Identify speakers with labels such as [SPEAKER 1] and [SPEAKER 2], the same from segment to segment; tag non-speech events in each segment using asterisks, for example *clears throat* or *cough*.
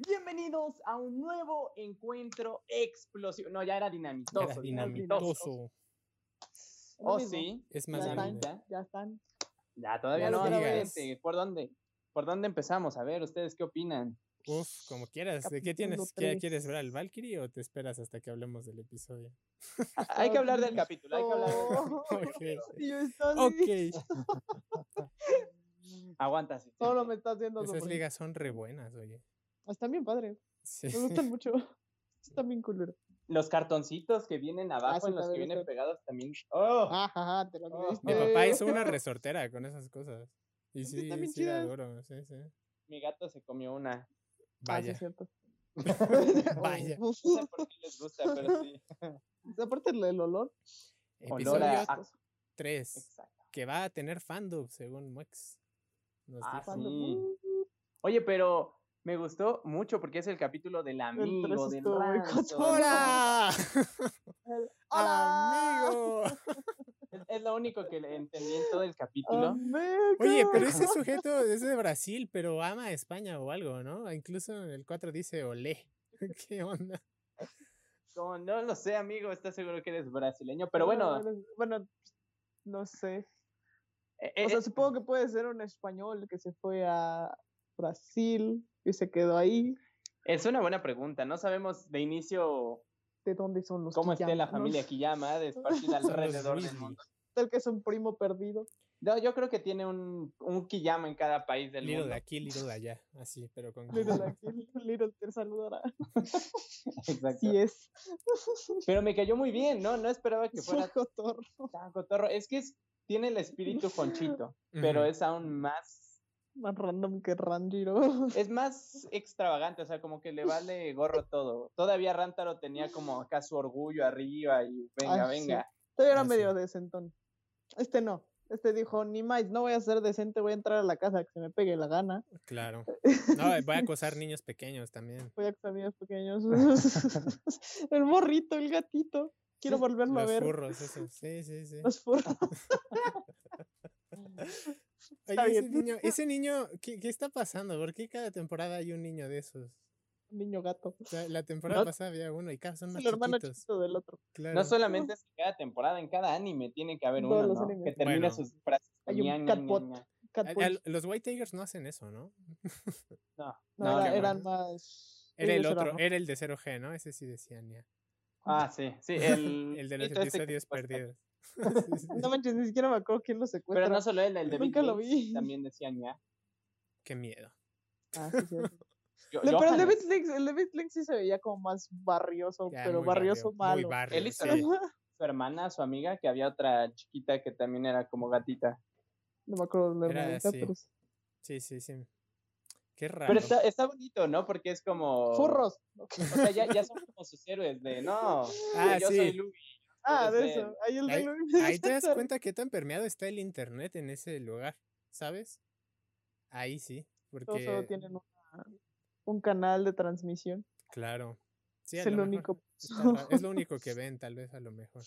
[SPEAKER 1] Bienvenidos a un nuevo encuentro explosivo. No, ya era dinamitoso.
[SPEAKER 2] Era dinamitoso.
[SPEAKER 1] Oh, sí.
[SPEAKER 2] Es
[SPEAKER 1] Ya
[SPEAKER 2] más
[SPEAKER 1] están,
[SPEAKER 2] grande.
[SPEAKER 1] ya, ya están. Ya, todavía
[SPEAKER 2] Ya
[SPEAKER 1] no.
[SPEAKER 2] lo
[SPEAKER 1] pero
[SPEAKER 2] digas.
[SPEAKER 1] vente, ¿Por dónde? ¿Por dónde empezamos? A ver, ¿ustedes qué opinan?
[SPEAKER 2] Uf, como quieras. ¿De qué
[SPEAKER 3] Capítulo
[SPEAKER 2] tienes? ¿Qué,
[SPEAKER 3] tres.
[SPEAKER 2] ¿Quieres ver al Valkyrie o te esperas hasta que hablemos del
[SPEAKER 3] *laughs*
[SPEAKER 2] episodio?
[SPEAKER 1] Hay que hablar del capítulo, hay que hablar.
[SPEAKER 3] Oh. *laughs*
[SPEAKER 2] Ok.
[SPEAKER 3] Y yo estás
[SPEAKER 2] Ok.
[SPEAKER 3] *laughs*
[SPEAKER 1] Aguanta, sí.
[SPEAKER 3] Solo me estás viendo.
[SPEAKER 2] Esas
[SPEAKER 3] sufrir.
[SPEAKER 2] ligas son re buenas, oye.
[SPEAKER 3] Están bien padre.
[SPEAKER 2] Sí. *laughs*
[SPEAKER 3] Me gustan mucho. Están bien culeros.
[SPEAKER 1] Los cartoncitos que vienen abajo,
[SPEAKER 3] Ah, sí,
[SPEAKER 1] en los que
[SPEAKER 3] también
[SPEAKER 1] vienen
[SPEAKER 3] está.
[SPEAKER 1] pegados también. ¡Oh!
[SPEAKER 3] Ajá, ajá, te lo
[SPEAKER 1] Oh.
[SPEAKER 3] creíste.
[SPEAKER 2] Mi papá hizo una resortera con esas cosas. Y
[SPEAKER 3] Sí,
[SPEAKER 2] sí,
[SPEAKER 3] están bien
[SPEAKER 2] sí era
[SPEAKER 3] chidas.
[SPEAKER 2] duro, sí, sí.
[SPEAKER 1] Mi gato se comió una.
[SPEAKER 3] Ah, sí,
[SPEAKER 2] Vaya,
[SPEAKER 3] es cierto.
[SPEAKER 2] *laughs*
[SPEAKER 3] *laughs*
[SPEAKER 2] vaya.
[SPEAKER 1] No sé por qué les gusta, pero
[SPEAKER 2] *laughs*
[SPEAKER 1] sí.
[SPEAKER 3] Aparte el olor.
[SPEAKER 1] Olor a-
[SPEAKER 3] Ah,
[SPEAKER 2] Episodio
[SPEAKER 1] a-
[SPEAKER 2] 3,
[SPEAKER 1] Ah, Exacto.
[SPEAKER 2] que va a tener fandom, según Muex. Nos
[SPEAKER 1] Ah,
[SPEAKER 2] dijo.
[SPEAKER 3] cuando-
[SPEAKER 1] Sí. Oye, pero me gustó mucho porque es el capítulo del amigo,
[SPEAKER 3] tres
[SPEAKER 1] del
[SPEAKER 3] estuvo muy
[SPEAKER 1] rancho.
[SPEAKER 3] cotorro.
[SPEAKER 2] ¡Hola! *laughs*
[SPEAKER 3] ¡Hola!
[SPEAKER 2] ¡Amigo!
[SPEAKER 1] Es, es lo único que le entendí en todo el capítulo.
[SPEAKER 3] Ah. Amigo.
[SPEAKER 2] Oye, pero ese sujeto es de Brasil, pero ama a España o algo, ¿no? Incluso en el 4 dice olé. *laughs* ¿Qué onda?
[SPEAKER 1] Como, no lo sé, amigo, estás seguro que eres brasileño, pero
[SPEAKER 3] No,
[SPEAKER 1] bueno,
[SPEAKER 3] eres- Ah, Bueno, no sé.
[SPEAKER 1] eh,
[SPEAKER 3] O
[SPEAKER 1] eh,
[SPEAKER 3] sea, supongo que puede ser un español que se fue a Brasil y se quedó ahí.
[SPEAKER 1] es una buena pregunta. No sabemos de inicio
[SPEAKER 3] ¿De dónde son los
[SPEAKER 1] cómo esté la
[SPEAKER 3] Quillanos?
[SPEAKER 1] familia Kiyama
[SPEAKER 3] *laughs*
[SPEAKER 1] esparcida
[SPEAKER 2] Son los
[SPEAKER 1] alrededor del
[SPEAKER 2] Weasley.
[SPEAKER 1] mundo.
[SPEAKER 3] Tal que es un primo perdido.
[SPEAKER 1] No, yo creo que tiene un, un Kiyama en cada país del
[SPEAKER 2] Little
[SPEAKER 1] mundo.
[SPEAKER 2] de aquí, little de allá. Así, pero con. *laughs*
[SPEAKER 3] Little, aquí, Little te saludará.
[SPEAKER 1] *laughs* Exacto.
[SPEAKER 3] Así es.
[SPEAKER 1] Pero me cayó muy bien, ¿no? No esperaba que
[SPEAKER 3] Es
[SPEAKER 1] fuera
[SPEAKER 3] un cotorro.
[SPEAKER 1] tan cotorro. Es que es- tiene el espíritu conchito. pero es aún más,
[SPEAKER 3] Más random que Ranjiro. *laughs*
[SPEAKER 1] es más extravagante, o sea, como que le vale gorro todo. Todavía Rántaro tenía como acá su orgullo arriba y venga,
[SPEAKER 3] Ay, sí.
[SPEAKER 1] venga.
[SPEAKER 3] Todavía
[SPEAKER 2] Ah,
[SPEAKER 3] era
[SPEAKER 2] sí.
[SPEAKER 3] medio decentón. Este no. Este dijo, ni más, no voy a ser decente, voy a entrar a la casa que se me pegue la gana.
[SPEAKER 1] *laughs*
[SPEAKER 2] Claro. No, eh, voy a acosar niños pequeños también.
[SPEAKER 3] Voy a acusar niños
[SPEAKER 2] *laughs*
[SPEAKER 3] pequeños. *laughs* el morrito, el gatito. Quiero
[SPEAKER 1] Sí,
[SPEAKER 3] volverlo a
[SPEAKER 2] Los
[SPEAKER 3] ver.
[SPEAKER 2] furros, eso. Sí, sí, sí.
[SPEAKER 3] Los
[SPEAKER 2] *laughs*
[SPEAKER 3] furros.
[SPEAKER 2] Oye, ese
[SPEAKER 3] bien.
[SPEAKER 2] niño, ese niño ¿qué, qué está pasando? ¿Por qué cada temporada hay un niño de esos?
[SPEAKER 3] Niño gato.
[SPEAKER 2] O sea, la temporada
[SPEAKER 1] No-
[SPEAKER 2] pasada había uno y cada son
[SPEAKER 3] Es
[SPEAKER 2] más
[SPEAKER 3] el hermano
[SPEAKER 2] chiquitos.
[SPEAKER 3] chiquito del otro.
[SPEAKER 2] Claro.
[SPEAKER 1] No solamente es que cada temporada, en cada anime tiene que haber
[SPEAKER 3] Todos
[SPEAKER 1] uno
[SPEAKER 3] los
[SPEAKER 1] ¿no?
[SPEAKER 3] animes.
[SPEAKER 1] que termina
[SPEAKER 2] Bueno.
[SPEAKER 1] sus frases. con
[SPEAKER 3] Hay un
[SPEAKER 1] ña, ña,
[SPEAKER 3] catbot.
[SPEAKER 1] ña, ña.
[SPEAKER 2] A-
[SPEAKER 3] Catboy.
[SPEAKER 2] a- los White Tigers no hacen eso, ¿no?
[SPEAKER 1] No,
[SPEAKER 3] No,
[SPEAKER 1] no,
[SPEAKER 3] era-
[SPEAKER 1] qué
[SPEAKER 3] eran
[SPEAKER 1] bueno.
[SPEAKER 3] más.
[SPEAKER 2] Era el
[SPEAKER 3] ellos eran
[SPEAKER 2] otro, eh.
[SPEAKER 3] más-
[SPEAKER 2] era el de 0G, ¿no? Ese sí decían ya.
[SPEAKER 1] Ah, sí, sí, el,
[SPEAKER 2] *laughs*
[SPEAKER 3] E
[SPEAKER 2] El de los
[SPEAKER 1] esto es
[SPEAKER 2] episodios
[SPEAKER 1] que-
[SPEAKER 2] perdidos.
[SPEAKER 3] *laughs* No manches, ni siquiera me acuerdo quién lo secuestra.
[SPEAKER 1] Pero no solo él, el de Big
[SPEAKER 3] Nunca lo
[SPEAKER 1] Lips
[SPEAKER 3] vi.
[SPEAKER 1] también decían ya.
[SPEAKER 2] Qué miedo.
[SPEAKER 3] Ah, sí, sí.
[SPEAKER 1] Yo-
[SPEAKER 3] No, pero el
[SPEAKER 1] Johan,
[SPEAKER 3] David Link, el David Link sí se veía como más barrioso,
[SPEAKER 2] Ya,
[SPEAKER 3] pero
[SPEAKER 2] muy
[SPEAKER 3] barrioso
[SPEAKER 2] barrio, Muy
[SPEAKER 3] malo.
[SPEAKER 2] barrio,
[SPEAKER 1] Él y
[SPEAKER 2] sí.
[SPEAKER 1] Saúl. su hermana, su amiga, que había otra chiquita que también era como gatita.
[SPEAKER 3] *laughs* No me acuerdo de la
[SPEAKER 2] Era
[SPEAKER 3] hermanita,
[SPEAKER 2] así.
[SPEAKER 3] pero sí.
[SPEAKER 2] sí, sí, sí. Qué raro.
[SPEAKER 1] Pero está, está bonito, ¿no? Porque es como...
[SPEAKER 3] Furros.
[SPEAKER 1] O sea, ya, ya son como sus héroes de, no,
[SPEAKER 2] Ah,
[SPEAKER 1] yo
[SPEAKER 2] sí.
[SPEAKER 1] soy Luis.
[SPEAKER 3] Ah,
[SPEAKER 1] Puede
[SPEAKER 3] de
[SPEAKER 1] ser.
[SPEAKER 3] eso. Ahí el
[SPEAKER 2] Ahí-
[SPEAKER 3] de
[SPEAKER 2] Ahí
[SPEAKER 3] *laughs*
[SPEAKER 2] te das cuenta qué tan permeado está el internet en ese lugar, ¿sabes? Ahí sí,
[SPEAKER 3] Todos
[SPEAKER 2] porque...
[SPEAKER 3] solo tienen una- un canal de transmisión.
[SPEAKER 2] Claro. Sí, a
[SPEAKER 3] es el
[SPEAKER 2] lo mejor
[SPEAKER 3] único.
[SPEAKER 2] está
[SPEAKER 3] *laughs*
[SPEAKER 2] raro. Es lo único que ven, tal vez, a lo mejor.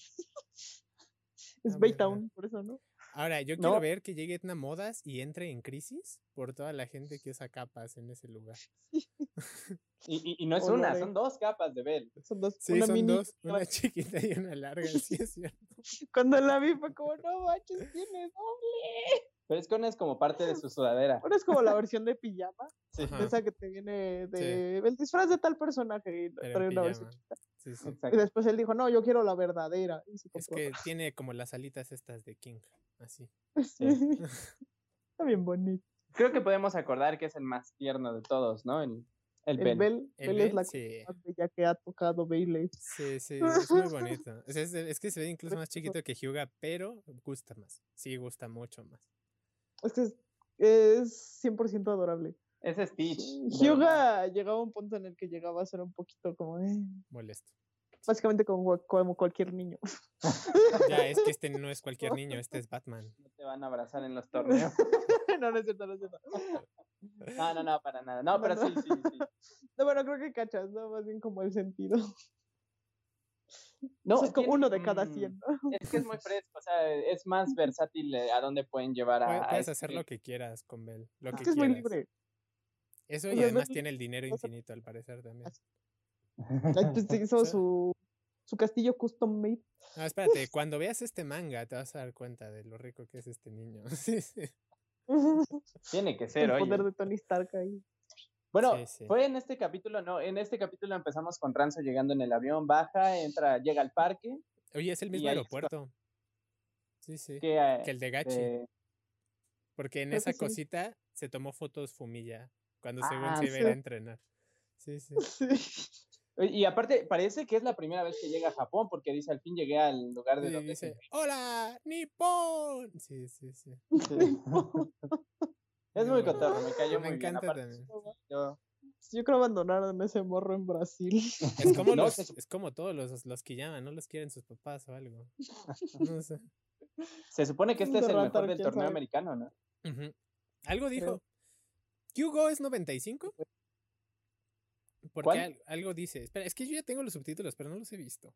[SPEAKER 3] Es
[SPEAKER 2] Ah,
[SPEAKER 3] Baytown, por eso, ¿no?
[SPEAKER 2] Ahora, yo
[SPEAKER 1] No.
[SPEAKER 2] quiero ver que llegue Etna Modas y entre en crisis por toda la gente que usa capas en ese lugar.
[SPEAKER 1] Y, y- y no es
[SPEAKER 3] O lo
[SPEAKER 1] una,
[SPEAKER 3] haré.
[SPEAKER 1] son dos capas de Bell.
[SPEAKER 3] Son dos.
[SPEAKER 2] Sí,
[SPEAKER 3] una
[SPEAKER 2] son
[SPEAKER 3] mini.
[SPEAKER 2] dos, una *laughs* chiquita y una larga, sí es
[SPEAKER 3] *laughs*
[SPEAKER 2] cierto.
[SPEAKER 3] Cuando la vi fue como, no manches, tiene doble.
[SPEAKER 1] Pero es que una es como parte de su sudadera.
[SPEAKER 3] Ahora es como la versión de pijama,
[SPEAKER 1] Sí,
[SPEAKER 2] Ajá.
[SPEAKER 3] esa que te viene de. El disfraz de tal personaje. Y
[SPEAKER 2] Pero
[SPEAKER 3] trae
[SPEAKER 2] en
[SPEAKER 3] una versión
[SPEAKER 2] pijama. Sí, sí.
[SPEAKER 3] Y
[SPEAKER 1] exacto.
[SPEAKER 3] después él dijo, no, yo quiero la verdadera. Y se
[SPEAKER 2] Es
[SPEAKER 3] compró.
[SPEAKER 2] que tiene como las alitas estas de King, así.
[SPEAKER 1] sí.
[SPEAKER 3] *laughs* Está bien bonito.
[SPEAKER 1] Creo que podemos acordar que es el más tierno de todos, ¿no? El, el
[SPEAKER 3] El
[SPEAKER 1] Bell.
[SPEAKER 3] Bell,
[SPEAKER 2] El
[SPEAKER 3] Bell es la
[SPEAKER 2] Bell, sí.
[SPEAKER 3] cosa más bella que ha tocado Bailey.
[SPEAKER 2] Sí,
[SPEAKER 3] *laughs*
[SPEAKER 2] sí, es muy bonito. O sea, es, es que se ve incluso más chiquito que Hyuga, pero gusta más. Sí, gusta mucho más.
[SPEAKER 3] Es que es, es 100% adorable.
[SPEAKER 1] Es Stitch. de verdad.
[SPEAKER 3] Hyuga llegaba a un punto en el que llegaba a ser un poquito como, eh,
[SPEAKER 2] Molesto.
[SPEAKER 3] básicamente como, como cualquier niño. *laughs*
[SPEAKER 2] Ya, es que este no es cualquier niño, este es Batman.
[SPEAKER 1] No te van a abrazar en los torneos.
[SPEAKER 3] no, no es cierto, no es cierto.
[SPEAKER 1] No, no, no, para nada. No, pero sí, sí, sí.
[SPEAKER 3] No, bueno, creo que cachas, ¿no? Más bien como el sentido.
[SPEAKER 1] No,
[SPEAKER 3] es como
[SPEAKER 1] tiene-
[SPEAKER 3] uno de cada
[SPEAKER 1] mm,
[SPEAKER 3] 100, ¿no?
[SPEAKER 1] Es que es muy fresco, o sea, es más versátil eh, a dónde pueden llevar a.
[SPEAKER 2] Puedes,
[SPEAKER 1] a
[SPEAKER 2] puedes
[SPEAKER 1] este-
[SPEAKER 2] hacer lo que quieras con Bell. Lo
[SPEAKER 3] Es
[SPEAKER 2] que
[SPEAKER 3] que es muy
[SPEAKER 2] quieras.
[SPEAKER 3] libre.
[SPEAKER 2] Eso
[SPEAKER 3] O
[SPEAKER 2] y
[SPEAKER 3] sea,
[SPEAKER 2] además
[SPEAKER 3] no-
[SPEAKER 2] tiene el dinero
[SPEAKER 3] o sea,
[SPEAKER 2] infinito al parecer también.
[SPEAKER 3] Ahí, pues, se hizo
[SPEAKER 2] Sí.
[SPEAKER 3] su, su castillo custom made.
[SPEAKER 2] No,
[SPEAKER 3] *laughs*
[SPEAKER 2] espérate, cuando veas este manga te vas a dar cuenta de lo rico que es este niño. *laughs* Sí, sí.
[SPEAKER 1] Tiene que ser,
[SPEAKER 3] El
[SPEAKER 1] oye.
[SPEAKER 3] poder de Tony Stark ahí. *laughs*
[SPEAKER 1] Bueno,
[SPEAKER 2] Sí, sí.
[SPEAKER 1] fue en este capítulo, no, en este capítulo empezamos con Ranzo llegando en el avión, baja, entra, llega al parque,
[SPEAKER 2] Oye, es el mismo
[SPEAKER 1] ahí es
[SPEAKER 2] aeropuerto. Sí, sí.
[SPEAKER 1] que, eh,
[SPEAKER 2] Que el de Gachi.
[SPEAKER 1] eh,
[SPEAKER 2] Porque en
[SPEAKER 3] creo
[SPEAKER 2] esa
[SPEAKER 3] que sí.
[SPEAKER 2] cosita se tomó fotos Fumilla cuando según
[SPEAKER 1] Ah,
[SPEAKER 2] se iba a
[SPEAKER 3] sí.
[SPEAKER 2] ir a entrenar. Sí, sí.
[SPEAKER 3] Sí.
[SPEAKER 1] y aparte, parece que es la primera vez que llega a Japón, porque dice, al fin llegué al lugar de
[SPEAKER 2] Y
[SPEAKER 1] donde...
[SPEAKER 2] *laughs* dice, ¡Hola, Nippon! Sí, sí, sí.
[SPEAKER 1] Sí. *laughs* es muy
[SPEAKER 2] No,
[SPEAKER 1] cotorro, me cayó
[SPEAKER 2] me
[SPEAKER 1] muy bien.
[SPEAKER 2] encanta
[SPEAKER 1] aparte,
[SPEAKER 2] también.
[SPEAKER 1] yo-
[SPEAKER 3] Yo creo abandonaron ese morro en
[SPEAKER 1] *laughs*
[SPEAKER 3] Brasil.
[SPEAKER 2] Es como,
[SPEAKER 1] No,
[SPEAKER 2] los-
[SPEAKER 1] se sup-
[SPEAKER 2] es como todos los, los que llaman, no los quieren sus papás
[SPEAKER 1] *laughs*
[SPEAKER 2] o algo. No sé.
[SPEAKER 1] se supone que este
[SPEAKER 3] De
[SPEAKER 1] es el mejor
[SPEAKER 3] Rantaro,
[SPEAKER 1] del
[SPEAKER 3] quién
[SPEAKER 1] torneo
[SPEAKER 3] sabe.
[SPEAKER 1] americano, ¿no?
[SPEAKER 2] Ujú. Algo dijo.
[SPEAKER 3] Creo.
[SPEAKER 2] ¿Hugo es 95? Porque
[SPEAKER 1] Pues ¿Cuál?
[SPEAKER 2] al- algo dice. Espera, es que yo ya tengo los subtítulos, pero no los he visto.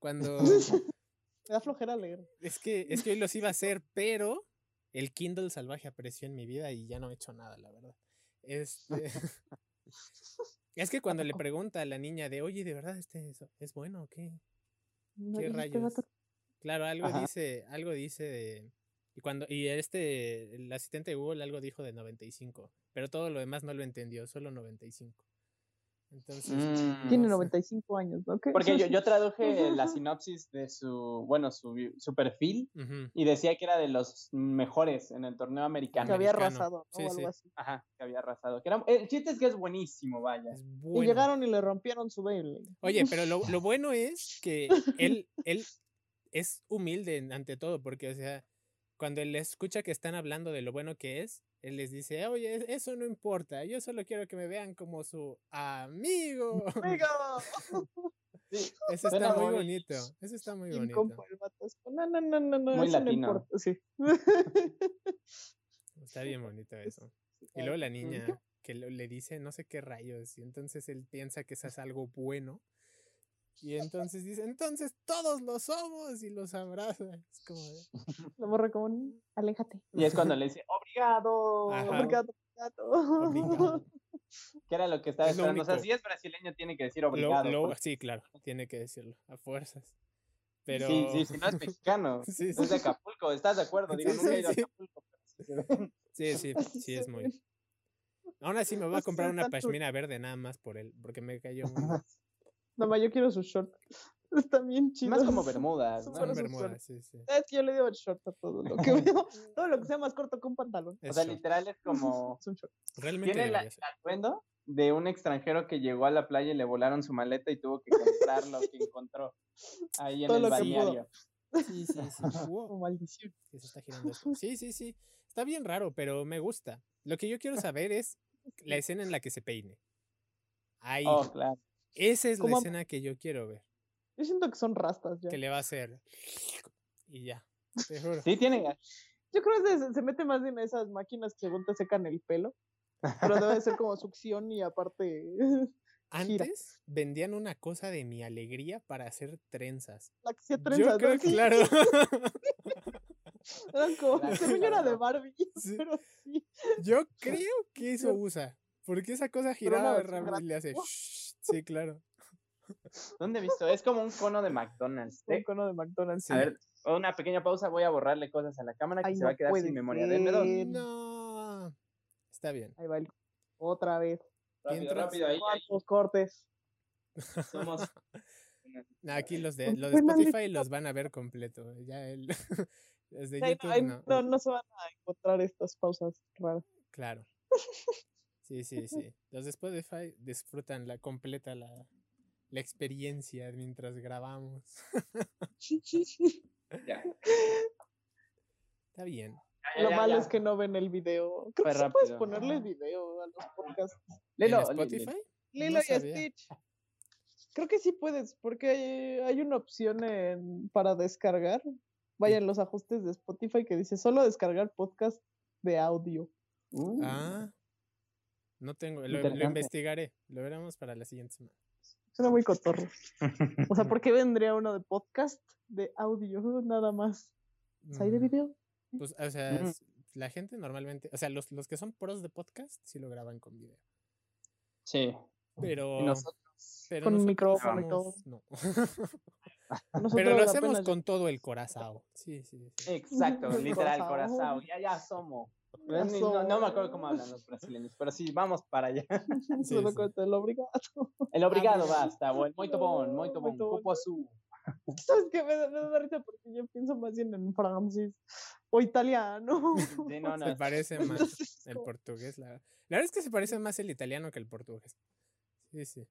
[SPEAKER 2] Cuando.
[SPEAKER 3] Me da flojera leer.
[SPEAKER 2] es, que, es que hoy los iba a hacer, pero el Kindle salvaje apareció en mi vida y ya no he hecho nada, la verdad. Este, *laughs* es que
[SPEAKER 3] *laughs*
[SPEAKER 2] cuando le pregunta a la niña de, oye, ¿de verdad este es, es bueno o qué?
[SPEAKER 3] No,
[SPEAKER 2] ¿Qué
[SPEAKER 3] y este
[SPEAKER 2] rayos?
[SPEAKER 3] vato-
[SPEAKER 2] Claro, algo
[SPEAKER 1] Ajá.
[SPEAKER 2] dice, algo dice de. Y cuando, y este, el asistente de Google algo dijo de 95, pero todo lo demás no lo entendió, solo 95. Entonces,
[SPEAKER 1] Mm.
[SPEAKER 3] Tiene
[SPEAKER 2] no sé.
[SPEAKER 3] 95 años, ¿no?
[SPEAKER 1] *laughs*
[SPEAKER 3] ¿Qué? *laughs*
[SPEAKER 1] Porque yo, yo traduje la sinopsis de su, bueno, su, bi- su perfil
[SPEAKER 3] Mm.
[SPEAKER 2] Ujú.
[SPEAKER 1] y decía que era de los mejores en el torneo americano.
[SPEAKER 3] que había
[SPEAKER 2] americano.
[SPEAKER 3] arrasado, ¿no?
[SPEAKER 2] Sí,
[SPEAKER 3] o algo
[SPEAKER 2] sí.
[SPEAKER 3] así.
[SPEAKER 1] Ajá, que había arrasado. que era- el chiste es que es buenísimo, vaya.
[SPEAKER 2] Es bueno.
[SPEAKER 3] Y llegaron y le rompieron su Beyblade.
[SPEAKER 2] Oye, pero lo, lo bueno es que él, él es humilde en- ante todo, porque, o sea, cuando él escucha que están hablando de lo bueno que es, él les dice, oye, es- eso no importa, yo solo quiero que me vean como su amigo.
[SPEAKER 3] Oiga,
[SPEAKER 1] Sí,
[SPEAKER 2] *laughs* Eso está
[SPEAKER 1] Suena
[SPEAKER 2] muy
[SPEAKER 1] muy-
[SPEAKER 2] bonito, eso está muy
[SPEAKER 3] bien
[SPEAKER 2] bonito.
[SPEAKER 3] compa el vato, es como, No, no, no, no, no,
[SPEAKER 1] Muy
[SPEAKER 3] eso
[SPEAKER 1] latino.
[SPEAKER 3] no importa. Sí.
[SPEAKER 2] Está bien bonito eso. Y
[SPEAKER 3] Ay,
[SPEAKER 2] luego la
[SPEAKER 3] mm,
[SPEAKER 2] niña que lo- le dice no sé qué rayos y entonces él piensa que eso es algo bueno y entonces dice, entonces todos lo somos y los abraza. Es como, de,
[SPEAKER 3] La morra como, "Mm, aléjate.
[SPEAKER 1] Y es
[SPEAKER 2] *laughs*
[SPEAKER 1] cuando le dice, obrigado,
[SPEAKER 2] Ajá.
[SPEAKER 1] porque
[SPEAKER 3] Obrigado,
[SPEAKER 2] Pues
[SPEAKER 3] obrigado".
[SPEAKER 2] "Obligado".
[SPEAKER 3] *laughs*
[SPEAKER 1] que era lo que estaba
[SPEAKER 2] Es lo
[SPEAKER 1] esperando. O sea,
[SPEAKER 2] único.
[SPEAKER 1] si es brasileño, tiene que decir
[SPEAKER 2] Lo-
[SPEAKER 1] obrigado. pues,
[SPEAKER 2] lo-
[SPEAKER 1] porque-
[SPEAKER 2] sí, claro, tiene que decirlo, a fuerzas. Pero...
[SPEAKER 1] Sí, sí, si no es mexicano,
[SPEAKER 2] *laughs* sí, sí,
[SPEAKER 1] es de Acapulco, ¿estás de acuerdo? Digo,
[SPEAKER 2] Sí,
[SPEAKER 1] nunca he ido a
[SPEAKER 2] sí, sí.
[SPEAKER 1] Acapulco. pero *laughs* sí se ve.
[SPEAKER 2] sí, sí,
[SPEAKER 3] Así
[SPEAKER 2] sí,
[SPEAKER 3] se
[SPEAKER 2] es muy...
[SPEAKER 3] ven.
[SPEAKER 2] Aún así me voy a
[SPEAKER 3] Así
[SPEAKER 2] comprar una
[SPEAKER 3] están sus-
[SPEAKER 2] pashmina verde nada más por él, porque me cayó
[SPEAKER 1] *laughs*
[SPEAKER 2] muy bien.
[SPEAKER 3] No, ma, yo quiero su short. *laughs* Está bien chido.
[SPEAKER 1] Más como Bermudas,
[SPEAKER 3] Son
[SPEAKER 1] ¿no?
[SPEAKER 2] Son
[SPEAKER 3] buenos sus
[SPEAKER 2] bermudas, sí, sí.
[SPEAKER 3] *laughs* Es que yo le digo el short a todo lo
[SPEAKER 1] *laughs*
[SPEAKER 3] que veo. Todo lo que sea más corto que un pantalón.
[SPEAKER 1] O sea,
[SPEAKER 2] Eso,
[SPEAKER 1] literal es como...
[SPEAKER 3] Es un short.
[SPEAKER 2] Realmente
[SPEAKER 1] Tiene la-
[SPEAKER 2] debería
[SPEAKER 1] el
[SPEAKER 2] ser.
[SPEAKER 1] atuendo de un extranjero que llegó a la playa y le volaron su maleta y tuvo que comprar lo que encontró ahí en
[SPEAKER 3] Todo
[SPEAKER 1] el
[SPEAKER 3] lo que pudo.
[SPEAKER 1] balneario.
[SPEAKER 2] Sí, sí, sí.
[SPEAKER 1] *laughs*
[SPEAKER 2] Wow.
[SPEAKER 3] Oh, maldición.
[SPEAKER 2] que se está girando esto. Sí, sí, sí. Está bien raro, pero me gusta. Lo que
[SPEAKER 1] *laughs*
[SPEAKER 2] yo quiero saber es la escena en la que se peine. Ahí.
[SPEAKER 1] Oh, claro.
[SPEAKER 2] Esa es la
[SPEAKER 3] ¿cómo?
[SPEAKER 2] escena que yo quiero ver.
[SPEAKER 3] Yo siento que son rastas ya.
[SPEAKER 2] Que le va a hacer. Y ya. Te juro.
[SPEAKER 1] Sí, tiene...
[SPEAKER 3] Yo creo que se, se mete más en esas máquinas que según te secan el pelo. Pero debe ser como succión y aparte. *laughs* gira.
[SPEAKER 2] Antes vendían una cosa de mi alegría para hacer trenzas.
[SPEAKER 3] La que se trenza.
[SPEAKER 2] Yo creo que,
[SPEAKER 3] *laughs*
[SPEAKER 2] claro. *laughs*
[SPEAKER 3] como,
[SPEAKER 1] Claro,
[SPEAKER 3] según yo era de
[SPEAKER 1] claro.
[SPEAKER 3] Barbie. *laughs*
[SPEAKER 2] Sí.
[SPEAKER 3] Pero sí.
[SPEAKER 2] *laughs* Yo creo que eso usa. Porque esa cosa
[SPEAKER 3] Pero una
[SPEAKER 2] giraba
[SPEAKER 3] versión
[SPEAKER 2] rápido y le hace. Sí, claro.
[SPEAKER 1] ¿Dónde he visto? Es como un cono de McDonald's.
[SPEAKER 3] Un
[SPEAKER 1] ¿eh?
[SPEAKER 3] cono de McDonald's.
[SPEAKER 2] Sí.
[SPEAKER 1] A ver, una pequeña pausa, voy a borrarle cosas a la cámara que
[SPEAKER 3] Ay,
[SPEAKER 1] se
[SPEAKER 3] no
[SPEAKER 1] va a quedar sin
[SPEAKER 3] puede
[SPEAKER 1] memoria. Denme dos.
[SPEAKER 2] Em,
[SPEAKER 3] ser.
[SPEAKER 2] No. Está bien.
[SPEAKER 3] Ahí va el. Otra vez.
[SPEAKER 1] Rápido,
[SPEAKER 2] Mientras-
[SPEAKER 1] rápido, ahí, ahí
[SPEAKER 3] Cuántos cortes.
[SPEAKER 1] somos.
[SPEAKER 2] No, aquí los de,
[SPEAKER 3] Porque
[SPEAKER 2] los de
[SPEAKER 3] nadie
[SPEAKER 2] Spotify los van a ver completo. Ya el, *laughs* los de
[SPEAKER 3] Sí, no, ahí
[SPEAKER 2] YouTube no.
[SPEAKER 3] no, no se van a encontrar estas pausas raras. *laughs*
[SPEAKER 2] Claro. Sí, sí, sí. Los de Spotify disfrutan la completa la, la experiencia mientras grabamos. *laughs*
[SPEAKER 3] *laughs*
[SPEAKER 1] Ya,
[SPEAKER 2] Está bien.
[SPEAKER 1] ya,
[SPEAKER 3] Lo
[SPEAKER 1] ya,
[SPEAKER 3] malo
[SPEAKER 1] ya.
[SPEAKER 3] es que no ven el video. Creo
[SPEAKER 1] Fue
[SPEAKER 3] que sí puedes
[SPEAKER 1] rápido.
[SPEAKER 3] ponerle video a los podcasts.
[SPEAKER 2] ¿En
[SPEAKER 1] Lelo, li- li-
[SPEAKER 2] Spotify?
[SPEAKER 3] Lilo y
[SPEAKER 2] sabía.
[SPEAKER 3] Stitch. Creo que sí puedes, porque hay, hay una opción en- para descargar. Vayan los ajustes de Spotify que dice solo descargar podcast de audio.
[SPEAKER 1] Uh,
[SPEAKER 2] Ah. No tengo. Lo, lo
[SPEAKER 1] Interesante.
[SPEAKER 2] investigaré. Lo veremos para la siguiente semana.
[SPEAKER 3] Suena muy cotorro.
[SPEAKER 2] *laughs*
[SPEAKER 3] O sea, ¿por qué vendría uno de podcast de audio? Uh, Nada más. O sea, ¿Hay de
[SPEAKER 2] Mm, *laughs*
[SPEAKER 3] video?
[SPEAKER 2] Pues, o sea,
[SPEAKER 1] Ujú.
[SPEAKER 2] es- la gente normalmente. O sea, los, los que son pros de podcast sí lo graban con video.
[SPEAKER 1] Sí.
[SPEAKER 2] Pero,
[SPEAKER 3] Oh.
[SPEAKER 1] Y nosotros,
[SPEAKER 2] pero
[SPEAKER 3] Con un
[SPEAKER 2] nosotros
[SPEAKER 3] micrófono y
[SPEAKER 2] somos- no.
[SPEAKER 3] Nosotros
[SPEAKER 2] pero lo
[SPEAKER 3] apenas
[SPEAKER 2] hacemos
[SPEAKER 3] ya- *laughs*
[SPEAKER 2] con todo el corazón. Sí, sí, sí.
[SPEAKER 1] exacto,
[SPEAKER 3] Por
[SPEAKER 1] literal,
[SPEAKER 3] favor.
[SPEAKER 1] corazón. Ya, ya somos.
[SPEAKER 3] Ya
[SPEAKER 1] Ni- No, no me
[SPEAKER 3] somos.
[SPEAKER 1] acuerdo cómo hablan los brasileños, pero sí, vamos para
[SPEAKER 3] *laughs*
[SPEAKER 1] allá.
[SPEAKER 2] Sí,
[SPEAKER 3] Solo
[SPEAKER 2] sí.
[SPEAKER 3] con el obrigado.
[SPEAKER 1] El obrigado
[SPEAKER 2] bueno.
[SPEAKER 1] basta, o el muito bom, muito bom,
[SPEAKER 3] Muito bom.
[SPEAKER 1] cupo azul.
[SPEAKER 3] *laughs* ¿Sabes qué? Me da, me da risa porque yo pienso más bien en francés o italiano.
[SPEAKER 1] Sí,
[SPEAKER 3] *laughs*
[SPEAKER 1] no, no,
[SPEAKER 2] Se
[SPEAKER 1] *laughs*
[SPEAKER 2] parece más
[SPEAKER 3] Entonces,
[SPEAKER 2] el
[SPEAKER 3] como-
[SPEAKER 2] portugués. La, la verdad es que se parece más el italiano que el portugués. Sí, sí.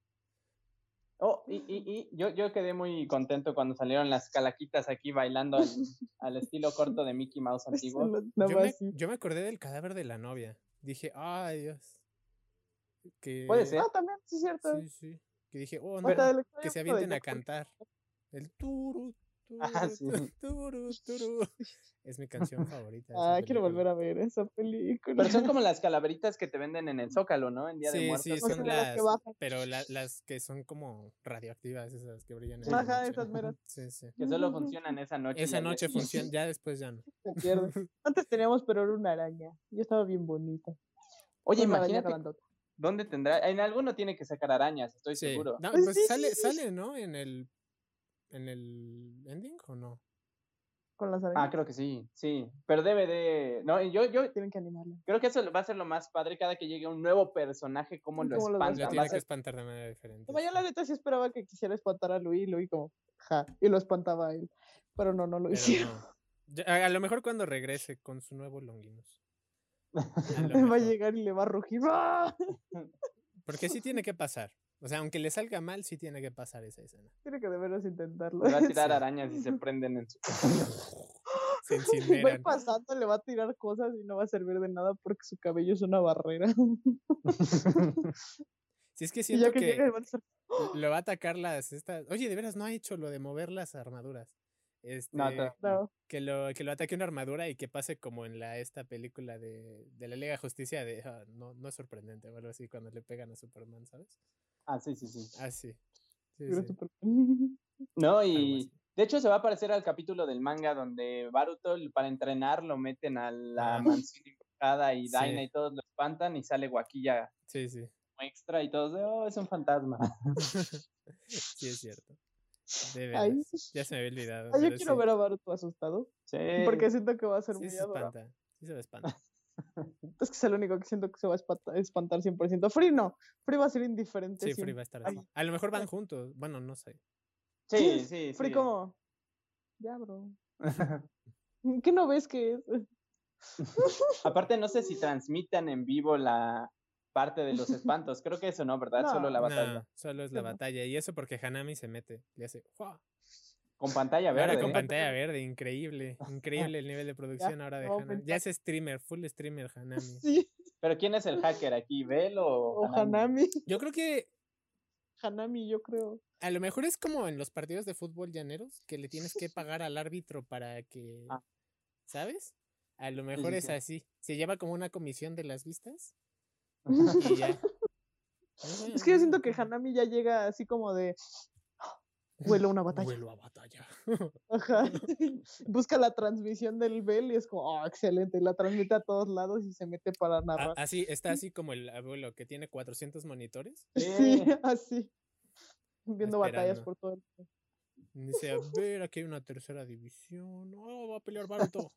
[SPEAKER 1] Oh, y, y, y yo, yo quedé muy contento cuando salieron las calaquitas aquí bailando al, al estilo corto de Mickey Mouse
[SPEAKER 3] es
[SPEAKER 1] antiguo.
[SPEAKER 3] lo- nada
[SPEAKER 2] Yo me,
[SPEAKER 3] más así.
[SPEAKER 2] yo me acordé del cadáver de la novia. Dije, ay Dios. Que,
[SPEAKER 1] Puede ser.
[SPEAKER 3] Ah, también, sí, es cierto.
[SPEAKER 2] Sí, sí. Que dije, oh, no,
[SPEAKER 3] Hasta el
[SPEAKER 2] que se
[SPEAKER 3] extraño de
[SPEAKER 2] avienten a
[SPEAKER 3] Jack, porque
[SPEAKER 2] cantar.
[SPEAKER 3] *laughs*
[SPEAKER 2] El turu, turu,
[SPEAKER 1] Ah, sí.
[SPEAKER 2] turu, turu, turu. Es mi canción favorita.
[SPEAKER 3] Ah, quiero volver a ver esa película.
[SPEAKER 1] Pero
[SPEAKER 2] *laughs*
[SPEAKER 3] *laughs*
[SPEAKER 1] son como las calaveritas que te venden en el Zócalo, ¿no? En Día de
[SPEAKER 2] Sí,
[SPEAKER 1] Muertos.
[SPEAKER 2] sí,
[SPEAKER 3] o sea,
[SPEAKER 2] son
[SPEAKER 3] las
[SPEAKER 2] las.
[SPEAKER 3] que bajan.
[SPEAKER 2] Pero la- las que son como radioactivas, esas que brillan en
[SPEAKER 3] Ajá,
[SPEAKER 2] la noche.
[SPEAKER 3] esas meras.
[SPEAKER 2] *laughs* Sí, sí.
[SPEAKER 1] Que solo funcionan esa noche. y
[SPEAKER 2] Esa
[SPEAKER 1] al día
[SPEAKER 2] noche
[SPEAKER 1] siguiente.
[SPEAKER 2] funciona, ya después ya no.
[SPEAKER 3] *laughs* Se pierde. Antes teníamos, pero era una araña. Yo estaba bien bonita.
[SPEAKER 1] *laughs* Oye,
[SPEAKER 3] Una araña
[SPEAKER 1] imagínate
[SPEAKER 3] grandota.
[SPEAKER 1] dónde tendrá. En alguno tiene que sacar arañas, estoy
[SPEAKER 2] Sí.
[SPEAKER 1] seguro.
[SPEAKER 2] No,
[SPEAKER 3] Pues
[SPEAKER 2] pues
[SPEAKER 3] sí, sí,
[SPEAKER 2] sale,
[SPEAKER 3] sí.
[SPEAKER 2] sale, ¿no? En el, en el ending o no?
[SPEAKER 3] Con las arañas.
[SPEAKER 1] Ah, creo que sí, sí. Pero debe de. No, y yo, yo
[SPEAKER 3] Tienen que animarla.
[SPEAKER 1] creo que eso lo- va a ser lo más padre cada que llegue un nuevo personaje, cómo lo
[SPEAKER 3] ¿Cómo lo vas a
[SPEAKER 2] Lo
[SPEAKER 1] espantan. Va a
[SPEAKER 2] tiene que
[SPEAKER 1] ser-
[SPEAKER 2] espantar de manera diferente.
[SPEAKER 3] No, yo la
[SPEAKER 2] sí.
[SPEAKER 3] neta sí esperaba que quisiera espantar a Luis, Luis como, ja, y lo espantaba a él. Pero no, no lo
[SPEAKER 2] Pero
[SPEAKER 3] hicieron.
[SPEAKER 2] no. Ya- A, a lo mejor cuando regrese con su nuevo
[SPEAKER 3] *laughs*
[SPEAKER 2] Longinus. A lo
[SPEAKER 3] va a
[SPEAKER 2] mejor.
[SPEAKER 3] llegar y le va a rugir. *laughs* ¡Ah!
[SPEAKER 2] Porque sí tiene que pasar. O sea, aunque le salga mal, sí tiene que pasar esa escena.
[SPEAKER 3] Tiene que de veras intentarlo.
[SPEAKER 1] le va a
[SPEAKER 3] *laughs*
[SPEAKER 1] tirar
[SPEAKER 2] *laughs* Sí.
[SPEAKER 1] arañas y se prenden en su.
[SPEAKER 2] Se
[SPEAKER 3] *laughs* Va a ir
[SPEAKER 2] incineran.
[SPEAKER 3] pasando, le va a tirar cosas y no va a servir de nada porque su cabello es una barrera. *laughs*
[SPEAKER 2] Si es que
[SPEAKER 3] y ya
[SPEAKER 2] siento
[SPEAKER 3] que,
[SPEAKER 2] que,
[SPEAKER 3] llegue, va a estar-
[SPEAKER 2] lo va a atacar las estas. Oye, de veras no ha hecho lo de mover las armaduras. Este,
[SPEAKER 1] No, no.
[SPEAKER 3] no,
[SPEAKER 2] que lo que lo ataque una armadura y que pase como en la esta película de, de la Liga de Justicia de ah, no no es sorprendente o algo así cuando le pegan a Superman, ¿sabes?
[SPEAKER 1] Ah, sí, sí, sí.
[SPEAKER 2] Ah, sí. Sí,
[SPEAKER 3] pero
[SPEAKER 2] sí,
[SPEAKER 3] súper- *laughs*
[SPEAKER 1] No,
[SPEAKER 2] algo
[SPEAKER 1] y
[SPEAKER 2] así.
[SPEAKER 1] de hecho se va a parecer al capítulo del manga donde Baruto para entrenar lo meten a la
[SPEAKER 3] *laughs*
[SPEAKER 2] Ah.
[SPEAKER 1] mansión embrujada y
[SPEAKER 2] Sí.
[SPEAKER 1] Daina y todos lo espantan y sale Wakilla
[SPEAKER 2] Sí, sí.
[SPEAKER 1] como extra y todos de, oh, es un fantasma. *laughs*
[SPEAKER 2] Sí es cierto. De
[SPEAKER 3] Ay,
[SPEAKER 2] veras. Ya se me había olvidado.
[SPEAKER 3] ay, Ah, yo
[SPEAKER 2] pero
[SPEAKER 3] quiero
[SPEAKER 2] sí,
[SPEAKER 3] ver a Baruto asustado.
[SPEAKER 1] Sí.
[SPEAKER 3] Porque siento que va a ser
[SPEAKER 2] sí
[SPEAKER 3] muy
[SPEAKER 2] se
[SPEAKER 3] adorable.
[SPEAKER 2] espanta. Sí se me espanta.
[SPEAKER 3] Es que es el único que siento que se va a espanta- espantar 100%. Free no. Free va a ser indiferente.
[SPEAKER 2] Sí,
[SPEAKER 3] siempre.
[SPEAKER 2] Free va a estar así.
[SPEAKER 3] Ay.
[SPEAKER 2] A lo mejor van juntos. Bueno, no sé.
[SPEAKER 1] Sí,
[SPEAKER 3] *laughs*
[SPEAKER 1] sí,
[SPEAKER 3] Free
[SPEAKER 1] sí.
[SPEAKER 3] como, ya,
[SPEAKER 2] *laughs*
[SPEAKER 3] bro. Mm, ¿Qué no ves que es? *laughs*
[SPEAKER 1] Aparte, no sé si transmitan en vivo la parte de los
[SPEAKER 3] *laughs*
[SPEAKER 1] espantos. Creo que eso no, ¿verdad? Solo la
[SPEAKER 2] No,
[SPEAKER 1] batalla.
[SPEAKER 2] solo es la
[SPEAKER 3] Sí, no.
[SPEAKER 2] batalla. Y eso porque Hanami se mete. Le hace. ¡guau!
[SPEAKER 1] Con pantalla
[SPEAKER 2] Ahora
[SPEAKER 1] verde.
[SPEAKER 2] con
[SPEAKER 1] ¿eh?
[SPEAKER 2] pantalla verde, increíble. Increíble el
[SPEAKER 3] *laughs*
[SPEAKER 2] nivel de producción ahora de
[SPEAKER 3] no, pues,
[SPEAKER 2] Hanami. Ya es streamer, full streamer Hanami.
[SPEAKER 3] Sí,
[SPEAKER 1] Pero ¿quién es el hacker aquí? ¿Bel o, Hanami?
[SPEAKER 3] o
[SPEAKER 1] *laughs*
[SPEAKER 3] Hanami.
[SPEAKER 2] Yo creo que
[SPEAKER 3] Hanami, yo creo.
[SPEAKER 2] a lo mejor es como en los partidos de fútbol llaneros que le tienes
[SPEAKER 3] *laughs*
[SPEAKER 2] que pagar al árbitro para que.
[SPEAKER 1] Ah.
[SPEAKER 2] ¿Sabes? A lo
[SPEAKER 1] sí,
[SPEAKER 2] mejor es
[SPEAKER 1] sí.
[SPEAKER 2] así. Se lleva como una comisión de las vistas
[SPEAKER 3] Oh,
[SPEAKER 2] y ya. No
[SPEAKER 3] *laughs* Es
[SPEAKER 2] sé,
[SPEAKER 3] que yo
[SPEAKER 2] no
[SPEAKER 3] siento que
[SPEAKER 2] entiendo.
[SPEAKER 3] Hanami ya llega así como de, *gasps* huele
[SPEAKER 2] *laughs*
[SPEAKER 3] a una batalla.
[SPEAKER 2] Huelo a batalla.
[SPEAKER 3] ajá,
[SPEAKER 2] *laughs*
[SPEAKER 3] busca la transmisión del Bell y es como, ah, excelente, y la transmite a todos lados y se mete para
[SPEAKER 2] A-
[SPEAKER 3] narrar.
[SPEAKER 2] Así, está así como el abuelo que tiene 400 monitores.
[SPEAKER 3] *laughs* Sí,
[SPEAKER 1] Sí.
[SPEAKER 3] así. Viendo batallas
[SPEAKER 2] eh. Esperando.
[SPEAKER 3] por todo. el-
[SPEAKER 2] Dice,
[SPEAKER 3] *laughs*
[SPEAKER 2] a ver, aquí hay una tercera división. Oh, va a pelear Baruto.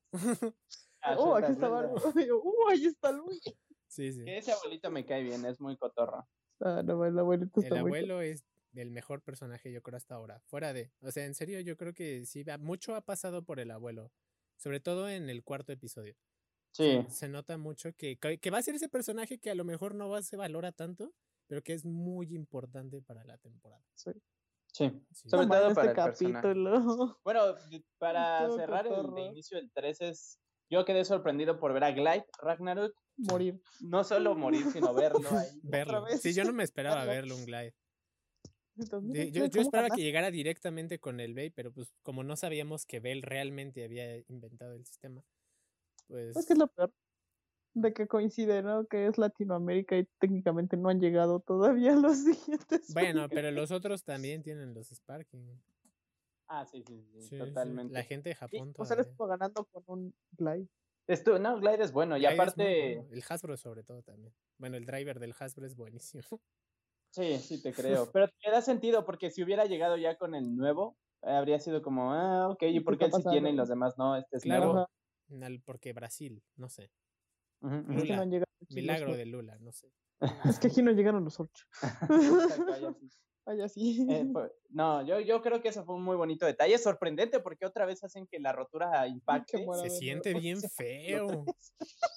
[SPEAKER 3] Oh,
[SPEAKER 1] Suelta,
[SPEAKER 3] aquí está
[SPEAKER 1] suelta.
[SPEAKER 3] Baruto. Y yo, *laughs* Oh, ahí está Luis.
[SPEAKER 2] Sí, sí.
[SPEAKER 1] Que ese abuelito me cae bien, es muy cotorro.
[SPEAKER 3] Ah, no, el abuelito
[SPEAKER 2] El
[SPEAKER 3] está muy-
[SPEAKER 2] abuelo es el mejor personaje, yo creo, hasta ahora. Fuera de. O sea, en serio, yo creo que sí, va- mucho ha pasado por el abuelo. Sobre todo en el cuarto episodio.
[SPEAKER 1] Sí.
[SPEAKER 2] Se nota mucho que, que que va a ser ese personaje que a lo mejor no va, se valora tanto, pero que es muy importante para la temporada.
[SPEAKER 1] Sí.
[SPEAKER 2] Sí.
[SPEAKER 1] Sobre
[SPEAKER 3] No, man,
[SPEAKER 1] todo
[SPEAKER 3] este
[SPEAKER 1] para el personaje.
[SPEAKER 3] capítulo. *laughs*
[SPEAKER 1] Bueno, de- para
[SPEAKER 3] Estuvo
[SPEAKER 1] cerrar el de
[SPEAKER 3] cotorro.
[SPEAKER 1] inicio del 3 es. Yo quedé sorprendido por ver a Glide Ragnarok.
[SPEAKER 3] Morir.
[SPEAKER 1] No solo morir, *laughs* sino verlo ahí.
[SPEAKER 2] *laughs* Verlo.
[SPEAKER 3] vez.
[SPEAKER 2] Sí, yo
[SPEAKER 3] *laughs*
[SPEAKER 2] no me esperaba
[SPEAKER 3] Verlo.
[SPEAKER 2] verlo un glide.
[SPEAKER 3] Entonces,
[SPEAKER 2] De-
[SPEAKER 3] no
[SPEAKER 2] yo,
[SPEAKER 3] sé
[SPEAKER 2] yo
[SPEAKER 3] Pues, cómo
[SPEAKER 2] esperaba
[SPEAKER 3] ganaste.
[SPEAKER 2] que llegara directamente con el Bell, pero pues como no sabíamos que Bell realmente había inventado el sistema, pues...
[SPEAKER 3] Es que es lo peor. De que coincide, ¿no? Que es Latinoamérica y técnicamente no han llegado todavía *laughs* los siguientes. *laughs*
[SPEAKER 2] Bueno, pero los otros también tienen los Sparking.
[SPEAKER 1] Ah, sí, sí, sí,
[SPEAKER 2] Sí, sí,
[SPEAKER 1] totalmente.
[SPEAKER 2] La gente de Japón
[SPEAKER 3] O sea, les
[SPEAKER 2] todavía.
[SPEAKER 3] fue ganando con un glide.
[SPEAKER 1] Esto, no, Glide es bueno. Y
[SPEAKER 2] Glide es muy
[SPEAKER 1] aparte,
[SPEAKER 2] bueno, El Hasbro sobre todo también. Bueno, el driver del Hasbro es buenísimo. *laughs*
[SPEAKER 1] Sí, sí *laughs* te creo. Pero te da sentido porque si hubiera llegado ya con el nuevo, eh, habría sido como, ah, ok, ¿y por qué
[SPEAKER 3] está
[SPEAKER 1] él sí tiene y
[SPEAKER 3] pasando?
[SPEAKER 1] los demás no? Este es
[SPEAKER 2] Claro.
[SPEAKER 1] nuevo.
[SPEAKER 3] Ajá.
[SPEAKER 2] Al- Porque Brasil, no sé.
[SPEAKER 1] Ujú, ujú.
[SPEAKER 3] Es que
[SPEAKER 2] Lula,
[SPEAKER 3] no han llegado aquí los
[SPEAKER 2] Milagro
[SPEAKER 3] ocho.
[SPEAKER 2] de Lula, no sé.
[SPEAKER 3] Es que aquí no llegaron los ocho.
[SPEAKER 1] *laughs* este, Exacto,
[SPEAKER 3] *laughs*
[SPEAKER 1] ahí así.
[SPEAKER 3] Ay, así.
[SPEAKER 1] Eh, fue- no, yo, yo creo que eso fue un muy bonito detalle. Es sorprendente porque otra vez hacen que la rotura impacte.
[SPEAKER 3] muera. Para
[SPEAKER 2] Se
[SPEAKER 3] ver,
[SPEAKER 2] siente
[SPEAKER 3] pero- *laughs*
[SPEAKER 2] bien feo.
[SPEAKER 3] *laughs*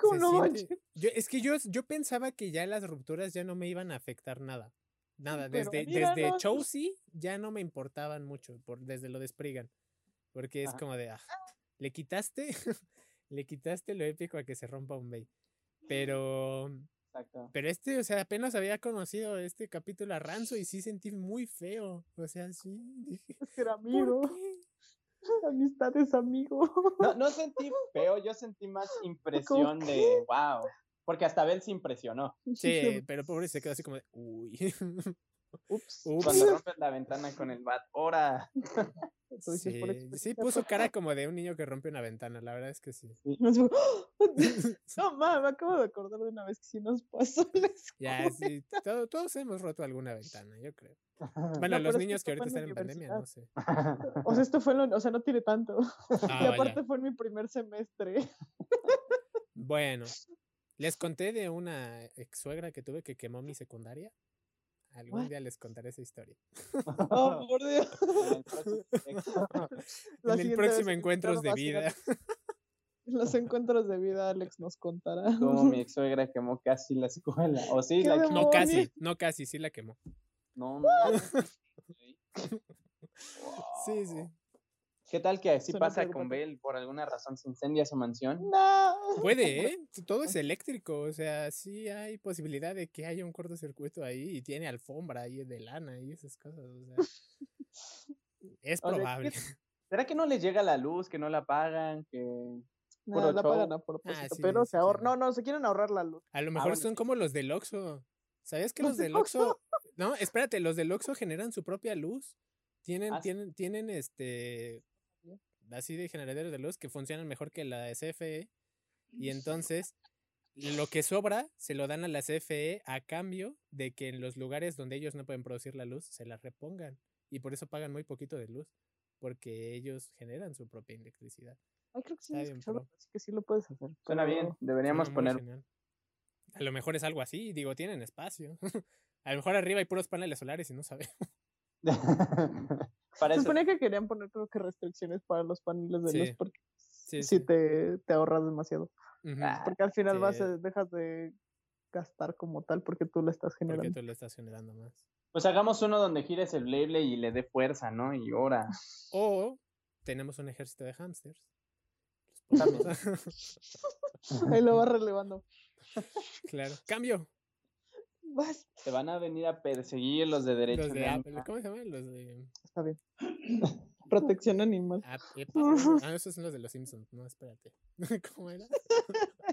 [SPEAKER 3] ¿Cómo
[SPEAKER 2] se
[SPEAKER 3] no,
[SPEAKER 2] siente-
[SPEAKER 3] oye?
[SPEAKER 2] *laughs* Yo, es que yo, yo pensaba que ya las rupturas ya no me iban a afectar nada. Nada,
[SPEAKER 3] pero
[SPEAKER 2] desde,
[SPEAKER 3] mira,
[SPEAKER 2] desde
[SPEAKER 3] no, sí.
[SPEAKER 2] Chelsea ya no me importaban mucho, por, desde lo de Spriggan. Porque es
[SPEAKER 1] Ajá.
[SPEAKER 2] como de, ah, le quitaste, *laughs* le quitaste lo épico a que se rompa un bay. Pero,
[SPEAKER 1] Exacto.
[SPEAKER 2] pero este, o sea, apenas había conocido este capítulo a Ranzo y sí sentí muy feo. O sea, sí, dije,
[SPEAKER 3] Es que era
[SPEAKER 2] ¿por
[SPEAKER 3] amigo. *laughs*
[SPEAKER 2] qué?
[SPEAKER 3] Amistad es amigo.
[SPEAKER 1] No, no sentí feo, yo sentí más impresión de wow. Porque hasta Bell se impresionó.
[SPEAKER 2] Sí, pero pobre se quedó así como de, uy.
[SPEAKER 3] *laughs*
[SPEAKER 2] *laughs*
[SPEAKER 3] Ups. *laughs*
[SPEAKER 2] Ups.
[SPEAKER 1] Cuando rompes la ventana con el bat, ahora.
[SPEAKER 3] Lo dices por
[SPEAKER 2] Sí, sí,
[SPEAKER 3] experiencia
[SPEAKER 2] puso cara como de un niño que rompe una ventana, la verdad es que sí.
[SPEAKER 3] ¡Oh! *laughs*
[SPEAKER 2] *laughs*
[SPEAKER 3] No, mames, me acabo de acordar de una vez que sí nos pasó en la
[SPEAKER 2] Ya,
[SPEAKER 3] *laughs* escuela.
[SPEAKER 2] sí, todo- todos hemos roto alguna ventana, yo creo. Bueno,
[SPEAKER 3] Ah,
[SPEAKER 1] *laughs*
[SPEAKER 2] los
[SPEAKER 3] No, pero es que
[SPEAKER 2] niños que
[SPEAKER 3] esto
[SPEAKER 2] ahorita
[SPEAKER 3] fue
[SPEAKER 2] están
[SPEAKER 3] en
[SPEAKER 2] en
[SPEAKER 3] la
[SPEAKER 2] pandemia, no sé. *laughs*
[SPEAKER 3] O sea, esto fue, lo- o sea, no tiene tanto.
[SPEAKER 2] Ah,
[SPEAKER 3] *laughs* y
[SPEAKER 2] vaya.
[SPEAKER 3] aparte fue en mi
[SPEAKER 2] *laughs*
[SPEAKER 3] primer semestre. *laughs*
[SPEAKER 2] Bueno, les conté de una ex suegra que tuve que quemó mi secundaria. Algún
[SPEAKER 3] What?
[SPEAKER 2] día les contaré esa historia.
[SPEAKER 3] Oh, por
[SPEAKER 2] *laughs*
[SPEAKER 3] Dios.
[SPEAKER 1] En el próximo texto.
[SPEAKER 3] La
[SPEAKER 2] en el
[SPEAKER 3] siguiente
[SPEAKER 2] próximo
[SPEAKER 3] vez
[SPEAKER 2] Encuentros de
[SPEAKER 3] invitado va
[SPEAKER 2] Vida.
[SPEAKER 3] a ser *laughs* Los encuentros de vida, Alex nos
[SPEAKER 2] *laughs*
[SPEAKER 3] contará.
[SPEAKER 1] Como mi ex suegra quemó casi la escuela. O sí,
[SPEAKER 3] Qué
[SPEAKER 1] la
[SPEAKER 3] demo-
[SPEAKER 1] quemó.
[SPEAKER 2] No, casi,
[SPEAKER 3] Bonnie.
[SPEAKER 2] no, casi, sí la quemó.
[SPEAKER 1] No, mames.
[SPEAKER 2] Sí, sí.
[SPEAKER 1] ¿Qué tal que así
[SPEAKER 3] Suena
[SPEAKER 1] pasa con
[SPEAKER 3] preocupante.
[SPEAKER 1] Bell? Por alguna razón se incendia su mansión.
[SPEAKER 3] No.
[SPEAKER 1] *laughs*
[SPEAKER 2] Puede, ¿eh? Todo es eléctrico, o sea, sí hay posibilidad de que haya un cortocircuito ahí y tiene alfombra ahí de lana y esas cosas, o
[SPEAKER 1] *laughs*
[SPEAKER 2] sea. Es
[SPEAKER 1] O sea,
[SPEAKER 2] probable.
[SPEAKER 1] ¿qué- ¿Será que no les llega la luz, que no la pagan, que
[SPEAKER 3] No,
[SPEAKER 1] Puro
[SPEAKER 3] la
[SPEAKER 1] show.
[SPEAKER 3] pagan a propósito,
[SPEAKER 2] Ah, sí,
[SPEAKER 3] pero
[SPEAKER 2] sí,
[SPEAKER 3] se ahorran.
[SPEAKER 2] claro.
[SPEAKER 3] No, no, se quieren ahorrar la luz.
[SPEAKER 2] A lo mejor
[SPEAKER 1] bueno,
[SPEAKER 2] son como los del Oxxo. ¿Sabías que
[SPEAKER 3] Los
[SPEAKER 2] los
[SPEAKER 3] del
[SPEAKER 2] del Oxxo? No, espérate, los del Oxxo generan su propia luz. Tienen,
[SPEAKER 1] Ah, sí.
[SPEAKER 2] tienen, tienen este así de generadores de luz que funcionan mejor que la CFE. Y entonces lo que sobra se lo dan a la CFE a cambio de que en los lugares donde ellos no pueden producir la luz se la repongan. Y por eso pagan muy poquito de luz. Porque ellos generan su propia electricidad.
[SPEAKER 3] Ay, creo que sí, me
[SPEAKER 2] Está bien,
[SPEAKER 3] escucharon,
[SPEAKER 2] pero-
[SPEAKER 3] así que sí lo puedes hacer.
[SPEAKER 1] Suena
[SPEAKER 3] pero-
[SPEAKER 1] bien, deberíamos
[SPEAKER 2] Suena muy
[SPEAKER 1] poner.
[SPEAKER 2] genial. A lo mejor es algo así, digo, tienen espacio. *laughs* A lo mejor arriba hay puros paneles solares y no sabemos.
[SPEAKER 1] *laughs* Para
[SPEAKER 3] Se
[SPEAKER 1] eso.
[SPEAKER 3] suponía que querían poner, creo que restricciones para los paneles de luz
[SPEAKER 2] Sí,
[SPEAKER 3] porque
[SPEAKER 2] sí,
[SPEAKER 3] si
[SPEAKER 2] sí.
[SPEAKER 3] Te, te ahorras demasiado.
[SPEAKER 2] *laughs* Ujú,
[SPEAKER 1] Ah,
[SPEAKER 3] Porque al final vas
[SPEAKER 2] sí.
[SPEAKER 3] a- dejas de gastar como tal porque tú lo estás
[SPEAKER 2] porque
[SPEAKER 3] generando.
[SPEAKER 2] tú lo estás generando más.
[SPEAKER 1] Pues hagamos uno donde gires el Beyblade y le dé fuerza, ¿no? Y ahora.
[SPEAKER 2] O tenemos un ejército de hamsters. Los
[SPEAKER 1] También.
[SPEAKER 2] ponemos a-
[SPEAKER 3] *laughs* Ahí lo vas relevando.
[SPEAKER 2] *laughs* claro. Cambio.
[SPEAKER 3] Vas.
[SPEAKER 1] Te van a venir a perseguir los de derecho.
[SPEAKER 2] Los de
[SPEAKER 1] humano.
[SPEAKER 2] Apple. ¿Cómo se llaman? Los de
[SPEAKER 3] Está bien. *clears throat* Protección animal.
[SPEAKER 1] *laughs*
[SPEAKER 2] Apple. ¿no? Ah, esos son los de los Simpsons. No, espérate. *laughs* ¿Cómo era?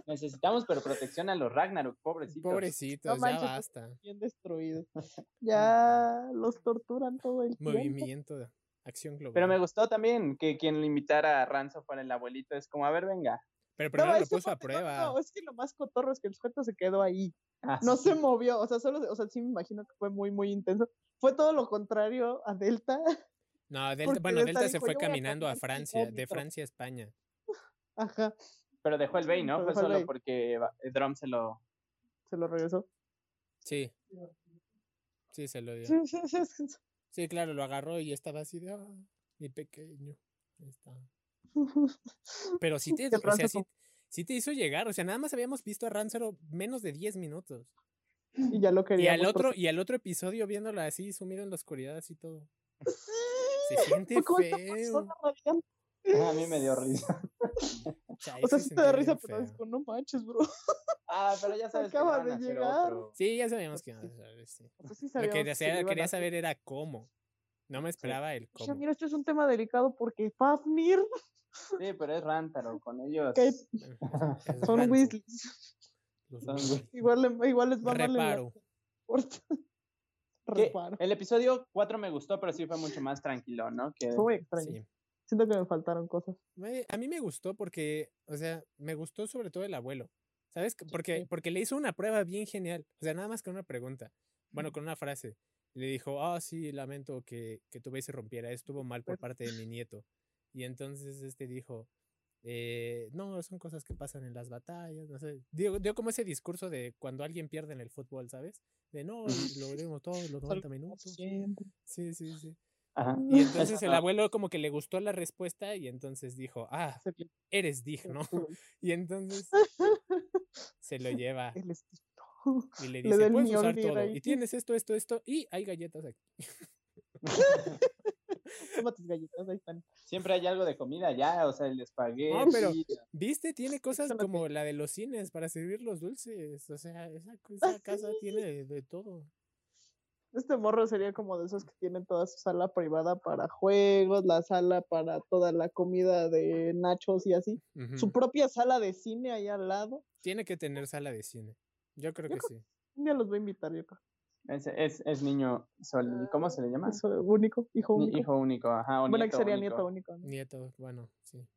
[SPEAKER 1] Necesitamos, pero protección a los Ragnarok, pobrecitos.
[SPEAKER 2] Pobrecitos, ya
[SPEAKER 3] manches, pues,
[SPEAKER 2] basta.
[SPEAKER 3] Bien destruidos. Ya los torturan todo el tiempo.
[SPEAKER 2] Movimiento, de acción global.
[SPEAKER 1] Pero me gustó también que quien lo invitara a Ranzo para el abuelito. Es como, a ver, venga.
[SPEAKER 2] Pero primero lo
[SPEAKER 3] es que
[SPEAKER 2] puso a
[SPEAKER 3] aparte- no, no,
[SPEAKER 2] prueba.
[SPEAKER 3] No, es que lo más cotorro es que el sujeto se quedó ahí.
[SPEAKER 1] Ah,
[SPEAKER 3] No
[SPEAKER 1] sí.
[SPEAKER 3] se movió. O sea, solo, se- o sea, sí me imagino que fue muy, muy intenso. Fue todo lo contrario a Delta. *laughs*
[SPEAKER 2] No, Delta-
[SPEAKER 3] Porque
[SPEAKER 2] bueno,
[SPEAKER 3] Delta
[SPEAKER 2] Delta se
[SPEAKER 3] dijo,
[SPEAKER 2] fue
[SPEAKER 3] "Yo voy a
[SPEAKER 2] caminando a
[SPEAKER 3] caminar sin
[SPEAKER 2] Francia, de
[SPEAKER 3] vómito".
[SPEAKER 2] Francia a España.
[SPEAKER 3] Ajá.
[SPEAKER 1] Pero dejó el Bey, ¿no?
[SPEAKER 3] Pero
[SPEAKER 1] Fue
[SPEAKER 3] dejó el
[SPEAKER 1] solo
[SPEAKER 3] Bey.
[SPEAKER 1] porque va- el Drum se *laughs* lo.
[SPEAKER 3] Se lo regresó.
[SPEAKER 2] Sí. Sí, se lo dio.
[SPEAKER 3] Sí, sí, sí, sí, sí.
[SPEAKER 2] Sí, claro, lo agarró y estaba así de, "Ah, mi pequeño. Ahí está. Pero
[SPEAKER 3] *laughs*
[SPEAKER 2] sí te,
[SPEAKER 3] Que
[SPEAKER 2] o sea,
[SPEAKER 3] Ranzo
[SPEAKER 2] sí- sí te hizo llegar, o sea, nada más habíamos visto a Ranzaro menos de 10 minutos.
[SPEAKER 3] Y ya lo
[SPEAKER 2] Y
[SPEAKER 3] quería.
[SPEAKER 2] al
[SPEAKER 3] *laughs*
[SPEAKER 2] otro y al otro episodio viéndolo así sumido en la oscuridad así todo.
[SPEAKER 3] *laughs*
[SPEAKER 2] Se siente feo.
[SPEAKER 1] A mí me dio risa.
[SPEAKER 2] Chale,
[SPEAKER 3] O sea,
[SPEAKER 2] se
[SPEAKER 3] sí te da
[SPEAKER 2] sintió
[SPEAKER 3] risa,
[SPEAKER 2] bien
[SPEAKER 3] pero es
[SPEAKER 2] feo.
[SPEAKER 3] como, no manches, bro.
[SPEAKER 1] Ah, pero ya sabes
[SPEAKER 3] Acaba
[SPEAKER 1] que van
[SPEAKER 3] de
[SPEAKER 1] a hacer
[SPEAKER 3] llegar.
[SPEAKER 1] otro.
[SPEAKER 2] Sí, ya sabíamos que
[SPEAKER 3] *laughs* Sí.
[SPEAKER 2] sí.
[SPEAKER 3] O sea, sí
[SPEAKER 2] este, Lo que
[SPEAKER 3] sabíamos
[SPEAKER 2] desea-
[SPEAKER 3] lo iban a
[SPEAKER 2] quería
[SPEAKER 3] hacer.
[SPEAKER 2] saber era cómo. No me esperaba el
[SPEAKER 3] Dije,
[SPEAKER 2] cómo.
[SPEAKER 3] mira, esto es un tema delicado porque Fafnir
[SPEAKER 1] Sí, pero es Rántaro con ellos.
[SPEAKER 2] *laughs*
[SPEAKER 3] que *laughs*
[SPEAKER 2] Bueno, es- Em, es
[SPEAKER 3] son
[SPEAKER 2] Ranzo,
[SPEAKER 3] Weasleys.
[SPEAKER 2] los
[SPEAKER 1] Son
[SPEAKER 2] Weasley.
[SPEAKER 3] *laughs* Igual, le- igual les va mal en la
[SPEAKER 2] Reparo. Eh,
[SPEAKER 3] puerta. *laughs*
[SPEAKER 1] Que
[SPEAKER 3] Reparo.
[SPEAKER 1] El episodio 4 me gustó, pero sí fue mucho más tranquilo, ¿no? Que
[SPEAKER 3] Fue muy extraño.
[SPEAKER 2] Sí.
[SPEAKER 3] Siento que me faltaron cosas.
[SPEAKER 2] Me- A mí me gustó porque, o sea, me gustó sobre todo el abuelo. ¿Sabes? Porque, porque le hizo una prueba bien genial. O sea, nada más que una pregunta. bueno, con una frase. Le dijo, ah, sí, lamento que, que tu vez se rompiera, estuvo mal por parte de mi nieto. Y entonces este dijo, eh, no, son cosas que pasan en las batallas, no sé. Dio, dio como ese discurso de cuando alguien pierde en el fútbol, ¿sabes? De no, lo vemos todos los 90 minutos. Sí, sí, sí.
[SPEAKER 1] Ajá.
[SPEAKER 2] Y entonces el abuelo como que le gustó la respuesta y entonces dijo, ah, eres digno. *laughs* Y entonces se lo lleva
[SPEAKER 3] El estilo.
[SPEAKER 2] y le
[SPEAKER 3] Le
[SPEAKER 2] dice,
[SPEAKER 3] da el
[SPEAKER 2] puedes usar
[SPEAKER 3] Mjolnir
[SPEAKER 2] todo.
[SPEAKER 3] ahí.
[SPEAKER 2] Y tienes esto, esto, esto, y hay galletas aquí.
[SPEAKER 3] Toma tus galletas, ahí están.
[SPEAKER 1] Siempre hay algo de comida ya, o sea, el espagueti.
[SPEAKER 2] No, Ah, pero- ¿Viste? Tiene cosas
[SPEAKER 3] lo que-
[SPEAKER 2] como la de los cines para servir los dulces. O sea, esa, co- esa casa tiene de, de todo.
[SPEAKER 3] Este morro sería como de esos que tienen toda su sala privada para juegos, la sala para toda la comida de nachos y así.
[SPEAKER 2] Ujú.
[SPEAKER 3] Su propia sala de cine ahí al lado.
[SPEAKER 2] Tiene que tener sala de cine. Yo creo
[SPEAKER 3] Yo
[SPEAKER 2] que sí.
[SPEAKER 3] Un día los voy a invitar, yo creo.
[SPEAKER 1] Es, es, es niño, sol, ¿cómo se le llama?
[SPEAKER 3] Es, eh, único, hijo
[SPEAKER 1] Ni-
[SPEAKER 3] único.
[SPEAKER 1] Hijo único, ajá. o
[SPEAKER 3] bueno, que
[SPEAKER 1] nieto
[SPEAKER 3] sería
[SPEAKER 1] único.
[SPEAKER 3] nieto único. ¿no?
[SPEAKER 2] Nieto, bueno, sí.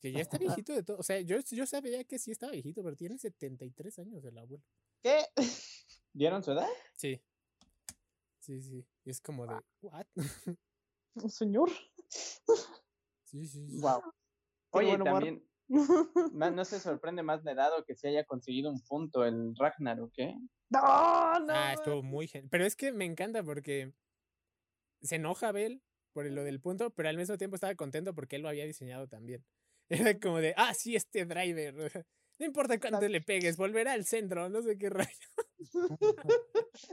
[SPEAKER 2] Que ya está viejito de todo. O sea, yo, yo sabía que sí estaba viejito, pero tiene 73 años el abuelo.
[SPEAKER 1] ¿Qué?
[SPEAKER 3] *laughs*
[SPEAKER 1] ¿Dieron su edad?
[SPEAKER 2] Sí. Sí, sí. Y es como de, ¿what?
[SPEAKER 3] Un Señor. *laughs*
[SPEAKER 2] Sí, sí. sí.
[SPEAKER 1] Wow. Oye,
[SPEAKER 3] buen humor.
[SPEAKER 1] también, ma- no se sorprende más Nerado que se haya conseguido un punto el Ragnarok,
[SPEAKER 3] *laughs*
[SPEAKER 1] ¿eh?
[SPEAKER 3] No, no.
[SPEAKER 2] Ah, estuvo muy gen- Pero es que me encanta porque se enoja Abel por lo del punto, pero al mismo tiempo estaba contento porque él lo había diseñado también. *laughs* Era como de, ah, sí, este driver. *laughs* No importa cuánto le pegues, volverá al centro, no sé qué rayo.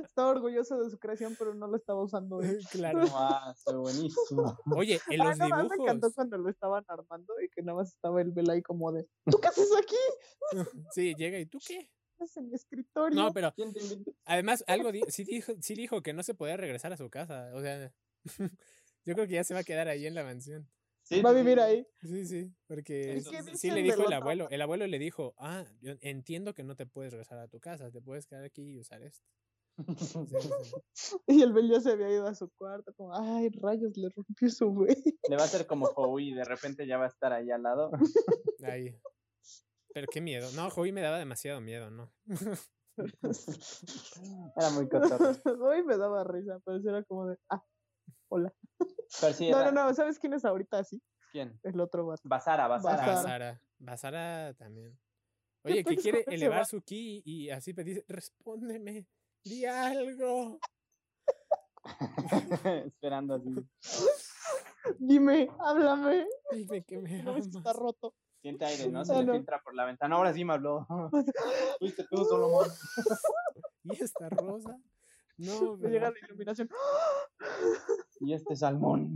[SPEAKER 3] Estaba orgulloso de su creación, pero no lo estaba usando. bien.
[SPEAKER 2] *laughs* claro.
[SPEAKER 1] Wow, ah, buenísimo.
[SPEAKER 2] Oye, Eh, en
[SPEAKER 3] Ah,
[SPEAKER 2] los
[SPEAKER 3] no, más me encantó
[SPEAKER 2] dibujos.
[SPEAKER 3] cuando lo estaban armando y que nada más estaba el Bel ahí como de, ¿tú qué haces aquí?
[SPEAKER 2] Sí, llega y tú
[SPEAKER 3] *laughs*
[SPEAKER 2] qué.
[SPEAKER 3] ¿Qué haces en mi escritorio?
[SPEAKER 2] No, pero
[SPEAKER 1] ¿Quién te invitó?
[SPEAKER 2] además algo di- sí dijo, sí dijo que no se podía regresar a su casa. O sea, *laughs* yo creo que ya se va a quedar ahí en la mansión.
[SPEAKER 1] Sí,
[SPEAKER 3] Va a
[SPEAKER 1] sí,
[SPEAKER 3] vivir
[SPEAKER 1] sí.
[SPEAKER 3] ahí. *laughs*
[SPEAKER 2] Sí, sí, porque
[SPEAKER 1] ¿Y qué
[SPEAKER 2] s- sí
[SPEAKER 3] dicen
[SPEAKER 2] le
[SPEAKER 3] de
[SPEAKER 2] dijo el
[SPEAKER 3] los
[SPEAKER 2] abuelo, el abuelo le dijo, ah, yo entiendo que no te puedes regresar a tu casa, te puedes quedar aquí y usar
[SPEAKER 3] *laughs*
[SPEAKER 2] esto. O sea, es-
[SPEAKER 3] Y el Bel ya se había ido a su cuarto, como, ay, rayos, le rompió su güey. *laughs*
[SPEAKER 1] Le va a hacer como Howie y de repente ya va a estar ahí al lado.
[SPEAKER 2] ahí. Pero qué miedo. No, Joey me daba demasiado miedo, ¿no?
[SPEAKER 1] Era muy cotorro.
[SPEAKER 3] Hoy me daba risa, pero sí era como de, ah, hola.
[SPEAKER 1] Pero sí,
[SPEAKER 3] No,
[SPEAKER 1] era-
[SPEAKER 3] no, no, ¿sabes quién es ahorita así?
[SPEAKER 1] ¿Quién?
[SPEAKER 3] El
[SPEAKER 2] *laughs*
[SPEAKER 3] otro vato.
[SPEAKER 1] Basara, Basara.
[SPEAKER 3] Basara.
[SPEAKER 2] Basara. Basara también.
[SPEAKER 3] ¿Qué
[SPEAKER 2] Oye, que
[SPEAKER 3] pedo
[SPEAKER 2] quiere
[SPEAKER 3] con ese
[SPEAKER 2] elevar
[SPEAKER 3] vato?
[SPEAKER 2] su ki y así me dice, respóndeme, di algo.
[SPEAKER 1] *laughs*
[SPEAKER 2] *laughs*
[SPEAKER 1] Esperando así.
[SPEAKER 3] Dime,
[SPEAKER 2] *laughs*
[SPEAKER 3] háblame,
[SPEAKER 2] Dime que me
[SPEAKER 3] no ves que está
[SPEAKER 2] amas.
[SPEAKER 3] roto.
[SPEAKER 1] Siente aire,
[SPEAKER 3] *laughs*
[SPEAKER 1] ¿no? Se
[SPEAKER 3] Ah,
[SPEAKER 1] le
[SPEAKER 3] no.
[SPEAKER 1] filtra por la ventana. Ahora sí me
[SPEAKER 3] *laughs*
[SPEAKER 1] habló. Fuiste tú, Solomón.
[SPEAKER 2] Y esta rosa. No,
[SPEAKER 3] *laughs* Me llega
[SPEAKER 2] pero-
[SPEAKER 3] la iluminación. ¡Ah!
[SPEAKER 1] Y este salmón.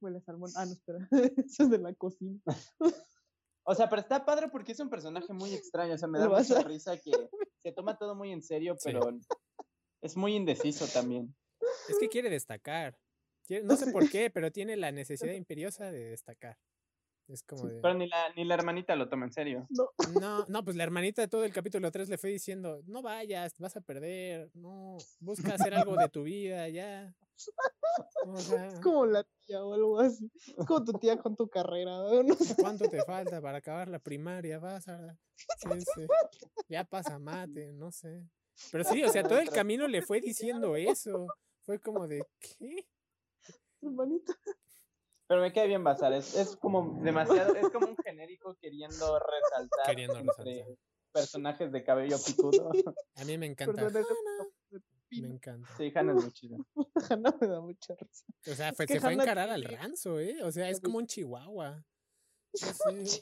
[SPEAKER 3] Huele a salmón. Ah, no, espera. *laughs* Eso es de la cocina.
[SPEAKER 1] O sea, pero está padre porque
[SPEAKER 3] *laughs*
[SPEAKER 1] es un personaje muy extraño. O sea, me da
[SPEAKER 3] Lo vas
[SPEAKER 1] mucha
[SPEAKER 3] a-
[SPEAKER 1] risa
[SPEAKER 3] *laughs*
[SPEAKER 1] que se toma todo muy en serio,
[SPEAKER 2] Sí.
[SPEAKER 1] pero es muy indeciso también.
[SPEAKER 2] Es que quiere destacar. Quiere-
[SPEAKER 3] Ah,
[SPEAKER 2] no sé por qué, pero tiene
[SPEAKER 3] *laughs*
[SPEAKER 2] la necesidad imperiosa de destacar. Es como de.
[SPEAKER 1] Pero ni la, ni la hermanita lo toma en serio.
[SPEAKER 2] No, no, pues la hermanita de todo el capítulo 3 le fue diciendo: No vayas, vas a perder. No, busca hacer algo de tu vida, ya. O sea,
[SPEAKER 3] Es *laughs* como la tía o algo así. Es como tu tía con tu carrera. ¿no? No sé.
[SPEAKER 2] ¿cuánto te falta
[SPEAKER 3] *laughs*
[SPEAKER 2] para acabar la primaria? Vas a. sí, sí, Ya pasa mate, no sé. Pero sí, o sea, todo el camino le fue diciendo eso. Fue como de: ¿Qué?
[SPEAKER 3] Hermanita.
[SPEAKER 1] Pero me queda bien Bazar. Es, es como demasiado. Es como un genérico queriendo resaltar.
[SPEAKER 2] Queriendo
[SPEAKER 1] entre
[SPEAKER 2] resaltar.
[SPEAKER 1] Personajes de cabello picudo.
[SPEAKER 2] A mí me encanta.
[SPEAKER 3] Perdón, ese
[SPEAKER 2] Hannah,
[SPEAKER 3] de
[SPEAKER 2] Me
[SPEAKER 3] pino.
[SPEAKER 2] encanta.
[SPEAKER 1] Sí, Hannah es muy chida.
[SPEAKER 3] *laughs* Hanna me da mucha risa.
[SPEAKER 2] O sea, fue-
[SPEAKER 3] que
[SPEAKER 2] se fue a
[SPEAKER 3] Hanna
[SPEAKER 2] encarar al
[SPEAKER 3] tiene-
[SPEAKER 2] ranzo, ¿eh? O sea, es
[SPEAKER 3] Ujú.
[SPEAKER 2] como un
[SPEAKER 3] *laughs*
[SPEAKER 2] chihuahua. No sé.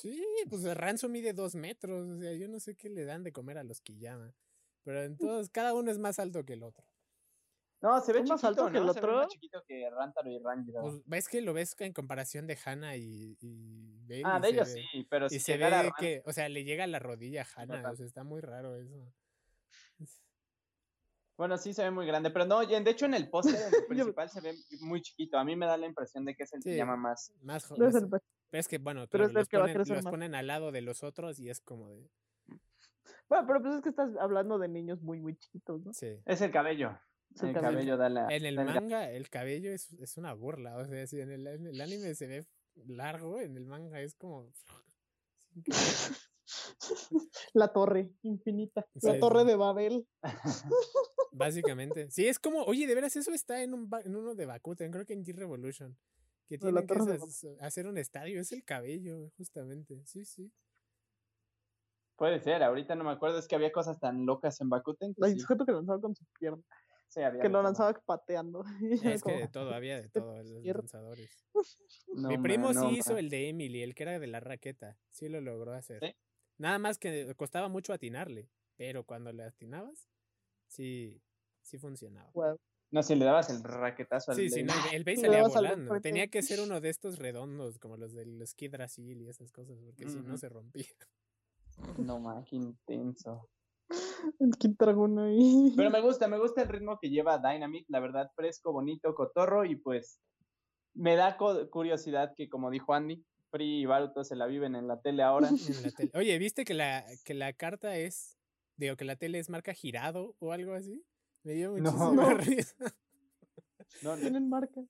[SPEAKER 2] Sí, pues el ranzo mide dos metros. O sea, yo no sé qué le dan de comer a los Kiyama. Pero entonces, cada uno es más alto que el otro.
[SPEAKER 1] No, se ve
[SPEAKER 3] ¿Es
[SPEAKER 1] chiquito,
[SPEAKER 3] más alto que el
[SPEAKER 1] ¿no? Se ve más
[SPEAKER 3] otro?
[SPEAKER 1] chiquito que Rantaro y Rangira.
[SPEAKER 2] Pues, ves que lo ves en comparación de Hannah y, y Bale
[SPEAKER 1] ah,
[SPEAKER 2] y
[SPEAKER 1] de
[SPEAKER 2] se
[SPEAKER 1] ellos
[SPEAKER 2] ve-
[SPEAKER 1] sí, pero si
[SPEAKER 2] Y se ve
[SPEAKER 1] llegara Ran-
[SPEAKER 2] que, o sea, le llega a la rodilla a Hannah.
[SPEAKER 1] Ajá.
[SPEAKER 2] O sea, está muy raro eso.
[SPEAKER 1] Bueno, sí se ve muy grande, pero no, y de hecho en el póster
[SPEAKER 3] *laughs*
[SPEAKER 1] en el
[SPEAKER 3] me-
[SPEAKER 1] principal se ve muy chiquito. A mí me da la impresión de que es el
[SPEAKER 2] Sí.
[SPEAKER 1] que llama más.
[SPEAKER 2] Más jo-
[SPEAKER 3] No es
[SPEAKER 2] más-
[SPEAKER 3] el pe-
[SPEAKER 2] Pero es que, bueno,
[SPEAKER 3] pero
[SPEAKER 2] claro,
[SPEAKER 3] es el
[SPEAKER 2] los,
[SPEAKER 3] que va a
[SPEAKER 2] ponen,
[SPEAKER 3] crecer
[SPEAKER 2] los
[SPEAKER 3] más.
[SPEAKER 2] ponen al lado de los otros y es como de.
[SPEAKER 3] Bueno, pero pues es que estás hablando de niños muy, muy chiquitos, ¿no?
[SPEAKER 2] Sí.
[SPEAKER 1] Es el cabello.
[SPEAKER 3] Es el
[SPEAKER 1] el
[SPEAKER 3] cabello.
[SPEAKER 1] cabello da la.
[SPEAKER 2] En el
[SPEAKER 1] da Ah, el ga-
[SPEAKER 2] manga el cabello es, es una burla, o sea, si en el, en el anime se ve largo, en el manga es como...
[SPEAKER 3] *laughs* La torre infinita.
[SPEAKER 2] Sí.
[SPEAKER 3] La torre de Babel.
[SPEAKER 2] Básicamente. Sí, es como, oye, de veras, eso está en, un ba- en uno de Bakuten, creo que en G-Revolution. Que
[SPEAKER 3] No, la
[SPEAKER 2] tienen que
[SPEAKER 3] torre de
[SPEAKER 2] hacer- hacer un estadio, es el cabello, justamente. Sí, sí.
[SPEAKER 1] Puede ser, ahorita no me acuerdo, es que había cosas tan locas en Bakuten. que
[SPEAKER 3] El
[SPEAKER 1] sí,
[SPEAKER 3] sujeto que lanzaba con su pierna.
[SPEAKER 1] sí, había
[SPEAKER 3] Que
[SPEAKER 1] de
[SPEAKER 3] lo
[SPEAKER 1] todo.
[SPEAKER 3] lanzaba pateando. *laughs* Y yo
[SPEAKER 2] Es que
[SPEAKER 3] como,
[SPEAKER 2] de todo, había de todo, los
[SPEAKER 3] cierto.
[SPEAKER 2] lanzadores.
[SPEAKER 1] No,
[SPEAKER 2] Mi
[SPEAKER 1] ma,
[SPEAKER 2] primo
[SPEAKER 1] no,
[SPEAKER 2] sí
[SPEAKER 1] ma.
[SPEAKER 2] hizo el de Emily, el que era de la raqueta. Sí lo logró hacer.
[SPEAKER 1] ¿Sí?
[SPEAKER 2] Nada más que costaba mucho atinarle, pero cuando le atinabas, sí, sí funcionaba.
[SPEAKER 3] "Guau".
[SPEAKER 1] No, si le dabas el raquetazo al
[SPEAKER 2] Sí, sí,
[SPEAKER 1] de-
[SPEAKER 2] no, el base
[SPEAKER 3] Le
[SPEAKER 2] salía
[SPEAKER 3] dabas al
[SPEAKER 2] volando.
[SPEAKER 3] golpete.
[SPEAKER 2] Tenía que ser uno de estos redondos, como los del Skid Brasil y esas cosas, porque si no
[SPEAKER 1] Ujú.
[SPEAKER 2] se rompía. *laughs*
[SPEAKER 1] No, ma, qué intenso.
[SPEAKER 3] El Kid Dragón ahí.
[SPEAKER 1] Pero me gusta, me gusta el ritmo que lleva Dynamite, la verdad, fresco, bonito, cotorro y pues me da co- curiosidad que, como dijo Andy, Free y Baruto se la viven en la tele
[SPEAKER 3] *laughs*
[SPEAKER 1] ahora.
[SPEAKER 2] en la tele. Oye, ¿viste que la, que la carta es, digo, que la tele es marca girado o algo así? Me dio
[SPEAKER 1] No.
[SPEAKER 2] muchísima
[SPEAKER 3] No.
[SPEAKER 2] *laughs* risa.
[SPEAKER 1] No, no,
[SPEAKER 3] *laughs* Tienen marca.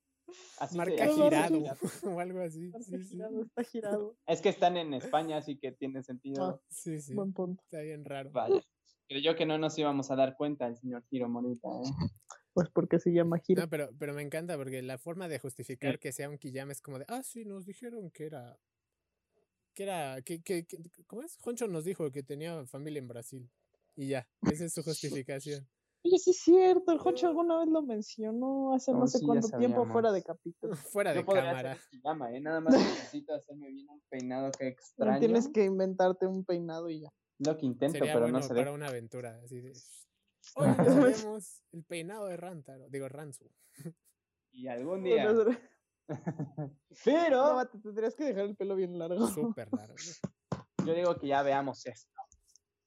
[SPEAKER 1] así se-
[SPEAKER 2] Marca
[SPEAKER 1] así se-
[SPEAKER 2] girado *laughs* o algo así.
[SPEAKER 3] marca
[SPEAKER 2] Sí, sí.
[SPEAKER 3] girado, Está girado.
[SPEAKER 1] Es que están en España, así que tiene sentido.
[SPEAKER 2] Sí, sí.
[SPEAKER 3] Buen punto.
[SPEAKER 2] Está bien raro.
[SPEAKER 1] Vaya. Creyó que no nos íbamos a dar cuenta el señor Giro Morita. ¿eh?
[SPEAKER 3] Pues porque se llama gira.
[SPEAKER 2] No, pero, pero me encanta porque la forma de
[SPEAKER 1] Eh.
[SPEAKER 2] justificar que sea un Kiyama es como de, ah, sí, nos dijeron que era, que era, que, que, que- ¿cómo es? Honcho nos dijo que tenía familia en Brasil. Y ya, esa es
[SPEAKER 1] *laughs*
[SPEAKER 2] su justificación.
[SPEAKER 3] Oye, sí es cierto, el Honcho alguna vez lo mencionó hace no,
[SPEAKER 1] No,
[SPEAKER 3] sé
[SPEAKER 1] Oh, sí, ya
[SPEAKER 3] cuánto tiempo fuera de
[SPEAKER 1] sabíamos.
[SPEAKER 3] capítulo.
[SPEAKER 2] Fuera de
[SPEAKER 1] Yo podría hacer
[SPEAKER 2] cámara.
[SPEAKER 1] un pijama, ¿eh? Nada más necesito hacerme bien un peinado que extraño.
[SPEAKER 3] Tienes que inventarte un peinado y ya.
[SPEAKER 1] Lo que intento,
[SPEAKER 2] Sería
[SPEAKER 1] pero
[SPEAKER 2] bueno
[SPEAKER 1] no se
[SPEAKER 2] para
[SPEAKER 1] deja.
[SPEAKER 2] una aventura. Así de, hoy
[SPEAKER 1] *laughs*
[SPEAKER 2] nos haremos el peinado de Rantaro, digo, Ransu.
[SPEAKER 1] Y algún
[SPEAKER 3] Bueno,
[SPEAKER 1] día.
[SPEAKER 3] *laughs* eso- No,
[SPEAKER 1] Pero
[SPEAKER 3] mate, te tendrías que dejar el pelo bien largo.
[SPEAKER 2] Súper raro.
[SPEAKER 1] *laughs* yo digo que ya veamos esto.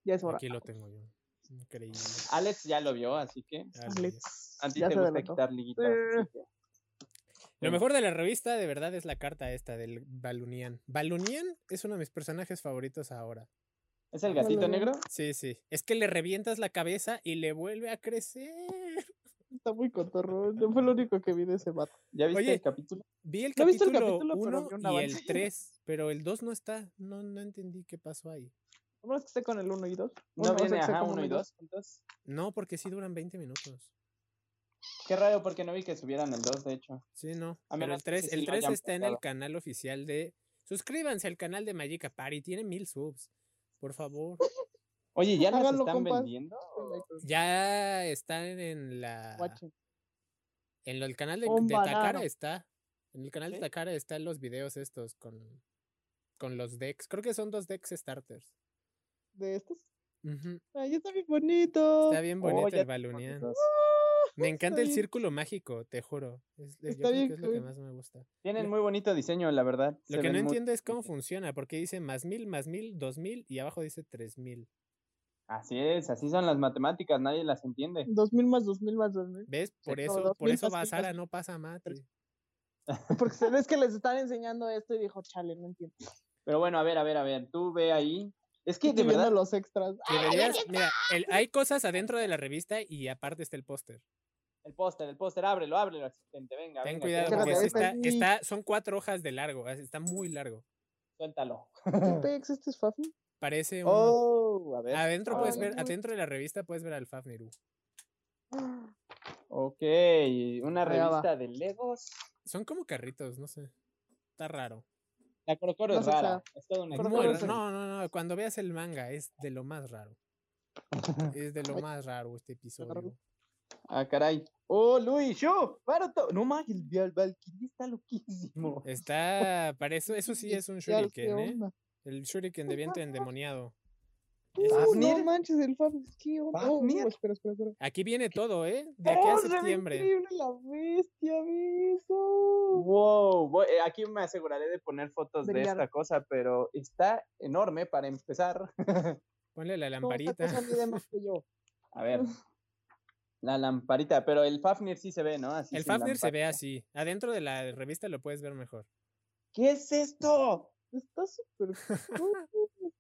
[SPEAKER 3] Ya es hora.
[SPEAKER 2] Aquí lo tengo yo. Increíble. Ah,
[SPEAKER 1] Alex ya lo vio, así que.
[SPEAKER 2] Así es.
[SPEAKER 3] Alex,
[SPEAKER 1] A ti
[SPEAKER 3] ya
[SPEAKER 1] te
[SPEAKER 3] se
[SPEAKER 1] gusta
[SPEAKER 3] delató.
[SPEAKER 1] quitar liguitas.
[SPEAKER 3] Eh.
[SPEAKER 1] así que-
[SPEAKER 2] Lo
[SPEAKER 1] Sí.
[SPEAKER 2] mejor de la revista, de verdad, es la carta esta del Balunian. Balunian es uno de mis personajes favoritos ahora.
[SPEAKER 1] ¿Es el gatito
[SPEAKER 3] Hola.
[SPEAKER 1] negro?
[SPEAKER 2] Sí, sí. Es que le revientas la cabeza y le vuelve a crecer.
[SPEAKER 3] Está muy cotorro. Yo fue lo único que vi de ese vato.
[SPEAKER 1] ¿Ya viste
[SPEAKER 2] Oye.
[SPEAKER 1] el capítulo?
[SPEAKER 2] Vi el
[SPEAKER 3] No he visto el
[SPEAKER 2] capítulo
[SPEAKER 3] capítulo, pero
[SPEAKER 2] 1
[SPEAKER 3] vi un
[SPEAKER 2] y el
[SPEAKER 1] *laughs*
[SPEAKER 3] avance.
[SPEAKER 2] 3, pero el 2 no está. No, no entendí qué pasó ahí.
[SPEAKER 3] A menos que esté con el 1 y 2.
[SPEAKER 1] No viene, ajá, uno y dos juntos.
[SPEAKER 2] No, porque sí duran 20 minutos.
[SPEAKER 1] Qué raro, porque no vi que subieran el 2, de hecho.
[SPEAKER 2] Sí, no.
[SPEAKER 1] A
[SPEAKER 2] Pero
[SPEAKER 1] menos
[SPEAKER 2] el
[SPEAKER 1] que
[SPEAKER 2] 3,
[SPEAKER 1] sí
[SPEAKER 2] el
[SPEAKER 1] lo
[SPEAKER 2] 3
[SPEAKER 1] hayan
[SPEAKER 2] está en el
[SPEAKER 1] pasado.
[SPEAKER 2] canal oficial de... Suscríbanse al canal de Magica Party. Tiene mil subs. Por favor.
[SPEAKER 1] Oye, ¿ya las
[SPEAKER 3] Háganlo,
[SPEAKER 1] están
[SPEAKER 3] compas.
[SPEAKER 1] vendiendo?
[SPEAKER 2] Ya están en la... En lo- el canal de,
[SPEAKER 3] Un
[SPEAKER 2] de Takara
[SPEAKER 3] banano.
[SPEAKER 2] está. En el canal de
[SPEAKER 1] Sí.
[SPEAKER 2] Takara están los videos estos con, con los decks. Creo que son dos decks starters.
[SPEAKER 3] De estos.
[SPEAKER 2] Ujú.
[SPEAKER 3] Ay, está bien bonito.
[SPEAKER 2] Está bien
[SPEAKER 1] Oh,
[SPEAKER 2] bonito
[SPEAKER 1] ya tengo
[SPEAKER 2] el
[SPEAKER 1] los
[SPEAKER 2] balunián.
[SPEAKER 1] dos.
[SPEAKER 2] Me encanta el
[SPEAKER 3] bien.
[SPEAKER 2] círculo mágico, te juro. Es, es- yo
[SPEAKER 3] Está
[SPEAKER 2] creo
[SPEAKER 3] bien
[SPEAKER 2] que es lo que
[SPEAKER 3] cool.
[SPEAKER 2] más me gusta.
[SPEAKER 1] Tienen muy bonito diseño, la verdad.
[SPEAKER 2] Lo
[SPEAKER 1] se
[SPEAKER 2] que no
[SPEAKER 1] ven muy-
[SPEAKER 2] entiendo es cómo funciona, porque dice más mil, más mil, dos mil y abajo dice tres mil.
[SPEAKER 1] Así es, así son las matemáticas, nadie las entiende.
[SPEAKER 3] 2000 más 2000 más 2000.
[SPEAKER 2] ¿Ves? Por
[SPEAKER 3] como
[SPEAKER 2] eso,
[SPEAKER 3] dos
[SPEAKER 2] por
[SPEAKER 3] mil
[SPEAKER 2] eso
[SPEAKER 3] pastillas.
[SPEAKER 2] Basara no pasa mate.
[SPEAKER 3] Porque se ve que les están enseñando esto y dijo, chale, no entiendo.
[SPEAKER 1] Pero bueno, a ver, a ver, a ver, tú ve ahí. Es que de
[SPEAKER 3] Estoy viendo
[SPEAKER 1] verdad,
[SPEAKER 3] los extras. "Ah,
[SPEAKER 2] Deberías, mira, el- hay cosas adentro de la revista y aparte está el póster.
[SPEAKER 1] el póster, el póster, ábrelo, ábrelo, asistente, venga,
[SPEAKER 2] Ten
[SPEAKER 1] venga,
[SPEAKER 2] cuidado,
[SPEAKER 1] suéltalo,
[SPEAKER 2] porque
[SPEAKER 3] espérate,
[SPEAKER 2] sí
[SPEAKER 3] ahorita
[SPEAKER 2] está,
[SPEAKER 3] sí.
[SPEAKER 2] está, son cuatro hojas de largo, así, está muy largo.
[SPEAKER 1] suéltalo.
[SPEAKER 3] ¿Qué pex? ¿Este es Fafi?
[SPEAKER 2] Parece un...
[SPEAKER 1] Oh, a ver.
[SPEAKER 2] adentro puedes
[SPEAKER 1] ay,
[SPEAKER 2] ver,
[SPEAKER 3] no.
[SPEAKER 2] adentro de la revista puedes ver al Fafniru.
[SPEAKER 3] Ah,
[SPEAKER 1] Ok, una
[SPEAKER 3] Ahí va.
[SPEAKER 1] revista de Legos.
[SPEAKER 2] Son como carritos, no sé. Está raro.
[SPEAKER 1] La Coro Coro
[SPEAKER 3] No
[SPEAKER 1] es
[SPEAKER 3] sé, o sea,
[SPEAKER 1] rara, es todo un
[SPEAKER 3] Coro
[SPEAKER 2] Muy
[SPEAKER 3] Coro
[SPEAKER 2] raro.
[SPEAKER 3] se-
[SPEAKER 2] No, no, no. Cuando veas el manga es de lo más raro. Es de lo
[SPEAKER 3] Ay.
[SPEAKER 2] más raro este
[SPEAKER 3] raro.
[SPEAKER 2] episodio.
[SPEAKER 1] Ah, caray. Oh, Luis, yo, Baruto. No más, el Val- Valkyrie está loquísimo.
[SPEAKER 2] Está, para eso, eso sí es un
[SPEAKER 3] Ya, ¿qué
[SPEAKER 2] shuriken, ¿eh?
[SPEAKER 3] onda?
[SPEAKER 2] El shuriken de viento endemoniado.
[SPEAKER 3] Uh,
[SPEAKER 1] Fafnir.
[SPEAKER 3] no manches, el Fafi. ¿Qué onda? Oh,
[SPEAKER 1] Fafnir.
[SPEAKER 3] espera, espera, espera.
[SPEAKER 2] Aquí viene todo, ¿eh? De aquí a
[SPEAKER 3] ¡Oh, se ve
[SPEAKER 2] septiembre.
[SPEAKER 3] increíble la bestia, beso.
[SPEAKER 1] Wow, voy- eh, aquí me aseguraré de poner fotos de
[SPEAKER 3] Brillar.
[SPEAKER 1] esta cosa, pero está enorme para empezar.
[SPEAKER 2] Ponle la
[SPEAKER 3] No, esta
[SPEAKER 2] lamparita.
[SPEAKER 3] cosa mide más que yo.
[SPEAKER 1] A ver. La lamparita, pero el Fafnir sí se ve, ¿no? Así
[SPEAKER 2] El
[SPEAKER 1] sin
[SPEAKER 2] Fafnir se ve
[SPEAKER 1] lamparita.
[SPEAKER 2] así. Adentro de la revista lo puedes ver mejor.
[SPEAKER 1] ¿Qué es esto?
[SPEAKER 3] Está súper.
[SPEAKER 2] *laughs*
[SPEAKER 3] cool.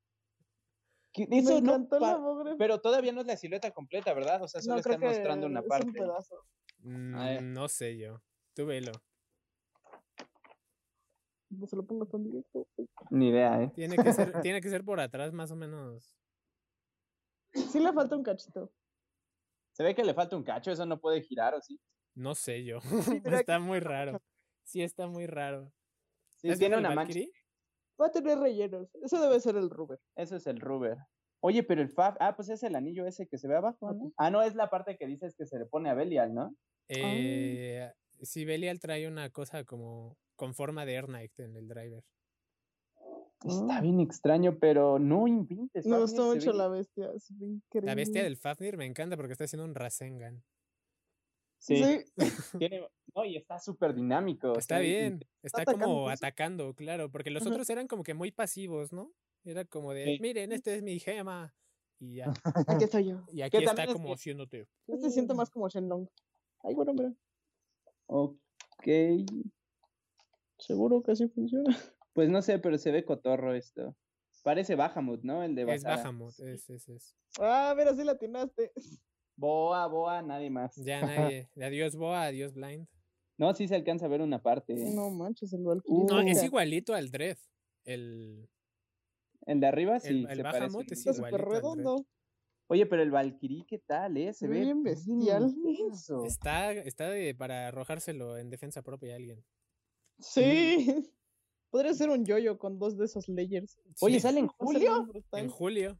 [SPEAKER 1] ¿Qué-
[SPEAKER 3] Me
[SPEAKER 1] Eso no
[SPEAKER 3] encantó la
[SPEAKER 1] pa-
[SPEAKER 3] mogre.
[SPEAKER 1] Pero todavía no es la silueta completa, ¿verdad? O sea, solo
[SPEAKER 3] no, creo
[SPEAKER 1] están mostrando
[SPEAKER 3] que
[SPEAKER 1] una
[SPEAKER 3] es un
[SPEAKER 1] parte.
[SPEAKER 3] pedazo.
[SPEAKER 2] Mm,
[SPEAKER 1] ver.
[SPEAKER 2] no sé yo. Tú velo.
[SPEAKER 3] No se lo pongo tan directo.
[SPEAKER 1] Ni idea, ¿eh?
[SPEAKER 2] Tiene que ser, tiene que ser por atrás, más o menos.
[SPEAKER 3] Sí le falta
[SPEAKER 2] *laughs*
[SPEAKER 3] un cachito.
[SPEAKER 1] Se ve que le falta un cacho, eso no puede girar, ¿o sí?
[SPEAKER 2] No sé yo. *laughs*
[SPEAKER 3] mira
[SPEAKER 2] está muy raro. Sí, está muy raro.
[SPEAKER 1] Sí,
[SPEAKER 2] ¿Has visto
[SPEAKER 1] tiene
[SPEAKER 2] el
[SPEAKER 1] una mancha.
[SPEAKER 2] Valkyrie?
[SPEAKER 3] Va a tener rellenos. Eso debe ser el Ruber.
[SPEAKER 1] Eso es el rubber. Oye, pero el Fab, ah, pues es el anillo ese que se ve abajo, ¿no? Ah, no, es la parte que dices que se le pone a Belial, ¿no?
[SPEAKER 2] Eh, sí, Belial trae una cosa como con forma de Ernight en el driver.
[SPEAKER 1] Está
[SPEAKER 3] Ah.
[SPEAKER 1] bien extraño, pero no inventes.
[SPEAKER 3] Me
[SPEAKER 1] Fafnir
[SPEAKER 3] gustó
[SPEAKER 1] se
[SPEAKER 3] mucho
[SPEAKER 1] ve-
[SPEAKER 3] la bestia. es increíble.
[SPEAKER 2] La
[SPEAKER 1] Mm.
[SPEAKER 2] bestia del Fafnir me encanta porque está haciendo un Rasengan.
[SPEAKER 1] Sí,
[SPEAKER 3] Sí,
[SPEAKER 1] tiene- no, y está súper dinámico.
[SPEAKER 2] Está
[SPEAKER 1] se ve
[SPEAKER 2] bien, está
[SPEAKER 3] atacando,
[SPEAKER 2] como
[SPEAKER 3] pues.
[SPEAKER 2] atacando, claro, porque los
[SPEAKER 3] Ajá.
[SPEAKER 2] otros eran como que muy pasivos, ¿no? Era como de,
[SPEAKER 1] Sí.
[SPEAKER 2] miren, este es mi gema. Y
[SPEAKER 1] *laughs*
[SPEAKER 2] ya.
[SPEAKER 3] aquí estoy yo.
[SPEAKER 2] Y aquí está
[SPEAKER 1] también es
[SPEAKER 2] como
[SPEAKER 1] que-
[SPEAKER 2] haciéndote.
[SPEAKER 3] Este siento más como Shenlong. Ay, bueno, mira.
[SPEAKER 1] Ok.
[SPEAKER 3] Seguro que así funciona.
[SPEAKER 1] Pues no sé, pero se ve cotorro esto. Parece Bahamut, ¿no? El de
[SPEAKER 2] Es
[SPEAKER 1] Basara.
[SPEAKER 2] Bahamut, es, es, es.
[SPEAKER 3] Ah, mira, sí la atinaste.
[SPEAKER 1] Boa, Boa, nadie más. *laughs*
[SPEAKER 2] Ya nadie. Adiós Boa, adiós Blind.
[SPEAKER 1] No, sí se alcanza a ver una parte.
[SPEAKER 3] No manches, el Valkyrie.
[SPEAKER 1] Uh.
[SPEAKER 2] No, es
[SPEAKER 1] Puta.
[SPEAKER 2] igualito al Dread. El,
[SPEAKER 1] El de arriba
[SPEAKER 2] el-
[SPEAKER 1] sí
[SPEAKER 2] el
[SPEAKER 1] se parece
[SPEAKER 2] Bahamut
[SPEAKER 1] un
[SPEAKER 2] es
[SPEAKER 3] Está
[SPEAKER 1] poco.
[SPEAKER 3] súper
[SPEAKER 2] igualito al Dredd.
[SPEAKER 3] redondo.
[SPEAKER 1] Oye, pero el Valkyrie, ¿qué tal, eh? Se
[SPEAKER 3] Se ve
[SPEAKER 1] ve
[SPEAKER 3] bien bestial.
[SPEAKER 1] denso.
[SPEAKER 2] está, está de- para arrojárselo en defensa propia a alguien. Mm.
[SPEAKER 3] Sí. *laughs* Podría ser un yoyo con dos de esos layers.
[SPEAKER 1] Oye,
[SPEAKER 2] Sí,
[SPEAKER 1] sale en
[SPEAKER 3] Va a ser bien
[SPEAKER 1] julio.
[SPEAKER 3] brutal.
[SPEAKER 2] En julio.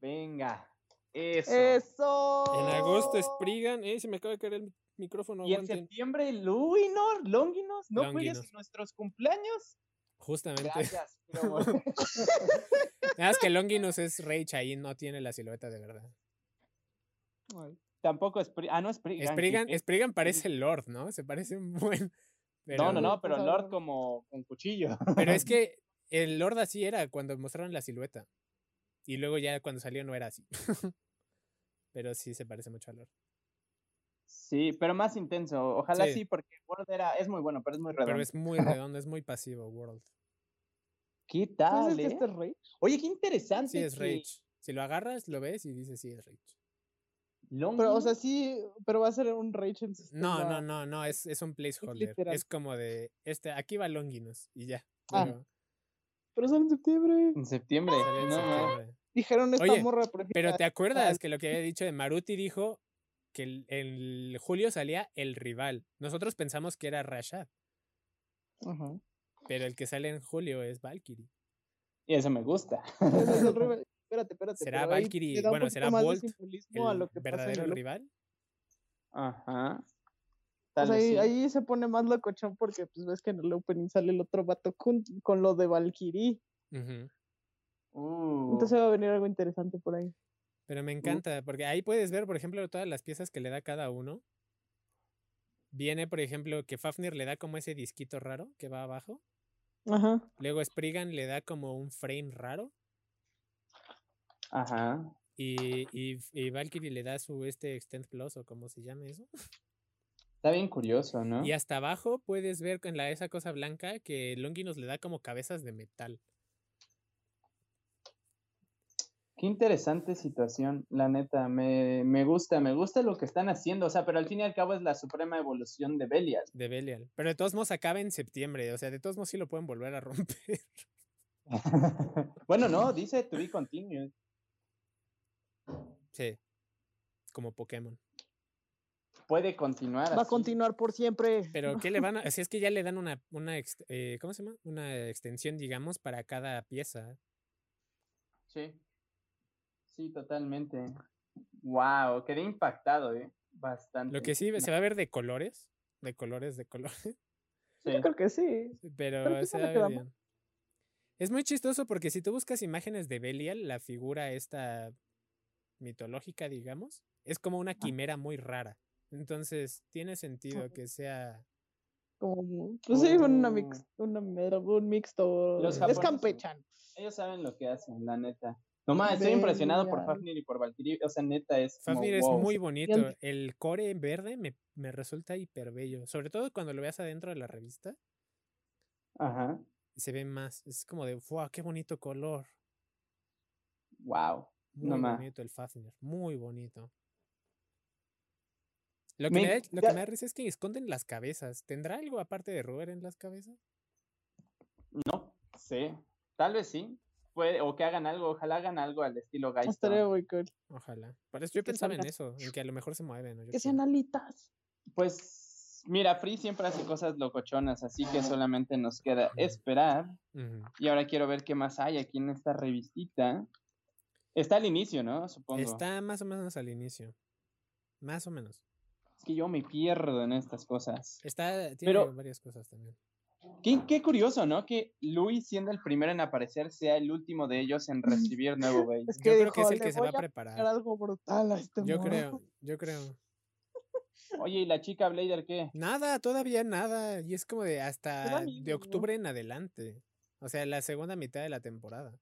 [SPEAKER 1] Venga. Eso.
[SPEAKER 3] Eso.
[SPEAKER 2] En agosto Spriggan. Eh, se me acaba de caer el mi- micrófono.
[SPEAKER 1] Oh. Y en
[SPEAKER 2] aguanten.
[SPEAKER 1] septiembre, Luinor, Longinos, no juegues
[SPEAKER 2] Longinos.
[SPEAKER 1] en nuestros cumpleaños.
[SPEAKER 2] Justamente.
[SPEAKER 1] Gracias. Cromo.
[SPEAKER 3] *laughs*
[SPEAKER 2] Nada más que Longinus es Rage ahí, no tiene la silueta de verdad.
[SPEAKER 3] Ay,
[SPEAKER 1] Tampoco Spri- Ah, no, Spriggan.
[SPEAKER 2] Spriggan,
[SPEAKER 1] ¿qué?
[SPEAKER 2] Spriggan parece Lord, ¿no? Se parece un buen.
[SPEAKER 1] No, no,
[SPEAKER 2] pero-
[SPEAKER 1] no, pero
[SPEAKER 3] Pero-
[SPEAKER 1] Lord como con cuchillo. *laughs*
[SPEAKER 2] Pero es que el Lord así era cuando mostraron la silueta. Y luego ya cuando salió no era así. *laughs* pero sí se parece mucho al Lord.
[SPEAKER 1] Sí, pero más intenso. Ojalá
[SPEAKER 2] Sí.
[SPEAKER 1] sí, porque World era, es muy bueno, pero es muy redondo.
[SPEAKER 2] Pero
[SPEAKER 1] *laughs*
[SPEAKER 2] es muy redondo, es muy pasivo, World.
[SPEAKER 1] ¿Qué tal?
[SPEAKER 3] ¿Sabes que
[SPEAKER 1] eh?
[SPEAKER 3] este es rey?
[SPEAKER 1] Oye, qué interesante.
[SPEAKER 2] Sí, es
[SPEAKER 1] que
[SPEAKER 2] Rage. Si lo agarras, lo ves y dices sí es Rage.
[SPEAKER 1] Longinus-
[SPEAKER 3] Pero, o sea, sí, pero va a ser un Rage en sistema.
[SPEAKER 2] No, no, no, no, es, es un placeholder.
[SPEAKER 3] literal.
[SPEAKER 2] Es como de este, aquí va Longinus y ya.
[SPEAKER 3] Ah,
[SPEAKER 2] pero
[SPEAKER 3] Pero sale en septiembre.
[SPEAKER 1] en septiembre.
[SPEAKER 3] Ah,
[SPEAKER 2] sale en
[SPEAKER 1] no, no.
[SPEAKER 2] septiembre.
[SPEAKER 3] Dijeron esta
[SPEAKER 2] Oye,
[SPEAKER 3] morra prefiere
[SPEAKER 2] Pero
[SPEAKER 3] a-
[SPEAKER 2] ¿te acuerdas que lo que había dicho de Maruti dijo que el- en julio salía el rival? Nosotros pensamos que era Rashad,
[SPEAKER 3] Ajá.
[SPEAKER 2] pero el que sale en julio es Valkyrie.
[SPEAKER 1] Y eso me gusta.
[SPEAKER 3] Ese es el rival. Espérate, espérate.
[SPEAKER 2] ¿Será
[SPEAKER 3] pero ahí
[SPEAKER 2] Valkyrie?
[SPEAKER 3] le da un
[SPEAKER 2] Bueno,
[SPEAKER 3] poquito
[SPEAKER 2] ¿será
[SPEAKER 3] más de
[SPEAKER 2] Volt
[SPEAKER 3] simbolismo a
[SPEAKER 2] ¿El
[SPEAKER 3] lo que pasa en
[SPEAKER 2] verdadero
[SPEAKER 3] el otro.
[SPEAKER 2] rival?
[SPEAKER 1] Ajá.
[SPEAKER 3] O
[SPEAKER 1] Tal
[SPEAKER 3] sea,
[SPEAKER 1] vez
[SPEAKER 3] Pues ahí,
[SPEAKER 1] sí.
[SPEAKER 3] ahí se pone más locochón porque pues ves que en el opening sale el otro vato con, con lo de Valkyrie.
[SPEAKER 2] Ujú.
[SPEAKER 1] Uh,
[SPEAKER 3] Entonces va a venir algo interesante por ahí.
[SPEAKER 2] Pero me encanta, porque ahí puedes ver, por ejemplo, todas las piezas que le da cada uno. Viene, por ejemplo, que Fafnir le da como ese disquito raro que va abajo.
[SPEAKER 3] Ajá.
[SPEAKER 2] Luego Spriggan le da como un frame raro.
[SPEAKER 1] Ajá.
[SPEAKER 2] Y, y, y Valkyrie le da su este Extend Plus o como se llame eso.
[SPEAKER 1] Está bien curioso, ¿no?
[SPEAKER 2] Y hasta abajo puedes ver con la, esa cosa blanca que Longinus le da como cabezas de metal.
[SPEAKER 1] Qué interesante situación, la neta. Me, me gusta, me gusta lo que están haciendo. O sea, pero al fin y al cabo es la suprema evolución de Belial. *laughs*
[SPEAKER 2] De Belial. Pero de todos modos acaba en septiembre. O sea, de todos modos sí lo pueden volver a *laughs* romper.
[SPEAKER 1] bueno, no, dice to be continued.
[SPEAKER 2] sí. Como Pokémon.
[SPEAKER 1] Puede continuar.
[SPEAKER 3] Va a
[SPEAKER 1] así.
[SPEAKER 3] continuar por siempre.
[SPEAKER 2] Pero ¿qué le van a...? Si es que ya le dan una... una ext- eh, ¿Cómo se llama? Una extensión, digamos, para cada pieza.
[SPEAKER 1] Sí. Sí, totalmente. Wow, quedé impactado, ¿eh? Bastante.
[SPEAKER 2] Lo que sí se
[SPEAKER 1] Sí.
[SPEAKER 2] va a ver de colores. De colores, de colores.
[SPEAKER 3] Yo creo que sí.
[SPEAKER 2] Pero se
[SPEAKER 3] sí se le
[SPEAKER 2] va a ver
[SPEAKER 3] queda mal.
[SPEAKER 2] bien. Es muy chistoso porque si tú buscas imágenes de Belial, la figura esta mitológica, digamos, es como
[SPEAKER 1] Ah.
[SPEAKER 2] una quimera muy rara. Entonces, tiene sentido que sea...
[SPEAKER 3] Como, pues sí, una mix,
[SPEAKER 1] Oh.
[SPEAKER 3] una mera- un mixto.
[SPEAKER 1] Los
[SPEAKER 3] es
[SPEAKER 1] japoneses.
[SPEAKER 3] campechano.
[SPEAKER 1] Ellos saben lo que hacen, la neta. No más, estoy impresionado por
[SPEAKER 3] Belial.
[SPEAKER 1] Fafnir y por Valkyrie. O sea, neta, es. como,
[SPEAKER 2] Fafnir es
[SPEAKER 1] wow.
[SPEAKER 2] muy bonito.
[SPEAKER 3] brillante.
[SPEAKER 2] El core en verde me, me resulta hiper bello. Sobre todo cuando lo veas adentro de la revista,
[SPEAKER 1] Ajá.
[SPEAKER 2] se ve más. Es como de, wow, qué bonito color.
[SPEAKER 1] Wow.
[SPEAKER 2] Muy
[SPEAKER 1] No más.
[SPEAKER 2] bonito el Fafnir, muy bonito. Lo que,
[SPEAKER 1] Me
[SPEAKER 2] me da, lo que
[SPEAKER 1] ya-
[SPEAKER 2] me da risa es que esconden las cabezas. ¿Tendrá algo aparte de Robert en las cabezas?
[SPEAKER 1] sé. Tal vez sí. Puede, o que hagan algo, ojalá hagan algo al estilo
[SPEAKER 3] Estaría
[SPEAKER 1] Guy
[SPEAKER 3] muy cool.
[SPEAKER 2] Ojalá. Pero yo
[SPEAKER 3] Que
[SPEAKER 2] pensaba en
[SPEAKER 3] salga.
[SPEAKER 2] eso, en que a lo mejor se mueven. ¿no? Yo
[SPEAKER 3] Que
[SPEAKER 2] qué sé.
[SPEAKER 3] sean alitas.
[SPEAKER 1] Ah. Pues mira, Free siempre hace cosas locochonas, así que solamente nos queda esperar.
[SPEAKER 2] Ujú.
[SPEAKER 1] Y ahora quiero ver qué más hay aquí en esta revistita. Está al inicio, ¿no? Supongo.
[SPEAKER 2] Está más o menos al inicio. Más o menos.
[SPEAKER 1] Es que yo me pierdo en estas cosas.
[SPEAKER 2] Está, tiene
[SPEAKER 1] Pero-
[SPEAKER 2] varias cosas también.
[SPEAKER 1] Qué, qué curioso, ¿no? Que Luis, siendo el primero en aparecer, sea el último de ellos en recibir nuevo bait.
[SPEAKER 3] Es que
[SPEAKER 2] Yo creo que *laughs* es
[SPEAKER 3] dijo,
[SPEAKER 2] el
[SPEAKER 3] "Le
[SPEAKER 2] que se va a
[SPEAKER 3] voy a Era
[SPEAKER 2] preparar.
[SPEAKER 3] algo brutal a este
[SPEAKER 2] Yo
[SPEAKER 3] morro".
[SPEAKER 2] creo, yo creo.
[SPEAKER 1] Oye, ¿y la chica Blader qué?
[SPEAKER 2] Nada, todavía nada. Y es como de hasta
[SPEAKER 3] miedo,
[SPEAKER 2] de
[SPEAKER 3] ¿no?
[SPEAKER 2] octubre en adelante. O sea, la segunda mitad de la temporada.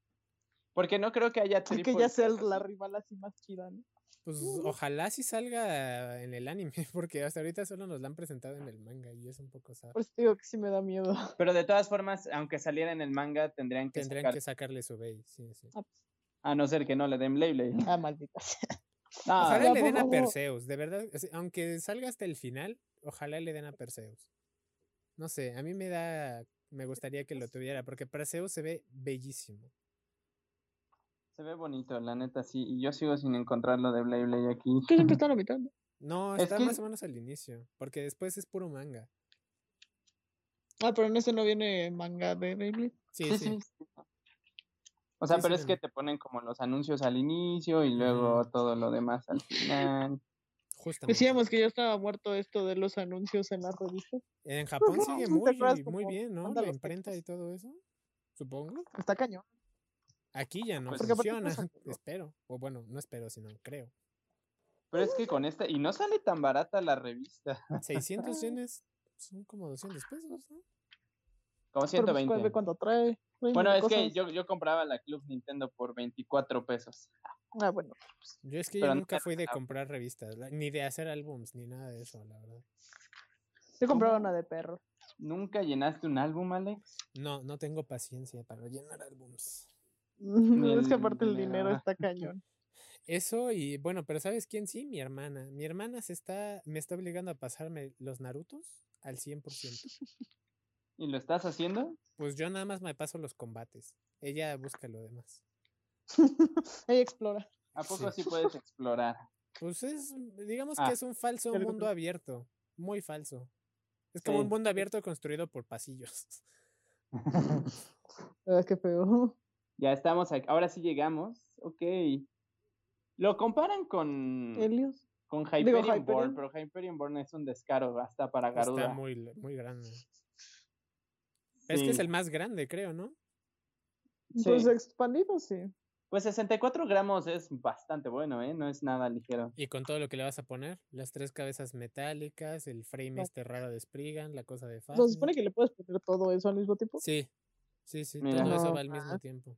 [SPEAKER 1] Porque no creo que haya
[SPEAKER 3] Así que
[SPEAKER 1] triple
[SPEAKER 3] ya sea el-
[SPEAKER 1] threat,
[SPEAKER 3] la
[SPEAKER 1] ¿sí?
[SPEAKER 3] rival así más chida, ¿no?
[SPEAKER 2] Pues
[SPEAKER 3] Ujú.
[SPEAKER 2] ojalá sí salga en el anime, *laughs* porque hasta ahorita solo nos la han presentado en el manga y es un poco sad.
[SPEAKER 3] Por eso te digo que sí me da *laughs* miedo.
[SPEAKER 1] Pero de todas formas, aunque saliera en el manga, tendrían que
[SPEAKER 2] Tendrían
[SPEAKER 1] sacar-
[SPEAKER 2] que sacarle su bait, sí, sí.
[SPEAKER 3] Ah, pues,
[SPEAKER 1] A no ser que no le den Beyblade.
[SPEAKER 3] Ah, maldita sea.
[SPEAKER 1] Ah,
[SPEAKER 2] Ojalá
[SPEAKER 3] ya,
[SPEAKER 2] le den a
[SPEAKER 3] poco.
[SPEAKER 2] Perseus, de verdad. o sea, Aunque salga hasta el final, ojalá le den a Perseus. No sé, a mí me da. Me gustaría que lo tuviera, porque Perseus se ve bellísimo.
[SPEAKER 1] se ve bonito, la neta, sí. Y yo sigo sin encontrar lo de Beyblade aquí.
[SPEAKER 3] Que siempre está a la mitad, ¿no?
[SPEAKER 2] No,
[SPEAKER 1] Es
[SPEAKER 2] está
[SPEAKER 1] que-
[SPEAKER 2] más o menos al inicio, porque después es puro manga.
[SPEAKER 3] Ah, pero en ese no viene manga de Beyblade.
[SPEAKER 2] Sí,
[SPEAKER 1] Sí,
[SPEAKER 2] sí.
[SPEAKER 1] sí, sí. O sea,
[SPEAKER 2] Sí, sí
[SPEAKER 1] pero
[SPEAKER 2] lo
[SPEAKER 1] es que
[SPEAKER 2] vi.
[SPEAKER 1] te ponen como los anuncios al inicio y luego
[SPEAKER 2] Ujú.
[SPEAKER 1] todo lo demás al final.
[SPEAKER 2] Justamente.
[SPEAKER 3] Decíamos que ya estaba muerto esto de los anuncios en las revistas.
[SPEAKER 2] En Japón
[SPEAKER 3] Ujú,
[SPEAKER 2] sigue
[SPEAKER 3] ¿te acuerdas
[SPEAKER 2] muy, muy
[SPEAKER 3] cómo
[SPEAKER 2] bien, ¿no?
[SPEAKER 3] manda
[SPEAKER 2] La
[SPEAKER 3] los
[SPEAKER 2] imprenta
[SPEAKER 3] textos?
[SPEAKER 2] y todo eso, supongo.
[SPEAKER 3] Está cañón.
[SPEAKER 2] Aquí ya no
[SPEAKER 1] Pues-
[SPEAKER 3] Porque aparte es
[SPEAKER 2] funciona,
[SPEAKER 3] japonés.
[SPEAKER 2] *laughs* espero. O bueno, no espero, sino creo.
[SPEAKER 1] Pero es que con esta, y no sale tan barata la revista, *laughs*
[SPEAKER 2] 600 yenes son como 200 pesos, ¿no?
[SPEAKER 1] como
[SPEAKER 3] Pero pues,
[SPEAKER 1] 120.
[SPEAKER 3] ¿cuál ve cuánto trae. Trae
[SPEAKER 1] Bueno,
[SPEAKER 3] mil
[SPEAKER 1] es que
[SPEAKER 3] cosas.
[SPEAKER 1] yo, yo compraba la Club Nintendo por 24 pesos.
[SPEAKER 3] Ah, bueno.
[SPEAKER 2] Yo es que
[SPEAKER 1] Pero
[SPEAKER 2] yo
[SPEAKER 1] no
[SPEAKER 2] nunca
[SPEAKER 1] era
[SPEAKER 2] fui de
[SPEAKER 1] tan-
[SPEAKER 2] comprar revistas, la- ni de hacer álbums, ni nada de eso, la verdad.
[SPEAKER 3] Yo compraba
[SPEAKER 1] ¿Cómo?
[SPEAKER 3] una de perro. *laughs*
[SPEAKER 1] ¿Nunca llenaste un álbum, Alex?
[SPEAKER 2] No, no tengo paciencia para llenar álbums.
[SPEAKER 1] Ni
[SPEAKER 3] es que
[SPEAKER 1] el
[SPEAKER 3] aparte el dinero
[SPEAKER 1] dinero.
[SPEAKER 3] está cañón.
[SPEAKER 2] Eso y bueno, pero ¿sabes quién sí? Mi hermana. Mi hermana se está, me está obligando a pasarme los Narutos al 100%.
[SPEAKER 1] ¿Y lo estás haciendo?
[SPEAKER 2] Pues yo nada más me paso los combates. Ella busca lo demás.
[SPEAKER 3] Ahí explora.
[SPEAKER 1] ¿A poco
[SPEAKER 2] Sí.
[SPEAKER 1] sí puedes explorar?
[SPEAKER 2] Pues es, digamos
[SPEAKER 1] Ah,
[SPEAKER 2] que es un falso
[SPEAKER 3] perdón.
[SPEAKER 2] mundo abierto, muy falso. Es como
[SPEAKER 1] Sí,
[SPEAKER 2] un mundo abierto construido por pasillos. *laughs*
[SPEAKER 3] Ah, qué feo.
[SPEAKER 1] ya estamos aquí. Ahora sí llegamos. Ok. Lo comparan con,
[SPEAKER 3] Helios.
[SPEAKER 1] con Hyperion, Born,
[SPEAKER 3] Hyperion.
[SPEAKER 1] pero Hyperion Born es un descaro hasta para Garuda.
[SPEAKER 2] Está muy, le- muy grande. Este es
[SPEAKER 1] Sí.
[SPEAKER 2] el más grande, creo, ¿no?
[SPEAKER 3] Pues
[SPEAKER 1] Sí.
[SPEAKER 3] expandido, sí.
[SPEAKER 1] Pues 64 gramos es bastante bueno, ¿eh? No es nada ligero.
[SPEAKER 2] Y con todo lo que le vas a poner, las tres cabezas metálicas, el frame
[SPEAKER 3] No.
[SPEAKER 2] este raro de Spriggan, la cosa de
[SPEAKER 3] O sea,
[SPEAKER 2] Fafnir.
[SPEAKER 3] Se supone que le puedes poner todo eso al mismo tiempo.
[SPEAKER 2] Sí, sí, sí,
[SPEAKER 1] Mira.
[SPEAKER 2] todo eso
[SPEAKER 3] No
[SPEAKER 2] va al mismo
[SPEAKER 3] más.
[SPEAKER 2] tiempo.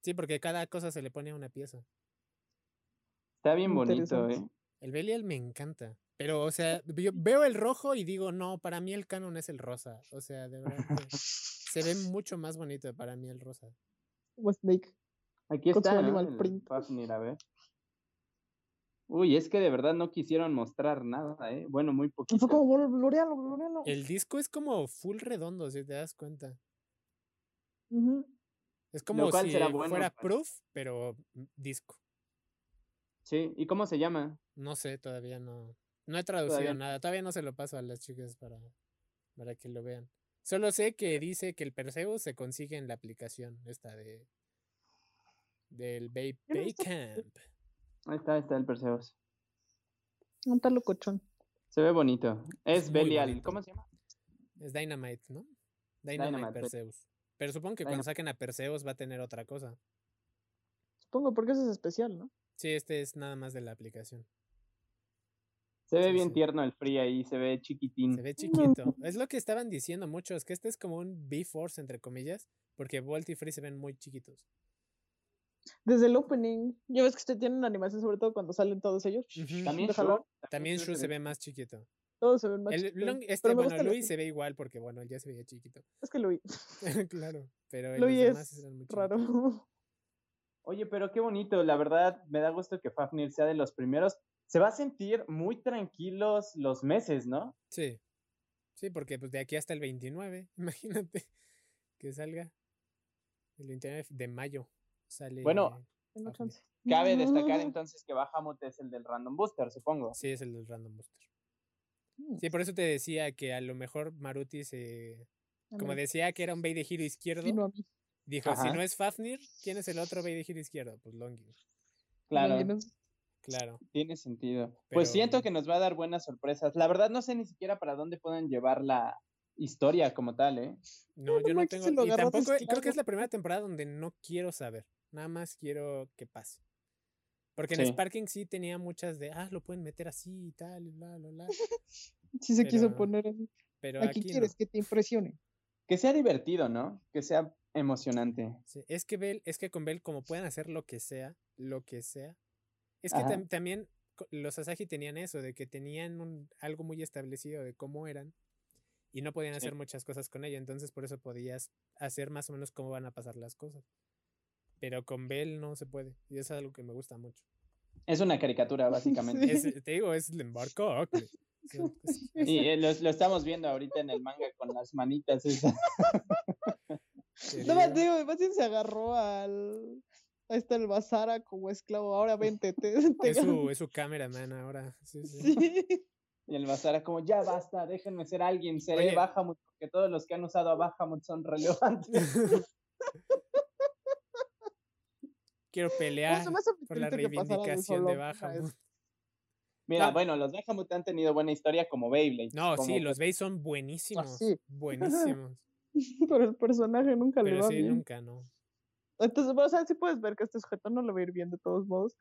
[SPEAKER 2] Sí, porque cada cosa se le pone a una pieza.
[SPEAKER 1] Está bien bonito,
[SPEAKER 3] Interesante.
[SPEAKER 1] ¿eh?
[SPEAKER 2] El Belial me encanta. Pero, o sea, yo veo el rojo y digo, no, para mí el canon es el rosa. O sea, de verdad, que se ve mucho más bonito para mí el rosa.
[SPEAKER 3] Como Snake.
[SPEAKER 1] Aquí
[SPEAKER 3] Con su
[SPEAKER 1] está, ¿no?
[SPEAKER 3] animal
[SPEAKER 1] El
[SPEAKER 3] print.
[SPEAKER 1] Fafnir, a ver. Uy, es que de verdad no quisieron mostrar nada, ¿eh? Bueno, muy
[SPEAKER 3] Y
[SPEAKER 1] poquito.
[SPEAKER 3] fue como, "Glor- glorialo, glorialo.
[SPEAKER 1] Oh.
[SPEAKER 2] El disco es como full redondo, si te das cuenta.
[SPEAKER 3] Ujú.
[SPEAKER 2] Es como
[SPEAKER 1] cual
[SPEAKER 2] si
[SPEAKER 1] será bueno,
[SPEAKER 2] fuera
[SPEAKER 1] pues.
[SPEAKER 2] proof, pero mm, disco.
[SPEAKER 1] Sí, ¿y cómo se llama?
[SPEAKER 2] No sé, todavía no. No he traducido
[SPEAKER 1] Todavía no.
[SPEAKER 2] nada. Todavía no se lo paso a las chicas para, para que lo vean. Solo sé que dice que el Perseo se consigue en la aplicación esta de. Del Bay,
[SPEAKER 3] Yo no he
[SPEAKER 2] Bay
[SPEAKER 3] visto-
[SPEAKER 2] Camp.
[SPEAKER 1] Ahí está, ahí está el Perseus.
[SPEAKER 3] Un tal locochón.
[SPEAKER 1] Se ve bonito.
[SPEAKER 2] Es
[SPEAKER 1] Es
[SPEAKER 2] muy
[SPEAKER 1] Belial.
[SPEAKER 2] bonito.
[SPEAKER 1] ¿Cómo se llama?
[SPEAKER 2] Es Dynamite, ¿no?
[SPEAKER 1] Dynamite,
[SPEAKER 2] Dynamite,
[SPEAKER 1] pues. pero-
[SPEAKER 2] Perseus. Pero supongo que cuando
[SPEAKER 1] Dynamite.
[SPEAKER 2] saquen a Perseus va a tener otra cosa.
[SPEAKER 3] Supongo, porque ese es especial, ¿no?
[SPEAKER 2] Sí, este es nada más de la aplicación.
[SPEAKER 1] Se ve
[SPEAKER 2] Sí,
[SPEAKER 1] bien
[SPEAKER 2] sí.
[SPEAKER 1] tierno el Free ahí, se ve chiquitín.
[SPEAKER 2] Se ve chiquito. Es lo que estaban diciendo muchos, que este es como un B-Force, entre comillas, porque Volt y Free se ven muy chiquitos.
[SPEAKER 3] Desde el opening. Ya ves que usted tiene una animación, sobre todo cuando salen todos ellos.
[SPEAKER 2] Ujú.
[SPEAKER 1] También
[SPEAKER 3] Déjalo.
[SPEAKER 1] Shu,
[SPEAKER 2] También
[SPEAKER 1] Shu
[SPEAKER 2] Shu se ve más chiquito.
[SPEAKER 3] Todos se ven más
[SPEAKER 2] El
[SPEAKER 3] chiquitos.
[SPEAKER 2] Long- este,
[SPEAKER 3] Pero me
[SPEAKER 2] bueno,
[SPEAKER 3] gusta el
[SPEAKER 2] Louis
[SPEAKER 3] estilo.
[SPEAKER 2] se ve igual porque, bueno, él ya se veía chiquito. *laughs*
[SPEAKER 3] Es que lo vi.
[SPEAKER 2] claro. Pero los
[SPEAKER 3] Louis
[SPEAKER 2] demás sí
[SPEAKER 3] es
[SPEAKER 2] se ven muy chiquitos.
[SPEAKER 3] Raro. *laughs*
[SPEAKER 1] Oye, pero qué bonito, la verdad me da gusto que Fafnir sea de los primeros. Se va a sentir muy tranquilos los meses, ¿no?
[SPEAKER 2] Sí. *laughs* Sí, porque pues de aquí hasta el 29, imagínate que salga. El 29 de mayo sale.
[SPEAKER 1] Bueno.
[SPEAKER 3] Tengo
[SPEAKER 2] Ok.
[SPEAKER 3] chance.
[SPEAKER 1] Cabe
[SPEAKER 3] *laughs*
[SPEAKER 1] destacar entonces que Bahamut es el del Random Booster, supongo.
[SPEAKER 2] Sí, es el del Random Booster. Sí, por eso te decía que a lo mejor Maruti se. Como decía que era un Bey de giro izquierdo,
[SPEAKER 3] Vino a mí.
[SPEAKER 2] dijo:
[SPEAKER 1] Ajá.
[SPEAKER 2] si no es Fafnir, ¿quién es el otro Bey de giro izquierdo? Pues Longyear.
[SPEAKER 1] Claro,
[SPEAKER 3] Vino a mí.
[SPEAKER 2] Claro.
[SPEAKER 1] tiene sentido. Pues
[SPEAKER 2] Pero-
[SPEAKER 1] siento que nos va a dar buenas sorpresas. La verdad no sé ni siquiera para dónde pueden llevar la historia como tal, ¿eh?
[SPEAKER 2] No, yo no
[SPEAKER 3] manches,
[SPEAKER 2] tengo.
[SPEAKER 3] se lo
[SPEAKER 2] Y
[SPEAKER 3] agarró de
[SPEAKER 2] tampoco. eh, Creo que es
[SPEAKER 3] esclavo.
[SPEAKER 2] la primera temporada donde no quiero saber. Nada más quiero que pase. Porque en
[SPEAKER 1] Sí.
[SPEAKER 2] Sparking sí tenía muchas de. Ah, lo pueden meter así y tal, y bla, bla, *laughs* bla.
[SPEAKER 3] Sí se quiso
[SPEAKER 2] Pero-
[SPEAKER 3] poner así.
[SPEAKER 2] Pero
[SPEAKER 3] Aquí
[SPEAKER 2] aquí, no.
[SPEAKER 3] quieres que
[SPEAKER 2] *laughs*
[SPEAKER 3] te impresione.
[SPEAKER 1] Que sea divertido, ¿no? Que sea emocionante.
[SPEAKER 2] Sí, es que Bell, es que con Bell, como pueden hacer lo que sea, lo que sea. Es que
[SPEAKER 1] Ajá.
[SPEAKER 2] tam- también co- los Asahi tenían eso, de que tenían un, algo muy establecido de cómo eran y no podían
[SPEAKER 1] Sí.
[SPEAKER 2] hacer muchas cosas con ella, entonces por eso podías hacer más o menos cómo van a pasar las cosas. Pero con Bell no se puede, y eso es algo que me gusta mucho.
[SPEAKER 1] Es una
[SPEAKER 2] *laughs*
[SPEAKER 1] caricatura, básicamente.
[SPEAKER 3] *laughs*
[SPEAKER 2] Es- te digo, es el embarco. Oakley. O sea, es- es-
[SPEAKER 1] Y eh, lo, lo estamos viendo ahorita en el manga con las manitas. esas. *laughs*
[SPEAKER 2] te
[SPEAKER 3] No más
[SPEAKER 2] digo,
[SPEAKER 3] digo, más bien se agarró al. Ahí está el Bazara como esclavo. Ahora vente, te. *laughs* te
[SPEAKER 2] es su, es su cameraman ahora. sí, sí.
[SPEAKER 3] Sí.
[SPEAKER 1] Y el Basara como, ya basta, déjenme ser alguien, seré
[SPEAKER 2] Oye.
[SPEAKER 1] Bahamut, porque todos los que han usado a Bahamut son relevantes.
[SPEAKER 2] *laughs* Quiero pelear
[SPEAKER 3] Por supuesto, me
[SPEAKER 2] por la
[SPEAKER 3] triste que pasara
[SPEAKER 2] reivindicación de
[SPEAKER 3] Solón a
[SPEAKER 2] Bahamut.
[SPEAKER 3] esto.
[SPEAKER 1] Mira,
[SPEAKER 2] No.
[SPEAKER 1] bueno, los Bahamut han tenido buena historia como Beyblade.
[SPEAKER 2] No,
[SPEAKER 1] como
[SPEAKER 2] sí, los Bays son buenísimos.
[SPEAKER 3] *laughs* sí.
[SPEAKER 2] Buenísimos.
[SPEAKER 3] *laughs* Pero el personaje nunca le
[SPEAKER 2] pero
[SPEAKER 3] va
[SPEAKER 2] sí,
[SPEAKER 3] bien.
[SPEAKER 2] nunca,
[SPEAKER 3] *laughs*
[SPEAKER 2] ¿no?
[SPEAKER 3] Entonces, bueno, o sea, sí puedes ver que este sujeto no le va a ir bien de todos modos.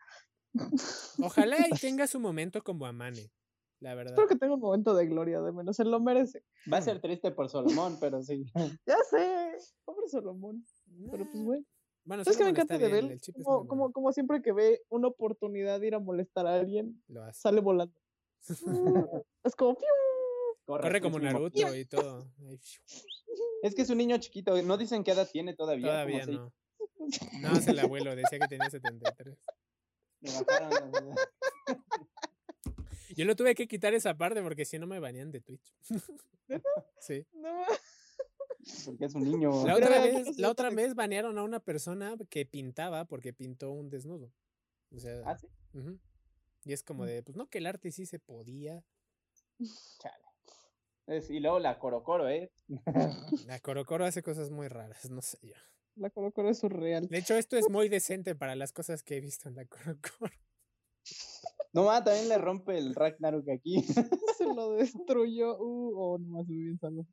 [SPEAKER 2] Ojalá y tenga su momento como Amane, la verdad.
[SPEAKER 3] Espero Pues que tenga un momento de gloria, de menos. Él lo merece.
[SPEAKER 1] Va a ser triste por Solomón, pero sí. *laughs*
[SPEAKER 3] Ya sé. Pobre Solomón. Pero pues
[SPEAKER 2] Nah,
[SPEAKER 3] bueno.
[SPEAKER 2] Bueno,
[SPEAKER 3] ¿Sabes qué me
[SPEAKER 2] Solomon está
[SPEAKER 3] encanta de
[SPEAKER 2] bien,
[SPEAKER 3] Bell?
[SPEAKER 2] el chip es muy
[SPEAKER 3] Como,
[SPEAKER 2] bueno,
[SPEAKER 3] como, como siempre que ve una oportunidad de ir a molestar a alguien,
[SPEAKER 2] lo hace.
[SPEAKER 3] sale
[SPEAKER 2] *laughs*
[SPEAKER 3] volando. es como. ¡piu!
[SPEAKER 2] Corre como
[SPEAKER 1] es un mo-
[SPEAKER 2] Naruto y todo. Ay,
[SPEAKER 3] *laughs*
[SPEAKER 2] fiu,
[SPEAKER 1] Es que es un niño chiquito, no dicen qué edad tiene todavía. como
[SPEAKER 2] Todavía
[SPEAKER 1] seis-
[SPEAKER 3] *laughs*
[SPEAKER 2] no. No, es el abuelo, decía que tenía 73.
[SPEAKER 1] le bajaron las edades.
[SPEAKER 2] Yo lo tuve que quitar esa parte porque si no me banean de
[SPEAKER 3] *laughs*
[SPEAKER 2] Twitch. *laughs* Sí.
[SPEAKER 3] No,
[SPEAKER 1] *laughs* porque es un niño.
[SPEAKER 2] La
[SPEAKER 3] Pero
[SPEAKER 2] otra, vez,
[SPEAKER 3] vean, eso
[SPEAKER 2] la
[SPEAKER 3] es
[SPEAKER 2] otra
[SPEAKER 3] otra-
[SPEAKER 2] vez banearon a una persona que pintaba porque pintó un desnudo. O sea,
[SPEAKER 1] *laughs* Ah, sí,
[SPEAKER 2] ujú. y es como de, pues no, que el arte sí se podía.
[SPEAKER 1] es- y luego la Coro Coro, ¿eh?
[SPEAKER 2] La Corocoro hace cosas muy raras, no sé yo.
[SPEAKER 3] la colocó es surreal.
[SPEAKER 2] De hecho, esto es muy decente para las cosas que he visto en la Corocoro.
[SPEAKER 1] No, ah, también le rompe el Ragnarok aquí.
[SPEAKER 3] *laughs*
[SPEAKER 1] *laughs*
[SPEAKER 3] Se lo destruyó. Uh, oh, nomás me bien salvo.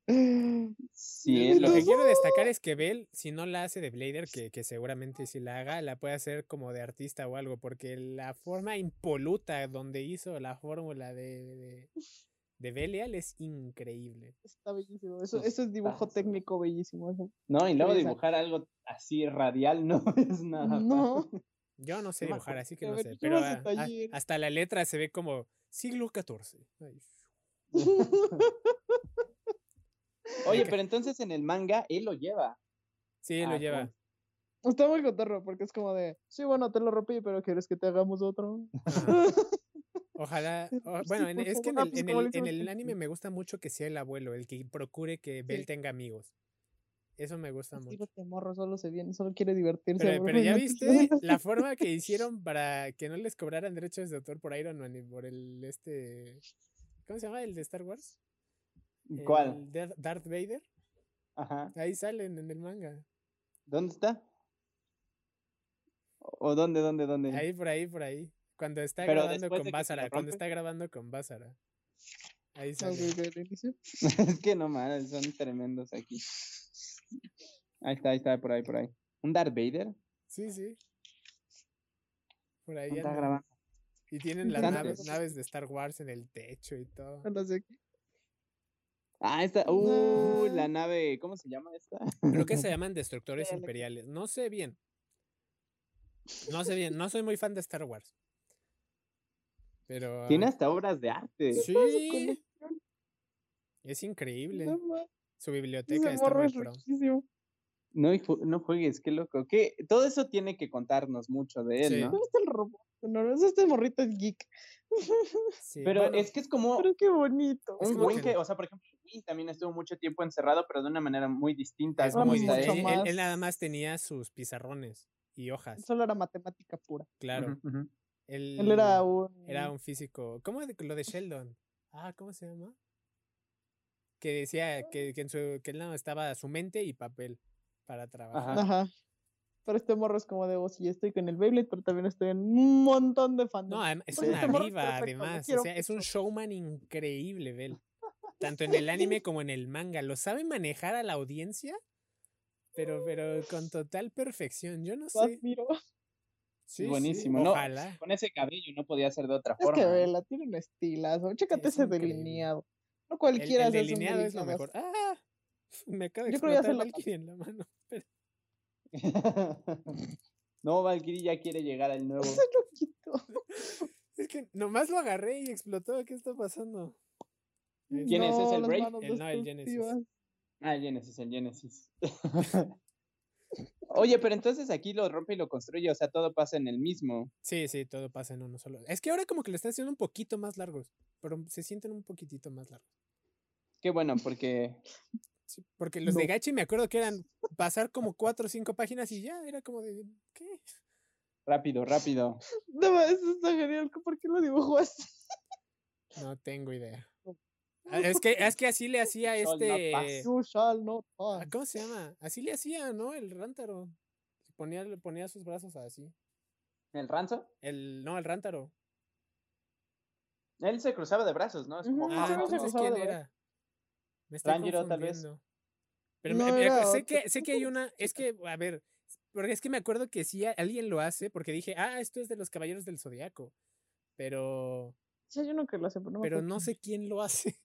[SPEAKER 1] Sí, es lo
[SPEAKER 2] Lo que
[SPEAKER 1] que...
[SPEAKER 2] quiero destacar es que Bell, si no la hace de Blader, que, que seguramente si la haga, la puede hacer como de artista o algo, porque la forma impoluta donde hizo la fórmula de, de, de Belial es increíble.
[SPEAKER 3] Está bellísimo. Eso,
[SPEAKER 1] Sus
[SPEAKER 3] eso es dibujo
[SPEAKER 1] tazos.
[SPEAKER 3] técnico bellísimo. Eso.
[SPEAKER 1] No, y luego
[SPEAKER 3] Esa.
[SPEAKER 1] dibujar algo así radial *laughs* no es nada. fácil.
[SPEAKER 3] No.
[SPEAKER 2] *laughs* Yo no sé
[SPEAKER 1] No me
[SPEAKER 2] dibujar,
[SPEAKER 1] acuerdo.
[SPEAKER 2] así que
[SPEAKER 3] A
[SPEAKER 2] no
[SPEAKER 3] ver,
[SPEAKER 2] sé,
[SPEAKER 3] yo
[SPEAKER 2] pero
[SPEAKER 3] hago ese
[SPEAKER 2] ah, ah,
[SPEAKER 3] taller.
[SPEAKER 2] hasta la letra se ve como siglo XIV. Ay,
[SPEAKER 1] Oye,
[SPEAKER 2] Ok.
[SPEAKER 1] pero entonces en el manga él lo lleva.
[SPEAKER 2] Sí,
[SPEAKER 1] Ah,
[SPEAKER 2] lo lleva.
[SPEAKER 3] Está muy cotorro porque es como de, sí, bueno, te lo rompí, pero ¿quieres que te hagamos otro?
[SPEAKER 2] Ajá. Ojalá.
[SPEAKER 3] Sí,
[SPEAKER 2] o-
[SPEAKER 3] pues sí,
[SPEAKER 2] bueno, en-
[SPEAKER 3] por
[SPEAKER 2] es que en
[SPEAKER 3] favor. Ah,
[SPEAKER 2] el, en
[SPEAKER 3] pues como
[SPEAKER 2] el-
[SPEAKER 3] le hizo
[SPEAKER 2] en
[SPEAKER 3] el
[SPEAKER 2] el
[SPEAKER 3] Pinky.
[SPEAKER 2] anime me gusta mucho que sea el abuelo, el que procure que Bell
[SPEAKER 3] Sí.
[SPEAKER 2] tenga amigos. Eso me gusta
[SPEAKER 3] Este
[SPEAKER 2] mucho.
[SPEAKER 3] bigote morro solo se viene, solo quiere divertirse.
[SPEAKER 2] Pero,
[SPEAKER 3] bro,
[SPEAKER 2] pero ya
[SPEAKER 3] *laughs* no
[SPEAKER 2] viste
[SPEAKER 3] quiero-
[SPEAKER 2] la forma que hicieron para que no les cobraran derechos de autor por Iron Man y por el este. ¿Cómo se llama? El de Star Wars.
[SPEAKER 1] ¿Cuál?
[SPEAKER 2] El Dar- Darth Vader.
[SPEAKER 1] Ajá.
[SPEAKER 2] Ahí salen en el manga.
[SPEAKER 1] ¿Dónde está? ¿O dónde, dónde, dónde?
[SPEAKER 2] Ahí, por ahí, por ahí. Cuando está
[SPEAKER 1] Pero
[SPEAKER 2] grabando
[SPEAKER 1] después de
[SPEAKER 2] con
[SPEAKER 1] que se
[SPEAKER 2] Bázara.
[SPEAKER 1] lo
[SPEAKER 2] Cuando
[SPEAKER 1] rompen.
[SPEAKER 2] está grabando con Bázara. Ahí
[SPEAKER 3] Ah, ok,
[SPEAKER 2] sale.
[SPEAKER 3] ok, del inicio.
[SPEAKER 1] *laughs* es que no mames, son tremendos aquí. Ahí está, ahí está, por ahí, por ahí. ¿Un Darth Vader?
[SPEAKER 2] Sí, sí. Por ahí
[SPEAKER 1] ¿Dónde Está
[SPEAKER 2] andan.
[SPEAKER 1] grabando.
[SPEAKER 2] Y tienen las
[SPEAKER 1] Interesante.
[SPEAKER 2] naves, naves de Star Wars en el techo y todo.
[SPEAKER 3] No sé qué.
[SPEAKER 1] Ah, esta. Uh,
[SPEAKER 3] Ah.
[SPEAKER 1] la nave. ¿Cómo se llama
[SPEAKER 2] *laughs*
[SPEAKER 1] esta?
[SPEAKER 2] Creo que se llaman destructores
[SPEAKER 3] Espérale.
[SPEAKER 2] imperiales. No sé bien. No sé bien. No soy muy fan de Star Wars. Pero.
[SPEAKER 1] Tiene hasta obras de arte.
[SPEAKER 2] Sí. Es increíble.
[SPEAKER 3] No mames,
[SPEAKER 2] Su biblioteca
[SPEAKER 3] Ese
[SPEAKER 2] está
[SPEAKER 3] morro
[SPEAKER 2] muy
[SPEAKER 3] es
[SPEAKER 2] pro.
[SPEAKER 3] riquísimo.
[SPEAKER 1] No, hijo- no juegues, qué loco. ¿Qué? Todo eso tiene que contarnos mucho de él,
[SPEAKER 2] Sí.
[SPEAKER 1] ¿no?
[SPEAKER 3] ¿Dónde está el robot? sonoros. Este morrito es geek.
[SPEAKER 2] Sí,
[SPEAKER 1] Pero
[SPEAKER 2] bueno,
[SPEAKER 1] es que es como
[SPEAKER 3] Pero qué bonito.
[SPEAKER 2] Es
[SPEAKER 1] un
[SPEAKER 2] como
[SPEAKER 1] buen
[SPEAKER 2] que-
[SPEAKER 1] que, o sea, por ejemplo, Luis también estuvo mucho tiempo encerrado, pero de una manera muy distinta.
[SPEAKER 2] es
[SPEAKER 1] como
[SPEAKER 2] muy
[SPEAKER 1] esta,
[SPEAKER 3] mucho
[SPEAKER 1] ¿eh?
[SPEAKER 2] él- él,
[SPEAKER 3] más.
[SPEAKER 2] él nada más tenía sus pizarrones y hojas,
[SPEAKER 3] Solo era matemática pura.
[SPEAKER 2] claro.
[SPEAKER 1] Ujú, ujú.
[SPEAKER 2] Él,
[SPEAKER 3] Él era un.
[SPEAKER 2] era un físico. ¿Cómo de- lo de Sheldon? Ah, ¿cómo se llama? Que decía
[SPEAKER 3] Ah.
[SPEAKER 2] que, que en su que él no, estaba su mente y papel para trabajar.
[SPEAKER 3] Ajá. Pero este morro es como de vos y yo estoy con el Beyblade, pero también estoy en un montón de fans.
[SPEAKER 2] No, adem- es
[SPEAKER 3] Oye, *laughs*
[SPEAKER 2] una
[SPEAKER 3] este morro es
[SPEAKER 2] diva,
[SPEAKER 3] perfecto, lo
[SPEAKER 2] además. O
[SPEAKER 3] quiero
[SPEAKER 2] sea, es un
[SPEAKER 3] mucho.
[SPEAKER 2] showman increíble, Bel. Tanto en el anime como en el manga. Lo sabe manejar a la audiencia, pero, pero con total perfección. Yo no
[SPEAKER 3] Lo
[SPEAKER 2] sé.
[SPEAKER 3] admiro.
[SPEAKER 2] Sí, sí,
[SPEAKER 1] buenísimo, ¿no?
[SPEAKER 2] Ojalá.
[SPEAKER 1] Con ese cabello no podía ser de otra
[SPEAKER 3] Es
[SPEAKER 1] forma.
[SPEAKER 3] que
[SPEAKER 1] ¿no?
[SPEAKER 3] vela, tiene un estilazo. Chécate
[SPEAKER 2] es
[SPEAKER 3] ese
[SPEAKER 2] increíble.
[SPEAKER 3] delineado. No
[SPEAKER 2] El,
[SPEAKER 3] cualquiera
[SPEAKER 2] el
[SPEAKER 3] se hace un
[SPEAKER 2] delineado es lo
[SPEAKER 3] *laughs* delineado
[SPEAKER 2] mejor. ¡Ah! *laughs* Me acaba de
[SPEAKER 3] Yo creo que ya se
[SPEAKER 2] explotar
[SPEAKER 3] lo
[SPEAKER 2] Valkyrie en la mano.
[SPEAKER 1] *laughs* no, Valkyrie ya quiere llegar al
[SPEAKER 2] *laughs*
[SPEAKER 1] nuevo.
[SPEAKER 3] así. Se lo quito.
[SPEAKER 2] Es que nomás lo agarré y explotó. ¿Qué está pasando? Es-
[SPEAKER 1] ¿Quién es? ¿Es el
[SPEAKER 3] las
[SPEAKER 1] Break?
[SPEAKER 3] manos
[SPEAKER 2] El- no, el Genesis.
[SPEAKER 3] destructivas.
[SPEAKER 1] Ah, el Genesis, el Genesis. *laughs* Oye, pero entonces aquí lo rompe y lo construye, o sea, todo pasa en el mismo.
[SPEAKER 2] Sí, sí, todo pasa en uno solo. Es que ahora como que lo están haciendo un poquito más largos, pero se sienten un poquitito más largos.
[SPEAKER 1] Qué bueno, porque
[SPEAKER 2] Sí, porque los de
[SPEAKER 3] No.
[SPEAKER 2] Gachi me acuerdo que eran pasar como cuatro o cinco páginas y ya, era como de, ¿qué?
[SPEAKER 1] rápido, rápido.
[SPEAKER 3] No, ma, eso está genial. ¿Por qué lo dibujó así?
[SPEAKER 2] No tengo idea. Ah, Es que, es que así le hacía
[SPEAKER 1] Sol no
[SPEAKER 2] este...
[SPEAKER 3] You shall not
[SPEAKER 2] ah,
[SPEAKER 3] pass.
[SPEAKER 2] ¿Cómo se llama? Así le hacía, ¿no? El Rántaro. Ponía, ponía sus brazos así.
[SPEAKER 1] ¿El ranzo?
[SPEAKER 2] El, no, el Rántaro.
[SPEAKER 1] Él se cruzaba de brazos, ¿no? Es como,
[SPEAKER 3] Ujú,
[SPEAKER 1] "Ah,
[SPEAKER 2] Ah,
[SPEAKER 3] creo que Oh, se
[SPEAKER 2] entonces
[SPEAKER 3] cruzaba
[SPEAKER 2] ¿quién
[SPEAKER 3] de brazos.
[SPEAKER 2] era? Me estoy
[SPEAKER 1] Tanjiro, tal vez.
[SPEAKER 2] confundiendo. Pero me-
[SPEAKER 3] No
[SPEAKER 2] me-
[SPEAKER 3] era
[SPEAKER 2] sé,
[SPEAKER 3] otro.
[SPEAKER 2] que, sé que hay una, es que, a ver, porque es que me acuerdo que sí a- alguien lo hace, porque dije, ah, esto es de los Caballeros del Zodiaco. Pero...
[SPEAKER 3] Sí, hay uno que lo hace, pero no me
[SPEAKER 2] pero
[SPEAKER 3] acuerdo *laughs*
[SPEAKER 2] no sé quién lo hace. *laughs*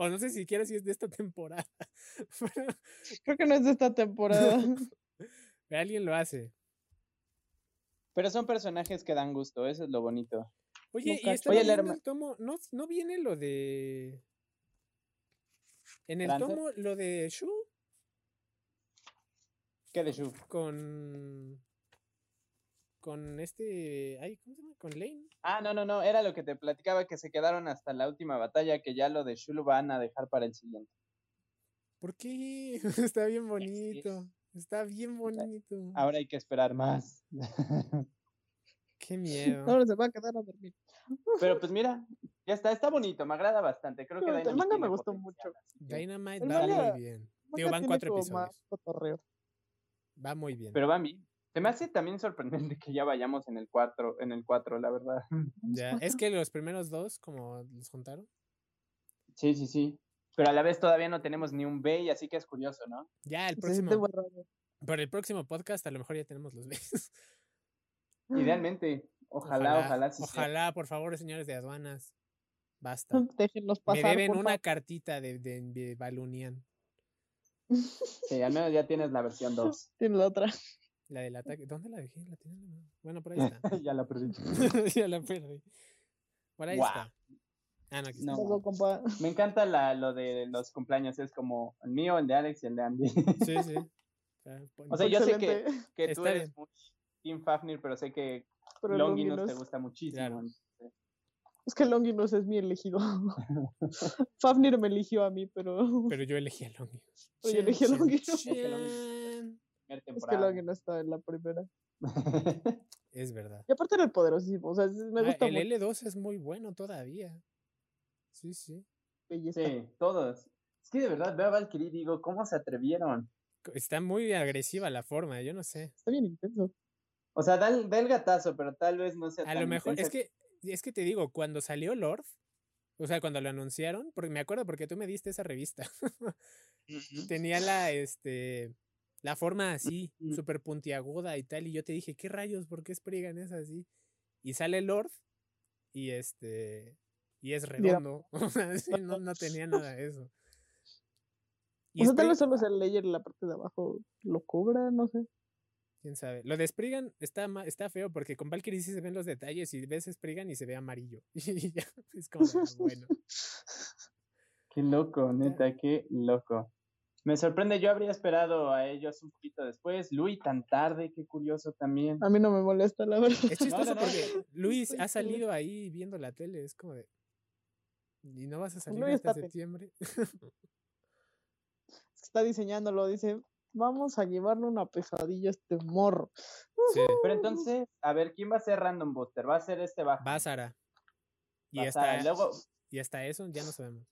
[SPEAKER 2] O no sé siquiera si es de esta temporada. *laughs* pero,
[SPEAKER 3] quién. Creo que no es de esta
[SPEAKER 2] *laughs*
[SPEAKER 3] temporada. *laughs*
[SPEAKER 2] pero alguien lo hace.
[SPEAKER 1] Pero son personajes que dan gusto, eso es lo bonito.
[SPEAKER 2] Oye, y
[SPEAKER 3] cacho.
[SPEAKER 2] estaba
[SPEAKER 1] Oye, la
[SPEAKER 2] viendo
[SPEAKER 1] herma-
[SPEAKER 2] el tomo, ¿no, no viene lo de... En el
[SPEAKER 1] ¿Lancer?
[SPEAKER 2] tomo, lo de Shu
[SPEAKER 1] ¿Qué de Shu?
[SPEAKER 2] con... Con este... Ay, ¿cómo se llama? Con Lane.
[SPEAKER 1] Ah, no, no, no, era lo que te platicaba, que se quedaron hasta la última batalla, que ya lo de Shu lo van a dejar para el siguiente.
[SPEAKER 2] ¿Por qué? *laughs* Está bien bonito. Está bien bonito.
[SPEAKER 1] Ahora hay que esperar más.
[SPEAKER 2] Qué
[SPEAKER 1] *laughs*
[SPEAKER 2] miedo.
[SPEAKER 3] Ahora se va a quedar a dormir.
[SPEAKER 1] Pero pues mira, ya está, está bonito, me agrada bastante. Creo que
[SPEAKER 3] No, el
[SPEAKER 1] Dynamite
[SPEAKER 3] manga me
[SPEAKER 1] tiene
[SPEAKER 3] gustó
[SPEAKER 1] potencial, así que-
[SPEAKER 2] Dynamite
[SPEAKER 3] El
[SPEAKER 2] va
[SPEAKER 3] manga-
[SPEAKER 2] muy bien. Digo,
[SPEAKER 3] Manga
[SPEAKER 2] van cuatro
[SPEAKER 3] tiene como más
[SPEAKER 2] episodios.
[SPEAKER 3] cotorreo.
[SPEAKER 2] Va muy bien.
[SPEAKER 1] Pero va bien. Se me hace también sorprendente que ya vayamos en el 4, en el 4, la verdad.
[SPEAKER 2] Ya, es que los primeros dos, como los juntaron.
[SPEAKER 1] Sí, sí, sí. Pero a la vez todavía no tenemos ni un B, así que es curioso, ¿no?
[SPEAKER 2] Ya, el
[SPEAKER 3] Se siente
[SPEAKER 2] próximo.
[SPEAKER 3] muy raro.
[SPEAKER 2] Para el próximo podcast, a lo mejor ya tenemos los besos.
[SPEAKER 1] Idealmente. *laughs* Ojalá, ojalá, sí sea.
[SPEAKER 2] Ojalá, por favor, señores de aduanas.
[SPEAKER 1] *laughs*
[SPEAKER 2] Basta.
[SPEAKER 3] *laughs* Déjenlos
[SPEAKER 2] Me
[SPEAKER 3] pasar.
[SPEAKER 2] deben
[SPEAKER 3] por
[SPEAKER 2] una
[SPEAKER 3] favor.
[SPEAKER 2] cartita de, de, de Balunian,
[SPEAKER 1] Sí, al menos ya tienes la versión 2.
[SPEAKER 3] Tiene la otra.
[SPEAKER 2] La del ataque. ¿Dónde la dejé? La tenía en la mano. Bueno,
[SPEAKER 1] Eh.
[SPEAKER 2] por *laughs* ahí está.
[SPEAKER 1] *laughs* ya la perdí.
[SPEAKER 2] *laughs* ya la perdí. Por ahí
[SPEAKER 1] Guau.
[SPEAKER 2] está. Ah, no, aquí está.
[SPEAKER 1] No.
[SPEAKER 3] Todo, compa.
[SPEAKER 1] Me encanta la, lo de los cumpleaños, es como el mío, el de Alex y el de Andy. *laughs*
[SPEAKER 2] Sí, sí. Ah, pon-
[SPEAKER 1] O sea, yo sé que-
[SPEAKER 3] Excelente.
[SPEAKER 1] que tú
[SPEAKER 2] Está
[SPEAKER 1] eres
[SPEAKER 2] bien.
[SPEAKER 1] muy Team Fafnir, pero sé que
[SPEAKER 3] Pero
[SPEAKER 1] Longinus te
[SPEAKER 3] Longinus-
[SPEAKER 1] gusta muchísimo.
[SPEAKER 2] Claro.
[SPEAKER 3] Es que Longinus es mi
[SPEAKER 1] *laughs*
[SPEAKER 3] elegido. Fafnir me eligió a mí, pero,
[SPEAKER 2] Pero yo elegí a Longinus.
[SPEAKER 3] Pero yo
[SPEAKER 2] Chan,
[SPEAKER 3] elegí a
[SPEAKER 2] chan,
[SPEAKER 3] Longinus.
[SPEAKER 1] Es que Longinus-
[SPEAKER 2] chan.
[SPEAKER 1] Primera
[SPEAKER 3] es que
[SPEAKER 1] temporada.
[SPEAKER 3] Longinus estaba en la primera. *laughs*
[SPEAKER 2] Es verdad.
[SPEAKER 3] Y aparte era el poderosísimo. O sea, es- me
[SPEAKER 2] Ah,
[SPEAKER 3] gusta
[SPEAKER 2] el
[SPEAKER 3] mucho.
[SPEAKER 2] L2 es muy bueno todavía. Sí, sí.
[SPEAKER 3] belleza.
[SPEAKER 1] *laughs* sí, todos. Es que de verdad veo a Valkyrie y digo, ¿cómo se atrevieron?
[SPEAKER 2] Co- Está muy agresiva la forma, yo no sé.
[SPEAKER 3] Está bien intenso.
[SPEAKER 1] O sea, da el, da el gatazo, pero tal vez no sea
[SPEAKER 2] A
[SPEAKER 1] tan
[SPEAKER 2] lo mejor, es
[SPEAKER 1] intensa.
[SPEAKER 2] que, es que te digo, cuando salió Lord, o sea, cuando lo anunciaron, porque me acuerdo porque tú me diste esa revista.
[SPEAKER 1] Ujú.
[SPEAKER 2] Tenía la, este, la forma así,
[SPEAKER 1] Ujú.
[SPEAKER 2] súper puntiaguda y tal, y yo te dije, ¿qué rayos? ¿Por qué Spriggan es así? Y sale Lord, y este, y es redondo. *laughs* O sea, sí, no, no tenía nada de eso. Y
[SPEAKER 3] O sea, tal
[SPEAKER 2] Spriggan-
[SPEAKER 3] vez solo sea el layer en la parte de abajo. Lo cobra, no sé.
[SPEAKER 2] ¿Quién sabe? Lo de Spriggan está, ma- está feo porque con Valkyrie sí se ven los detalles y ves Spriggan y se ve amarillo. *laughs* Y ya, es como, de, "Ah, bueno.
[SPEAKER 1] Qué loco, neta, qué loco. Me sorprende, yo habría esperado a ellos un poquito después. Luis tan tarde, qué curioso también.
[SPEAKER 3] A mí no me molesta, la verdad.
[SPEAKER 2] Es chistoso
[SPEAKER 1] no, no.
[SPEAKER 2] porque Luis
[SPEAKER 3] Estoy
[SPEAKER 2] ha
[SPEAKER 3] segura.
[SPEAKER 2] salido ahí viendo la tele, es como de. Y no vas a salir
[SPEAKER 3] Luis
[SPEAKER 2] hasta
[SPEAKER 3] está pe-
[SPEAKER 2] septiembre.
[SPEAKER 3] *laughs*
[SPEAKER 2] *laughs*
[SPEAKER 3] Está diseñándolo, dice, vamos a llevarle una pesadilla a este morro.
[SPEAKER 2] Sí.
[SPEAKER 1] Pero entonces, a ver, ¿quién va a ser Random Buster? ¿Va a ser este bajo?
[SPEAKER 2] Va Sara. Y
[SPEAKER 1] Va Sara,
[SPEAKER 2] hasta,
[SPEAKER 1] y
[SPEAKER 2] *laughs*
[SPEAKER 1] luego
[SPEAKER 2] y hasta eso ya no sabemos.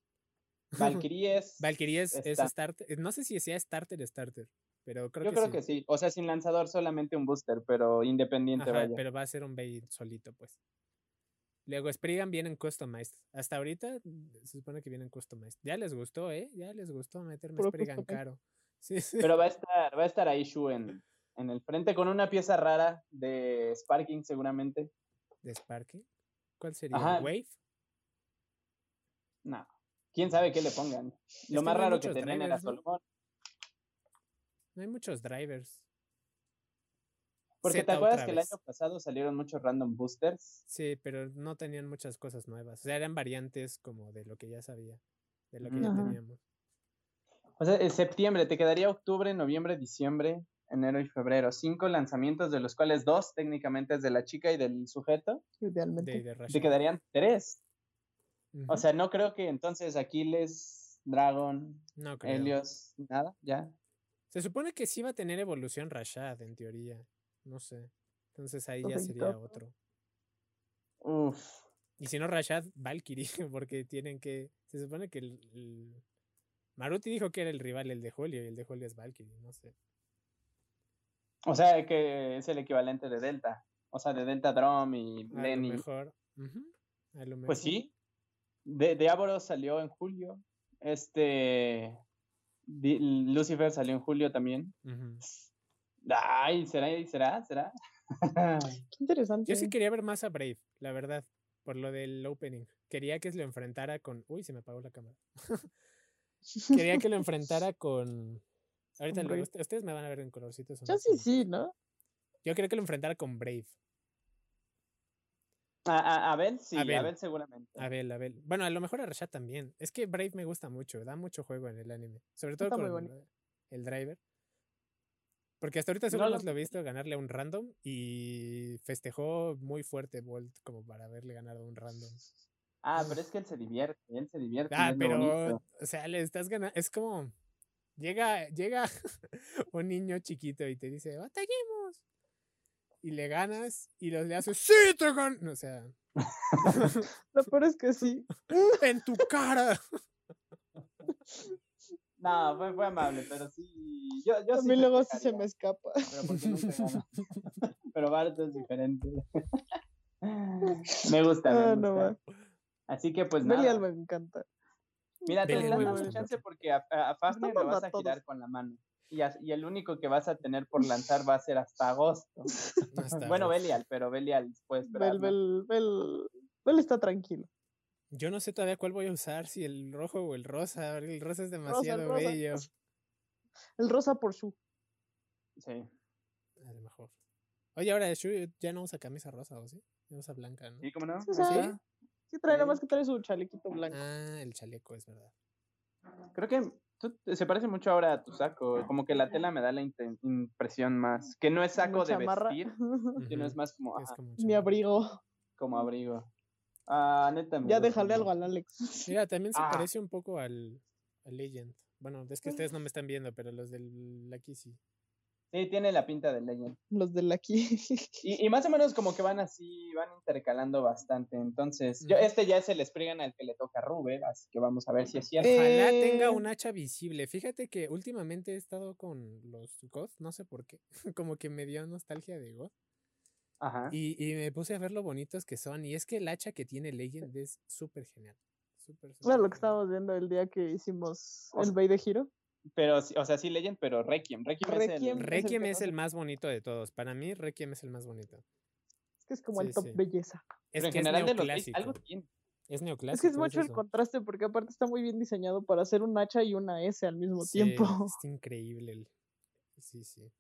[SPEAKER 1] Valkyrie es...
[SPEAKER 2] Valkyrie es, es
[SPEAKER 1] Está.
[SPEAKER 2] starter. No sé si sea starter, starter. Pero creo
[SPEAKER 1] yo
[SPEAKER 2] que
[SPEAKER 1] creo
[SPEAKER 2] sí.
[SPEAKER 1] que sí. O sea, sin lanzador solamente un booster, pero independiente
[SPEAKER 2] Ajá,
[SPEAKER 1] vaya.
[SPEAKER 2] pero va a ser un bait solito, pues. Luego, Spriggan vienen customized. Hasta ahorita mm, se supone que vienen customized. Ya les gustó, ¿eh? Ya les gustó meterme
[SPEAKER 3] Puro
[SPEAKER 2] Spriggan
[SPEAKER 3] customized.
[SPEAKER 2] caro. *laughs* Sí, sí.
[SPEAKER 1] Pero va a estar, va a estar ahí Shu en, en el frente con una pieza rara de Sparking seguramente.
[SPEAKER 2] ¿De Sparking? ¿Cuál sería?
[SPEAKER 1] Ajá.
[SPEAKER 2] ¿Wave?
[SPEAKER 1] No. ¿Quién sabe qué le pongan? Lo más
[SPEAKER 2] que no hay
[SPEAKER 1] raro que
[SPEAKER 2] muchos
[SPEAKER 1] tenían era
[SPEAKER 2] drivers, ¿no?
[SPEAKER 1] Solomon.
[SPEAKER 2] No hay muchos drivers.
[SPEAKER 1] Porque te
[SPEAKER 2] Zeta
[SPEAKER 1] acuerdas
[SPEAKER 2] otra
[SPEAKER 1] que el
[SPEAKER 2] vez.
[SPEAKER 1] año pasado salieron muchos random boosters.
[SPEAKER 2] Sí, pero no tenían muchas cosas nuevas. O sea, eran variantes como de lo que ya sabía, de lo que ya
[SPEAKER 1] Ujú.
[SPEAKER 3] Ajá.
[SPEAKER 2] teníamos.
[SPEAKER 1] O sea, en septiembre, te quedaría octubre, noviembre, diciembre, enero y febrero. Cinco lanzamientos, de los cuales dos técnicamente es de la chica y del sujeto.
[SPEAKER 3] Idealmente.
[SPEAKER 2] De, de
[SPEAKER 1] Te
[SPEAKER 2] Rashad.
[SPEAKER 1] quedarían tres. O
[SPEAKER 2] Ujú.
[SPEAKER 1] sea, no creo que entonces Aquiles, Dragon,
[SPEAKER 2] no creo.
[SPEAKER 1] Helios, nada, ya.
[SPEAKER 2] Se supone que sí va a tener evolución Rashad, en teoría. No sé. Entonces ahí ya
[SPEAKER 3] Correcto.
[SPEAKER 2] sería otro.
[SPEAKER 1] Uf.
[SPEAKER 2] Y si no, Rashad, Valkyrie, *laughs* porque tienen que. Se supone que el, el- Maruti dijo que era el rival, el de Julio, y el de Julio es Valkyrie, no sé.
[SPEAKER 1] O sea, que es el equivalente de Delta. O sea, de Delta Drum y
[SPEAKER 2] A
[SPEAKER 1] Lenny.
[SPEAKER 2] lo mejor. ujú, a lo mejor.
[SPEAKER 1] Pues sí. De, de Ávaro salió en julio. Este. Di- Lucifer salió en julio también.
[SPEAKER 2] ujú.
[SPEAKER 1] Ay, ¿será? ¿Será? ¿Será? *laughs*
[SPEAKER 3] Qué interesante. ¿eh?
[SPEAKER 2] Yo sí quería ver más a Brave, la verdad, por lo del opening. Quería que lo enfrentara con. Uy, se me apagó la cámara. *laughs* Quería que lo
[SPEAKER 3] *laughs*
[SPEAKER 2] enfrentara con. Ahorita
[SPEAKER 3] Con
[SPEAKER 2] luego,
[SPEAKER 3] Brave.
[SPEAKER 2] ust- ustedes me van a ver en colorcitos. o no,
[SPEAKER 3] Yo sí,
[SPEAKER 2] pero
[SPEAKER 3] sí, ¿no?
[SPEAKER 2] Yo quería que lo enfrentara con Brave.
[SPEAKER 1] A, a- Abel sí,
[SPEAKER 2] Abel.
[SPEAKER 1] Abel, seguramente.
[SPEAKER 3] Ah.
[SPEAKER 2] Abel, Abel. Bueno, a lo mejor a Rashad también. Es que Brave me gusta mucho, da mucho juego en el anime. Sobre todo
[SPEAKER 3] Está muy
[SPEAKER 2] con
[SPEAKER 3] bonito.
[SPEAKER 2] eh, el driver. Porque hasta ahorita
[SPEAKER 1] No
[SPEAKER 2] solo
[SPEAKER 1] lo-
[SPEAKER 2] nos lo he visto ganarle a un random y festejó muy fuerte Bolt como para haberle ganado a un random.
[SPEAKER 1] Ah, pero es que él se divierte, él se divierte. y
[SPEAKER 2] Ah,
[SPEAKER 1] es lo
[SPEAKER 2] pero,
[SPEAKER 1] bonito.
[SPEAKER 2] o sea, le estás ganando. Es como. Llega, llega *laughs* un niño chiquito y te dice, batallemos. Y le ganas y los le haces, sí, te gan-". O sea,
[SPEAKER 3] Lo peor es que sí.
[SPEAKER 2] en tu cara.
[SPEAKER 1] No, fue, fue amable, pero sí. Yo, yo
[SPEAKER 3] A
[SPEAKER 1] sí
[SPEAKER 3] mí luego sí se
[SPEAKER 1] festejaría,
[SPEAKER 3] me escapa.
[SPEAKER 1] Pero *laughs* porque nunca gana. pero Barto es
[SPEAKER 3] *laughs*
[SPEAKER 1] diferente. *laughs* me gusta, me
[SPEAKER 3] *laughs* Ah,
[SPEAKER 1] gusta.
[SPEAKER 3] no va.
[SPEAKER 1] Así que pues nada.
[SPEAKER 3] Belial me encanta.
[SPEAKER 1] Mira, te
[SPEAKER 2] Del
[SPEAKER 1] están
[SPEAKER 2] nuevo
[SPEAKER 1] dando
[SPEAKER 2] Super
[SPEAKER 1] chance
[SPEAKER 2] Bowl.
[SPEAKER 1] porque a, a- a Fafner lo
[SPEAKER 3] dando a
[SPEAKER 1] vas a
[SPEAKER 3] todos.
[SPEAKER 1] girar con la mano. Y, as- y el único que vas a tener por lanzar va a ser hasta
[SPEAKER 3] *laughs*
[SPEAKER 1] agosto.
[SPEAKER 2] Hasta
[SPEAKER 1] bueno,
[SPEAKER 2] ahora.
[SPEAKER 1] Belial, pero Belial puede esperar.
[SPEAKER 3] Bel,
[SPEAKER 1] ¿no?
[SPEAKER 3] Bel, Bel, Bel está tranquilo.
[SPEAKER 2] Yo no sé todavía cuál voy a usar, si el rojo o el rosa. El rosa es
[SPEAKER 3] Rosa, el
[SPEAKER 2] demasiado
[SPEAKER 3] rosa.
[SPEAKER 2] bello.
[SPEAKER 3] El rosa por su.
[SPEAKER 1] Sí,
[SPEAKER 2] A lo mejor. Oye, ahora Shu ya no usa camisa rosa, ¿o sí? Ya usa blanca, ¿no?
[SPEAKER 1] ¿Sí, cómo no?
[SPEAKER 3] Sí, sí.
[SPEAKER 1] Ahí está.
[SPEAKER 3] Sí trae, nada
[SPEAKER 1] Sí.
[SPEAKER 3] más que trae su chalequito blanco.
[SPEAKER 2] Ah, el chaleco, es verdad.
[SPEAKER 1] Creo que tú- se parece mucho ahora a tu saco. Como que la tela me da la inten- impresión más. Que no es
[SPEAKER 3] Una
[SPEAKER 1] saco de
[SPEAKER 3] chamarra.
[SPEAKER 1] vestir, sino es
[SPEAKER 2] Ujú,
[SPEAKER 1] más como,
[SPEAKER 2] es
[SPEAKER 1] ajá,
[SPEAKER 2] como un
[SPEAKER 3] *laughs* Mi
[SPEAKER 2] chaleco.
[SPEAKER 3] abrigo.
[SPEAKER 1] como abrigo. Ah, neta. me
[SPEAKER 3] Ya
[SPEAKER 1] gusta,
[SPEAKER 3] déjale
[SPEAKER 1] me
[SPEAKER 3] algo
[SPEAKER 1] gusta.
[SPEAKER 3] al Alex.
[SPEAKER 2] Mira, también se
[SPEAKER 1] Ah.
[SPEAKER 2] parece un poco al, al Legend. Bueno, es que ustedes no me están viendo, pero los del aquí sí.
[SPEAKER 1] Sí, tiene la pinta de Legend.
[SPEAKER 3] *laughs* Los del aquí.
[SPEAKER 1] Y, y más o menos como que van así, van intercalando bastante. Entonces, yo,
[SPEAKER 2] Ujú.
[SPEAKER 1] este ya es el Spriggan al que le toca a Rubén, así que vamos a ver si es cierto.
[SPEAKER 2] Ojalá tenga
[SPEAKER 3] Eh.
[SPEAKER 2] un hacha visible. Fíjate que últimamente he estado con los God, no sé por qué. *laughs* Como que me dio nostalgia de God.
[SPEAKER 1] Ajá.
[SPEAKER 2] Y, y me puse a ver lo bonitos que son. Y es que el hacha que tiene Legend es súper genial. Súper,
[SPEAKER 3] Claro,
[SPEAKER 2] súper
[SPEAKER 3] lo que
[SPEAKER 2] genial.
[SPEAKER 3] estábamos viendo el día que hicimos
[SPEAKER 1] O
[SPEAKER 3] el
[SPEAKER 1] sea,
[SPEAKER 3] Bay de Giro.
[SPEAKER 1] Pero, sí- o sea, sí Legend, pero Requiem. Requiem,
[SPEAKER 3] Requiem.
[SPEAKER 1] es el...
[SPEAKER 3] es el
[SPEAKER 2] Requiem
[SPEAKER 3] que
[SPEAKER 2] es
[SPEAKER 3] más
[SPEAKER 2] el
[SPEAKER 3] me-
[SPEAKER 2] más bonito de todos. Para mí, Requiem es el más bonito.
[SPEAKER 3] Es que es como
[SPEAKER 2] Sí,
[SPEAKER 3] el top
[SPEAKER 2] sí.
[SPEAKER 3] belleza.
[SPEAKER 2] Es
[SPEAKER 1] pero en
[SPEAKER 2] que es
[SPEAKER 1] general de los seis,
[SPEAKER 2] neoclásico.
[SPEAKER 1] algo tiene.
[SPEAKER 2] Es neoclásico.
[SPEAKER 3] Es que es mucho el
[SPEAKER 2] eso.
[SPEAKER 3] contraste porque aparte está muy bien diseñado para hacer un hacha y una S al mismo
[SPEAKER 2] Sí,
[SPEAKER 3] tiempo. *laughs*
[SPEAKER 2] Es increíble. el- Sí, sí.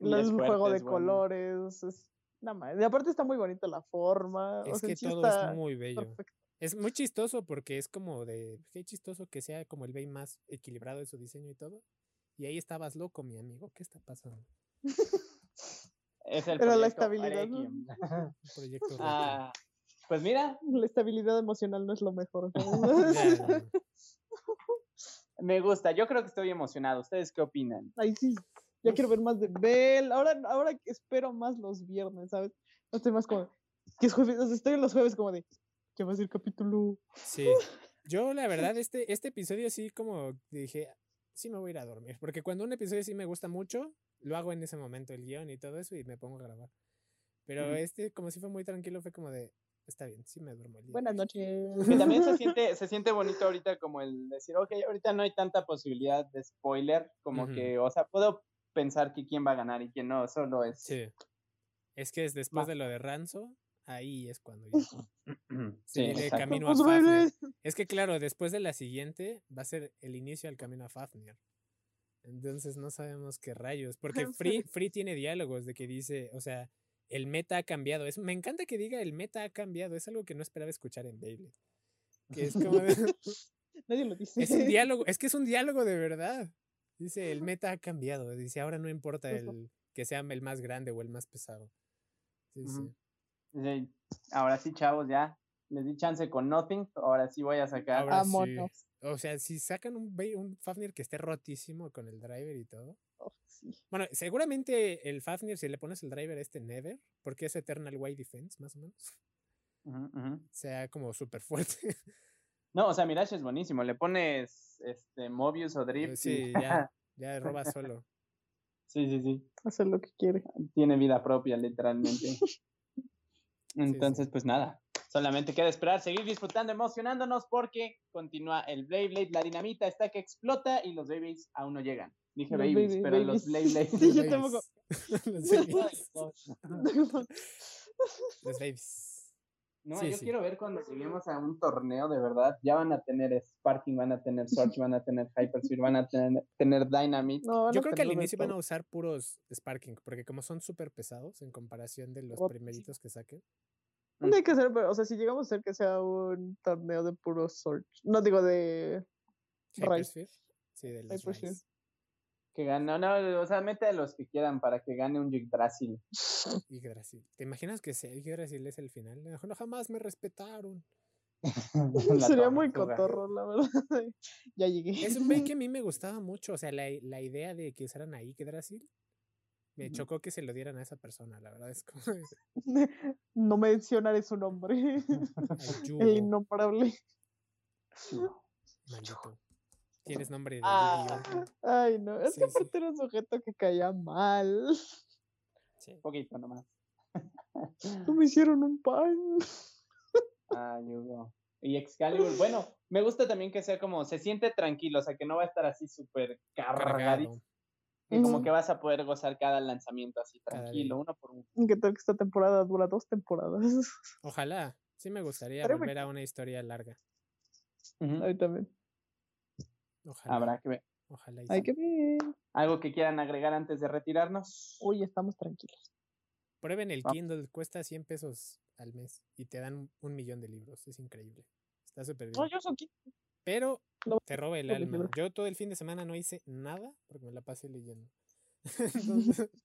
[SPEAKER 1] Y
[SPEAKER 3] Lo-
[SPEAKER 1] es
[SPEAKER 3] Es un
[SPEAKER 1] fuerte,
[SPEAKER 3] juego de
[SPEAKER 1] es bueno.
[SPEAKER 3] colores. Es... Nada más. Y aparte está muy bonita la forma. o
[SPEAKER 2] Es
[SPEAKER 3] sea,
[SPEAKER 2] que
[SPEAKER 3] sí
[SPEAKER 2] todo
[SPEAKER 3] está
[SPEAKER 2] es muy bello.
[SPEAKER 3] perfecto.
[SPEAKER 2] Es muy pues, chistoso porque es como de. Qué chistoso que sea como el Bey más equilibrado de su diseño y todo. Y ahí estabas loco, mi amigo. ¿Qué está pasando?
[SPEAKER 1] Es el
[SPEAKER 3] Era la
[SPEAKER 1] proyecto
[SPEAKER 3] estabilidad, ¿no?
[SPEAKER 1] Arequium.
[SPEAKER 2] Un proyecto roto.
[SPEAKER 1] Ah, pues mira,
[SPEAKER 3] La estabilidad emocional no es
[SPEAKER 2] *laughs*
[SPEAKER 3] lo mejor. ¿no? *laughs*
[SPEAKER 2] Ya,
[SPEAKER 1] me gusta. Yo creo que estoy emocionado. ¿Ustedes qué opinan?
[SPEAKER 3] Ay, sí. Ya quiero ver más de Bell. Ahora, ahora que espero más los viernes, ¿sabes? No estoy más como. Que es jueves. o sea, estoy en los jueves como de. ¿Qué va a ser el capítulo?
[SPEAKER 2] Sí. Yo, la verdad, este, este episodio sí como dije, sí me voy a ir a dormir. Porque cuando un episodio sí me gusta mucho, lo hago en ese momento, el guión y todo eso, y me pongo a grabar. Pero
[SPEAKER 1] Ujú.
[SPEAKER 2] este, como sí fue muy tranquilo, fue como de, está bien, sí me duermo el día de
[SPEAKER 3] Buenas
[SPEAKER 2] hoy".
[SPEAKER 3] noches.
[SPEAKER 1] Que
[SPEAKER 3] *laughs*
[SPEAKER 1] también se siente, se siente bonito ahorita como el decir, ok, ahorita no hay tanta posibilidad de spoiler, como
[SPEAKER 2] Ujú.
[SPEAKER 1] que, o sea, puedo pensar que quién va a ganar y quién no, solo es... *clears throat*
[SPEAKER 2] Sí. Es que es después
[SPEAKER 1] Va.
[SPEAKER 2] de lo de Ranzo, ahí es cuando ya se
[SPEAKER 1] Sí,
[SPEAKER 2] viene
[SPEAKER 1] exacto.
[SPEAKER 2] el
[SPEAKER 1] Pues,
[SPEAKER 2] camino a
[SPEAKER 3] Los
[SPEAKER 2] Fafnir.
[SPEAKER 3] jueves.
[SPEAKER 2] Es que claro, después de la siguiente va a ser el inicio al camino a Fafnir. Entonces no sabemos qué rayos, porque Free, Free tiene diálogos de que dice, o sea, el meta ha cambiado. Es, me encanta que diga el meta ha cambiado, es algo que no esperaba escuchar en Beyblade. Que es como
[SPEAKER 1] *laughs*
[SPEAKER 2] de- *laughs*
[SPEAKER 3] Nadie lo dice. *laughs*
[SPEAKER 2] es un diálogo, es que es un diálogo de verdad. Dice, el meta ha cambiado, dice, ahora no importa
[SPEAKER 3] Justo.
[SPEAKER 2] el que sea el más grande o el más pesado. Sí, sí.
[SPEAKER 1] Ujú. Sí, Ahora sí, chavos, ya les di chance con Nothing, ahora sí voy a sacar.
[SPEAKER 2] Ahora- sí.
[SPEAKER 3] Vámonos.
[SPEAKER 2] O sea, si sacan un, Bey- un Fafnir que esté rotísimo con el driver y todo.
[SPEAKER 3] Oh, sí.
[SPEAKER 2] Bueno, seguramente el Fafnir, si le pones el driver a este Never, porque es Eternal Way Defense, más o menos,
[SPEAKER 1] Ujú, ujú.
[SPEAKER 2] sea como súper fuerte. *laughs*
[SPEAKER 1] No, o sea, Mirage es buenísimo, le pones este, Mobius o Drift. y-
[SPEAKER 2] Pues sí,
[SPEAKER 3] *laughs*
[SPEAKER 2] ya, ya roba solo.
[SPEAKER 1] sí, sí, sí.
[SPEAKER 3] Hace lo que quiere.
[SPEAKER 1] tiene vida propia, literalmente. Entonces,
[SPEAKER 2] sí.
[SPEAKER 1] pues nada, solamente queda esperar, seguir disfrutando, emocionándonos, porque continúa el Blade Blade, la dinamita está que explota y los babies aún no llegan. Dije
[SPEAKER 3] Los
[SPEAKER 1] babies,
[SPEAKER 3] baby-
[SPEAKER 1] pero los Blade
[SPEAKER 3] babies.
[SPEAKER 2] *laughs*
[SPEAKER 3] Sí, yo tampoco. *laughs*
[SPEAKER 2] babies. Los babies. Los babies.
[SPEAKER 1] No,
[SPEAKER 2] Sí,
[SPEAKER 1] yo
[SPEAKER 2] sí.
[SPEAKER 1] quiero ver cuando lleguemos a un torneo de verdad, ya van a tener Sparking, van a tener Search, van a tener Hypersphere, van a tener, tener Dynamite.
[SPEAKER 3] No,
[SPEAKER 2] Yo creo que al inicio van
[SPEAKER 3] bueno
[SPEAKER 2] a usar puros Sparking, porque como son súper pesados en comparación de los
[SPEAKER 3] Rotísimo.
[SPEAKER 2] primeritos que saquen.
[SPEAKER 3] hay que hacer, pero, o sea, si llegamos a hacer que sea un torneo de puro search. No
[SPEAKER 2] *laughs*
[SPEAKER 3] digo de. Rise.
[SPEAKER 2] Hypersphere. Sí, de los
[SPEAKER 3] Hypersphere.
[SPEAKER 2] Rise.
[SPEAKER 1] Que gane, no, o sea, mete a los que quieran para que gane un Yggdrasil.
[SPEAKER 2] Yggdrasil. ¿Te imaginas que sea Yggdrasil es el final? No, jamás me respetaron.
[SPEAKER 1] La
[SPEAKER 3] Sería muy
[SPEAKER 1] tortuga.
[SPEAKER 3] cotorro, la verdad. *laughs* ya llegué.
[SPEAKER 2] Es un play que a mí me gustaba mucho. O sea, la, i- la idea de que usaran a Yggdrasil me
[SPEAKER 1] Ujú.
[SPEAKER 2] chocó que se lo dieran a esa persona. La verdad
[SPEAKER 1] *laughs*
[SPEAKER 2] es como.
[SPEAKER 3] *laughs* no mencionaré su
[SPEAKER 2] *laughs*
[SPEAKER 3] nombre. El
[SPEAKER 2] Ayubo,
[SPEAKER 3] innombrable.
[SPEAKER 2] maldito. Tienes nombre de
[SPEAKER 1] Ah.
[SPEAKER 2] Yu-Gi-Oh!
[SPEAKER 3] Ay, no. Es
[SPEAKER 2] Sí,
[SPEAKER 3] que
[SPEAKER 2] sí.
[SPEAKER 3] aparte era un sujeto que caía mal.
[SPEAKER 2] Sí.
[SPEAKER 1] Poquito nomás.
[SPEAKER 2] Ah.
[SPEAKER 3] No me hicieron un pan. *laughs*
[SPEAKER 1] Ah, Yugo. Y Excalibur, bueno, me gusta también que sea como, se siente tranquilo, o sea, que no va a estar así súper cargadito,
[SPEAKER 2] Cargado.
[SPEAKER 1] que como
[SPEAKER 3] Ujú.
[SPEAKER 1] que vas a poder gozar cada lanzamiento así
[SPEAKER 2] Cada
[SPEAKER 1] tranquilo,
[SPEAKER 2] día.
[SPEAKER 1] uno por uno.
[SPEAKER 3] ¿Qué tal que esta temporada dura dos temporadas?
[SPEAKER 2] Ojalá. Sí me gustaría
[SPEAKER 3] Estaría
[SPEAKER 2] volver a una historia larga. Mm.
[SPEAKER 3] A mí también.
[SPEAKER 2] Ojalá.
[SPEAKER 1] Habrá que ver.
[SPEAKER 2] Ojalá. y
[SPEAKER 3] Hay
[SPEAKER 2] sí.
[SPEAKER 3] que ver.
[SPEAKER 1] ¿Algo que quieran agregar antes de retirarnos?
[SPEAKER 3] Uy, estamos tranquilos.
[SPEAKER 2] Prueben el
[SPEAKER 3] Ah.
[SPEAKER 1] Va-
[SPEAKER 2] Kindle, cuesta 100 pesos al mes y te dan un millón de libros. Es increíble. Está súper bien.
[SPEAKER 3] No, yo soy aquí.
[SPEAKER 2] Pero
[SPEAKER 3] No,
[SPEAKER 2] te roba el
[SPEAKER 3] no me
[SPEAKER 2] alma.
[SPEAKER 3] libro.
[SPEAKER 2] Yo todo el fin de semana no hice nada porque me la pasé leyendo. Entonces,
[SPEAKER 3] *laughs*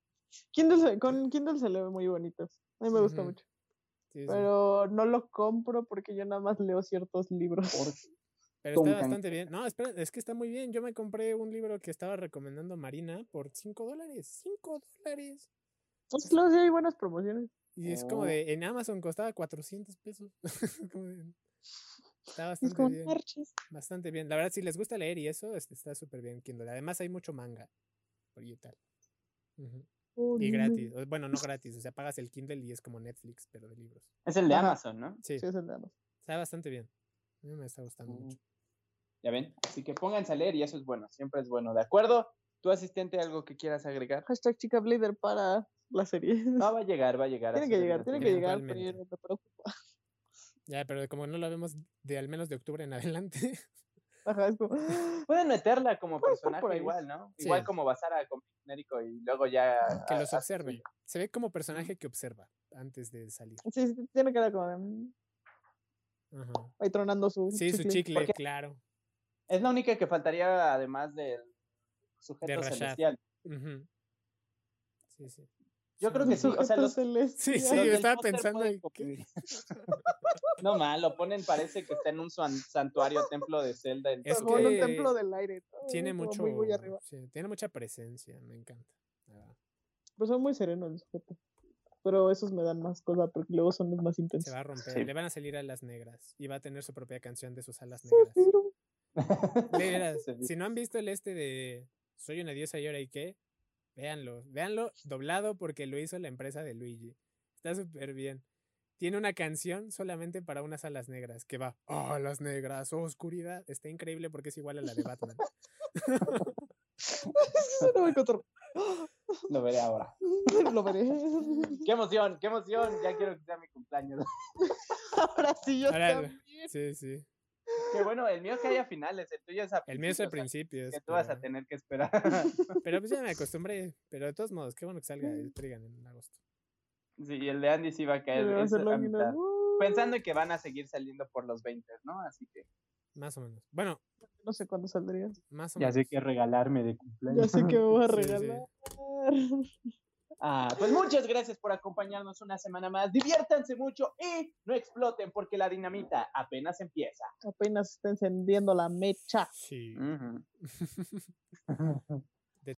[SPEAKER 3] Kindle se, con Kindle se lee muy bonito. A mí me gusta
[SPEAKER 2] Ujú.
[SPEAKER 3] mucho.
[SPEAKER 2] sí, sí. Pero,
[SPEAKER 3] Pero no lo compro porque yo nada más leo ciertos
[SPEAKER 2] *laughs*
[SPEAKER 3] libros.
[SPEAKER 1] Por-
[SPEAKER 2] está
[SPEAKER 1] Duncan.
[SPEAKER 2] bastante bien. No, espera, es que está muy bien. Yo me compré un libro que estaba recomendando Marina por 5 dólares. 5 dólares.
[SPEAKER 3] Pues claro, sí hay buenas promociones.
[SPEAKER 2] Y es como
[SPEAKER 1] Oh.
[SPEAKER 2] de, en Amazon costaba 400 pesos. *laughs* Como de- está
[SPEAKER 3] Es
[SPEAKER 2] bastante
[SPEAKER 3] como
[SPEAKER 2] bien.
[SPEAKER 3] parches.
[SPEAKER 2] Bastante bien. La verdad, si les gusta leer y eso, es- está súper bien Kindle. Además, hay mucho manga. Y tal. Ujú. Y
[SPEAKER 3] Oh,
[SPEAKER 2] gratis. o- Bueno, no gratis. O sea, pagas el Kindle y es como Netflix, pero de libros.
[SPEAKER 1] Es el de
[SPEAKER 3] Ajá.
[SPEAKER 1] Amazon, ¿no?
[SPEAKER 2] Sí,
[SPEAKER 3] no. Sí, Oh. eso nada más.
[SPEAKER 2] está bastante bien. A mí me está gustando
[SPEAKER 1] Mm.
[SPEAKER 2] mucho.
[SPEAKER 1] Ya ven, así que pónganse a leer y eso es bueno, siempre es bueno, ¿de acuerdo? ¿Tu asistente algo que quieras agregar?
[SPEAKER 3] Hashtag chica Blader para la
[SPEAKER 2] *laughs*
[SPEAKER 3] serie.
[SPEAKER 2] Ah,
[SPEAKER 1] No, va a llegar, va a llegar.
[SPEAKER 3] *laughs* tiene
[SPEAKER 1] así
[SPEAKER 3] que
[SPEAKER 1] de
[SPEAKER 3] llegar, tiene que
[SPEAKER 1] divertido.
[SPEAKER 3] llegar,
[SPEAKER 2] eventualmente.
[SPEAKER 3] pero me preocupa.
[SPEAKER 2] Ya, pero como no lo vemos de al menos de octubre en *laughs* adelante.
[SPEAKER 3] Ajá, es como, *gasps*
[SPEAKER 1] Pueden meterla como
[SPEAKER 3] Puede estar
[SPEAKER 1] personaje
[SPEAKER 3] por ahí.
[SPEAKER 1] igual, ¿no?
[SPEAKER 2] Sí.
[SPEAKER 1] Igual como Basara con genérico y luego ya.
[SPEAKER 2] que
[SPEAKER 3] Ah,
[SPEAKER 1] ha-
[SPEAKER 2] los
[SPEAKER 1] hace
[SPEAKER 2] observe.
[SPEAKER 1] suyo.
[SPEAKER 2] Se ve como personaje que observa antes de salir.
[SPEAKER 3] sí, sí, tiene que dar como de, mm,
[SPEAKER 2] Ajá.
[SPEAKER 3] ahí tronando su
[SPEAKER 2] Sí, su chicle, claro.
[SPEAKER 1] Es la única que faltaría además del sujeto
[SPEAKER 2] Rashad.
[SPEAKER 1] celestial.
[SPEAKER 2] Ujú. Sí, sí.
[SPEAKER 1] Yo
[SPEAKER 2] Sí,
[SPEAKER 1] creo
[SPEAKER 2] no.
[SPEAKER 1] que sí, o sea, los-
[SPEAKER 2] *laughs*
[SPEAKER 3] *laughs*
[SPEAKER 2] Sí, sí,
[SPEAKER 1] Los del
[SPEAKER 2] estaba
[SPEAKER 1] póster
[SPEAKER 2] pensando
[SPEAKER 1] pueden
[SPEAKER 2] en
[SPEAKER 1] convivir.
[SPEAKER 2] que
[SPEAKER 1] *laughs* No mal, lo ponen, parece que está en un san- santuario, templo de Zelda. en
[SPEAKER 2] Es
[SPEAKER 1] todo.
[SPEAKER 3] Como en un
[SPEAKER 2] que
[SPEAKER 3] templo del aire. ¿no?
[SPEAKER 2] tiene
[SPEAKER 3] Como
[SPEAKER 2] mucho,
[SPEAKER 3] Muy, muy arriba.
[SPEAKER 2] sí, tiene mucha presencia, me encanta. Ah,
[SPEAKER 3] Pero pues, son muy serenos los sujetos. Pero esos me dan más cosa porque luego son los más
[SPEAKER 2] se
[SPEAKER 3] intensos.
[SPEAKER 2] va a romper,
[SPEAKER 1] Sí.
[SPEAKER 2] le van a salir alas negras y va a tener su propia canción de sus alas
[SPEAKER 3] Sí,
[SPEAKER 2] negras.
[SPEAKER 3] *laughs* pero-
[SPEAKER 2] De
[SPEAKER 1] *laughs*
[SPEAKER 2] veras,
[SPEAKER 1] Sí.
[SPEAKER 2] si no han visto el este de Soy una diosa y ahora y qué, véanlo, véanlo doblado porque lo hizo la empresa de Luigi. Está súper bien. Tiene una canción solamente para unas alas negras que va, oh, las negras, oh, oscuridad. Está increíble porque es igual a la de
[SPEAKER 1] *laughs*
[SPEAKER 2] Batman.
[SPEAKER 3] Eso no me encontró.
[SPEAKER 1] Lo veré ahora.
[SPEAKER 3] *laughs* Lo veré.
[SPEAKER 1] ¡Qué emoción! ¡Qué emoción! Ya quiero que sea mi cumpleaños.
[SPEAKER 3] *laughs* Ahora sí, yo
[SPEAKER 2] Ahora-
[SPEAKER 3] también.
[SPEAKER 2] Sí, sí.
[SPEAKER 1] Qué bueno, el mío que haya finales, el tuyo es a
[SPEAKER 2] El ¿eh? mío es al
[SPEAKER 1] principios,
[SPEAKER 2] principio.
[SPEAKER 1] o sea, Que tú vas a tener que esperar. *laughs* sí,
[SPEAKER 2] Pero pues ya me acostumbré. Pero de todos modos, qué bueno que
[SPEAKER 1] *laughs*
[SPEAKER 2] salga el Trigan en agosto.
[SPEAKER 1] y el de Andy sí va a caer.
[SPEAKER 3] Me va a
[SPEAKER 1] es
[SPEAKER 3] hacer la
[SPEAKER 1] a
[SPEAKER 3] mina.
[SPEAKER 1] mitad.
[SPEAKER 3] Uh,
[SPEAKER 1] Pensando en que van a seguir saliendo por los 20, ¿no? Así que
[SPEAKER 2] Más o menos. Bueno,
[SPEAKER 3] No sé
[SPEAKER 2] *laughs*
[SPEAKER 3] cuándo saldría.
[SPEAKER 2] más o
[SPEAKER 1] ya
[SPEAKER 2] menos.
[SPEAKER 1] sé qué regalarme de
[SPEAKER 3] Ya
[SPEAKER 1] cumpleaños.
[SPEAKER 3] sé que me voy a
[SPEAKER 2] Sí, sí.
[SPEAKER 3] regalar.
[SPEAKER 1] *laughs*
[SPEAKER 3] *laughs*
[SPEAKER 1] Ah, pues muchas gracias por acompañarnos una semana más. Diviértanse mucho y no exploten porque la dinamita apenas empieza.
[SPEAKER 3] Apenas está encendiendo la mecha.
[SPEAKER 2] Sí.
[SPEAKER 1] Ujú.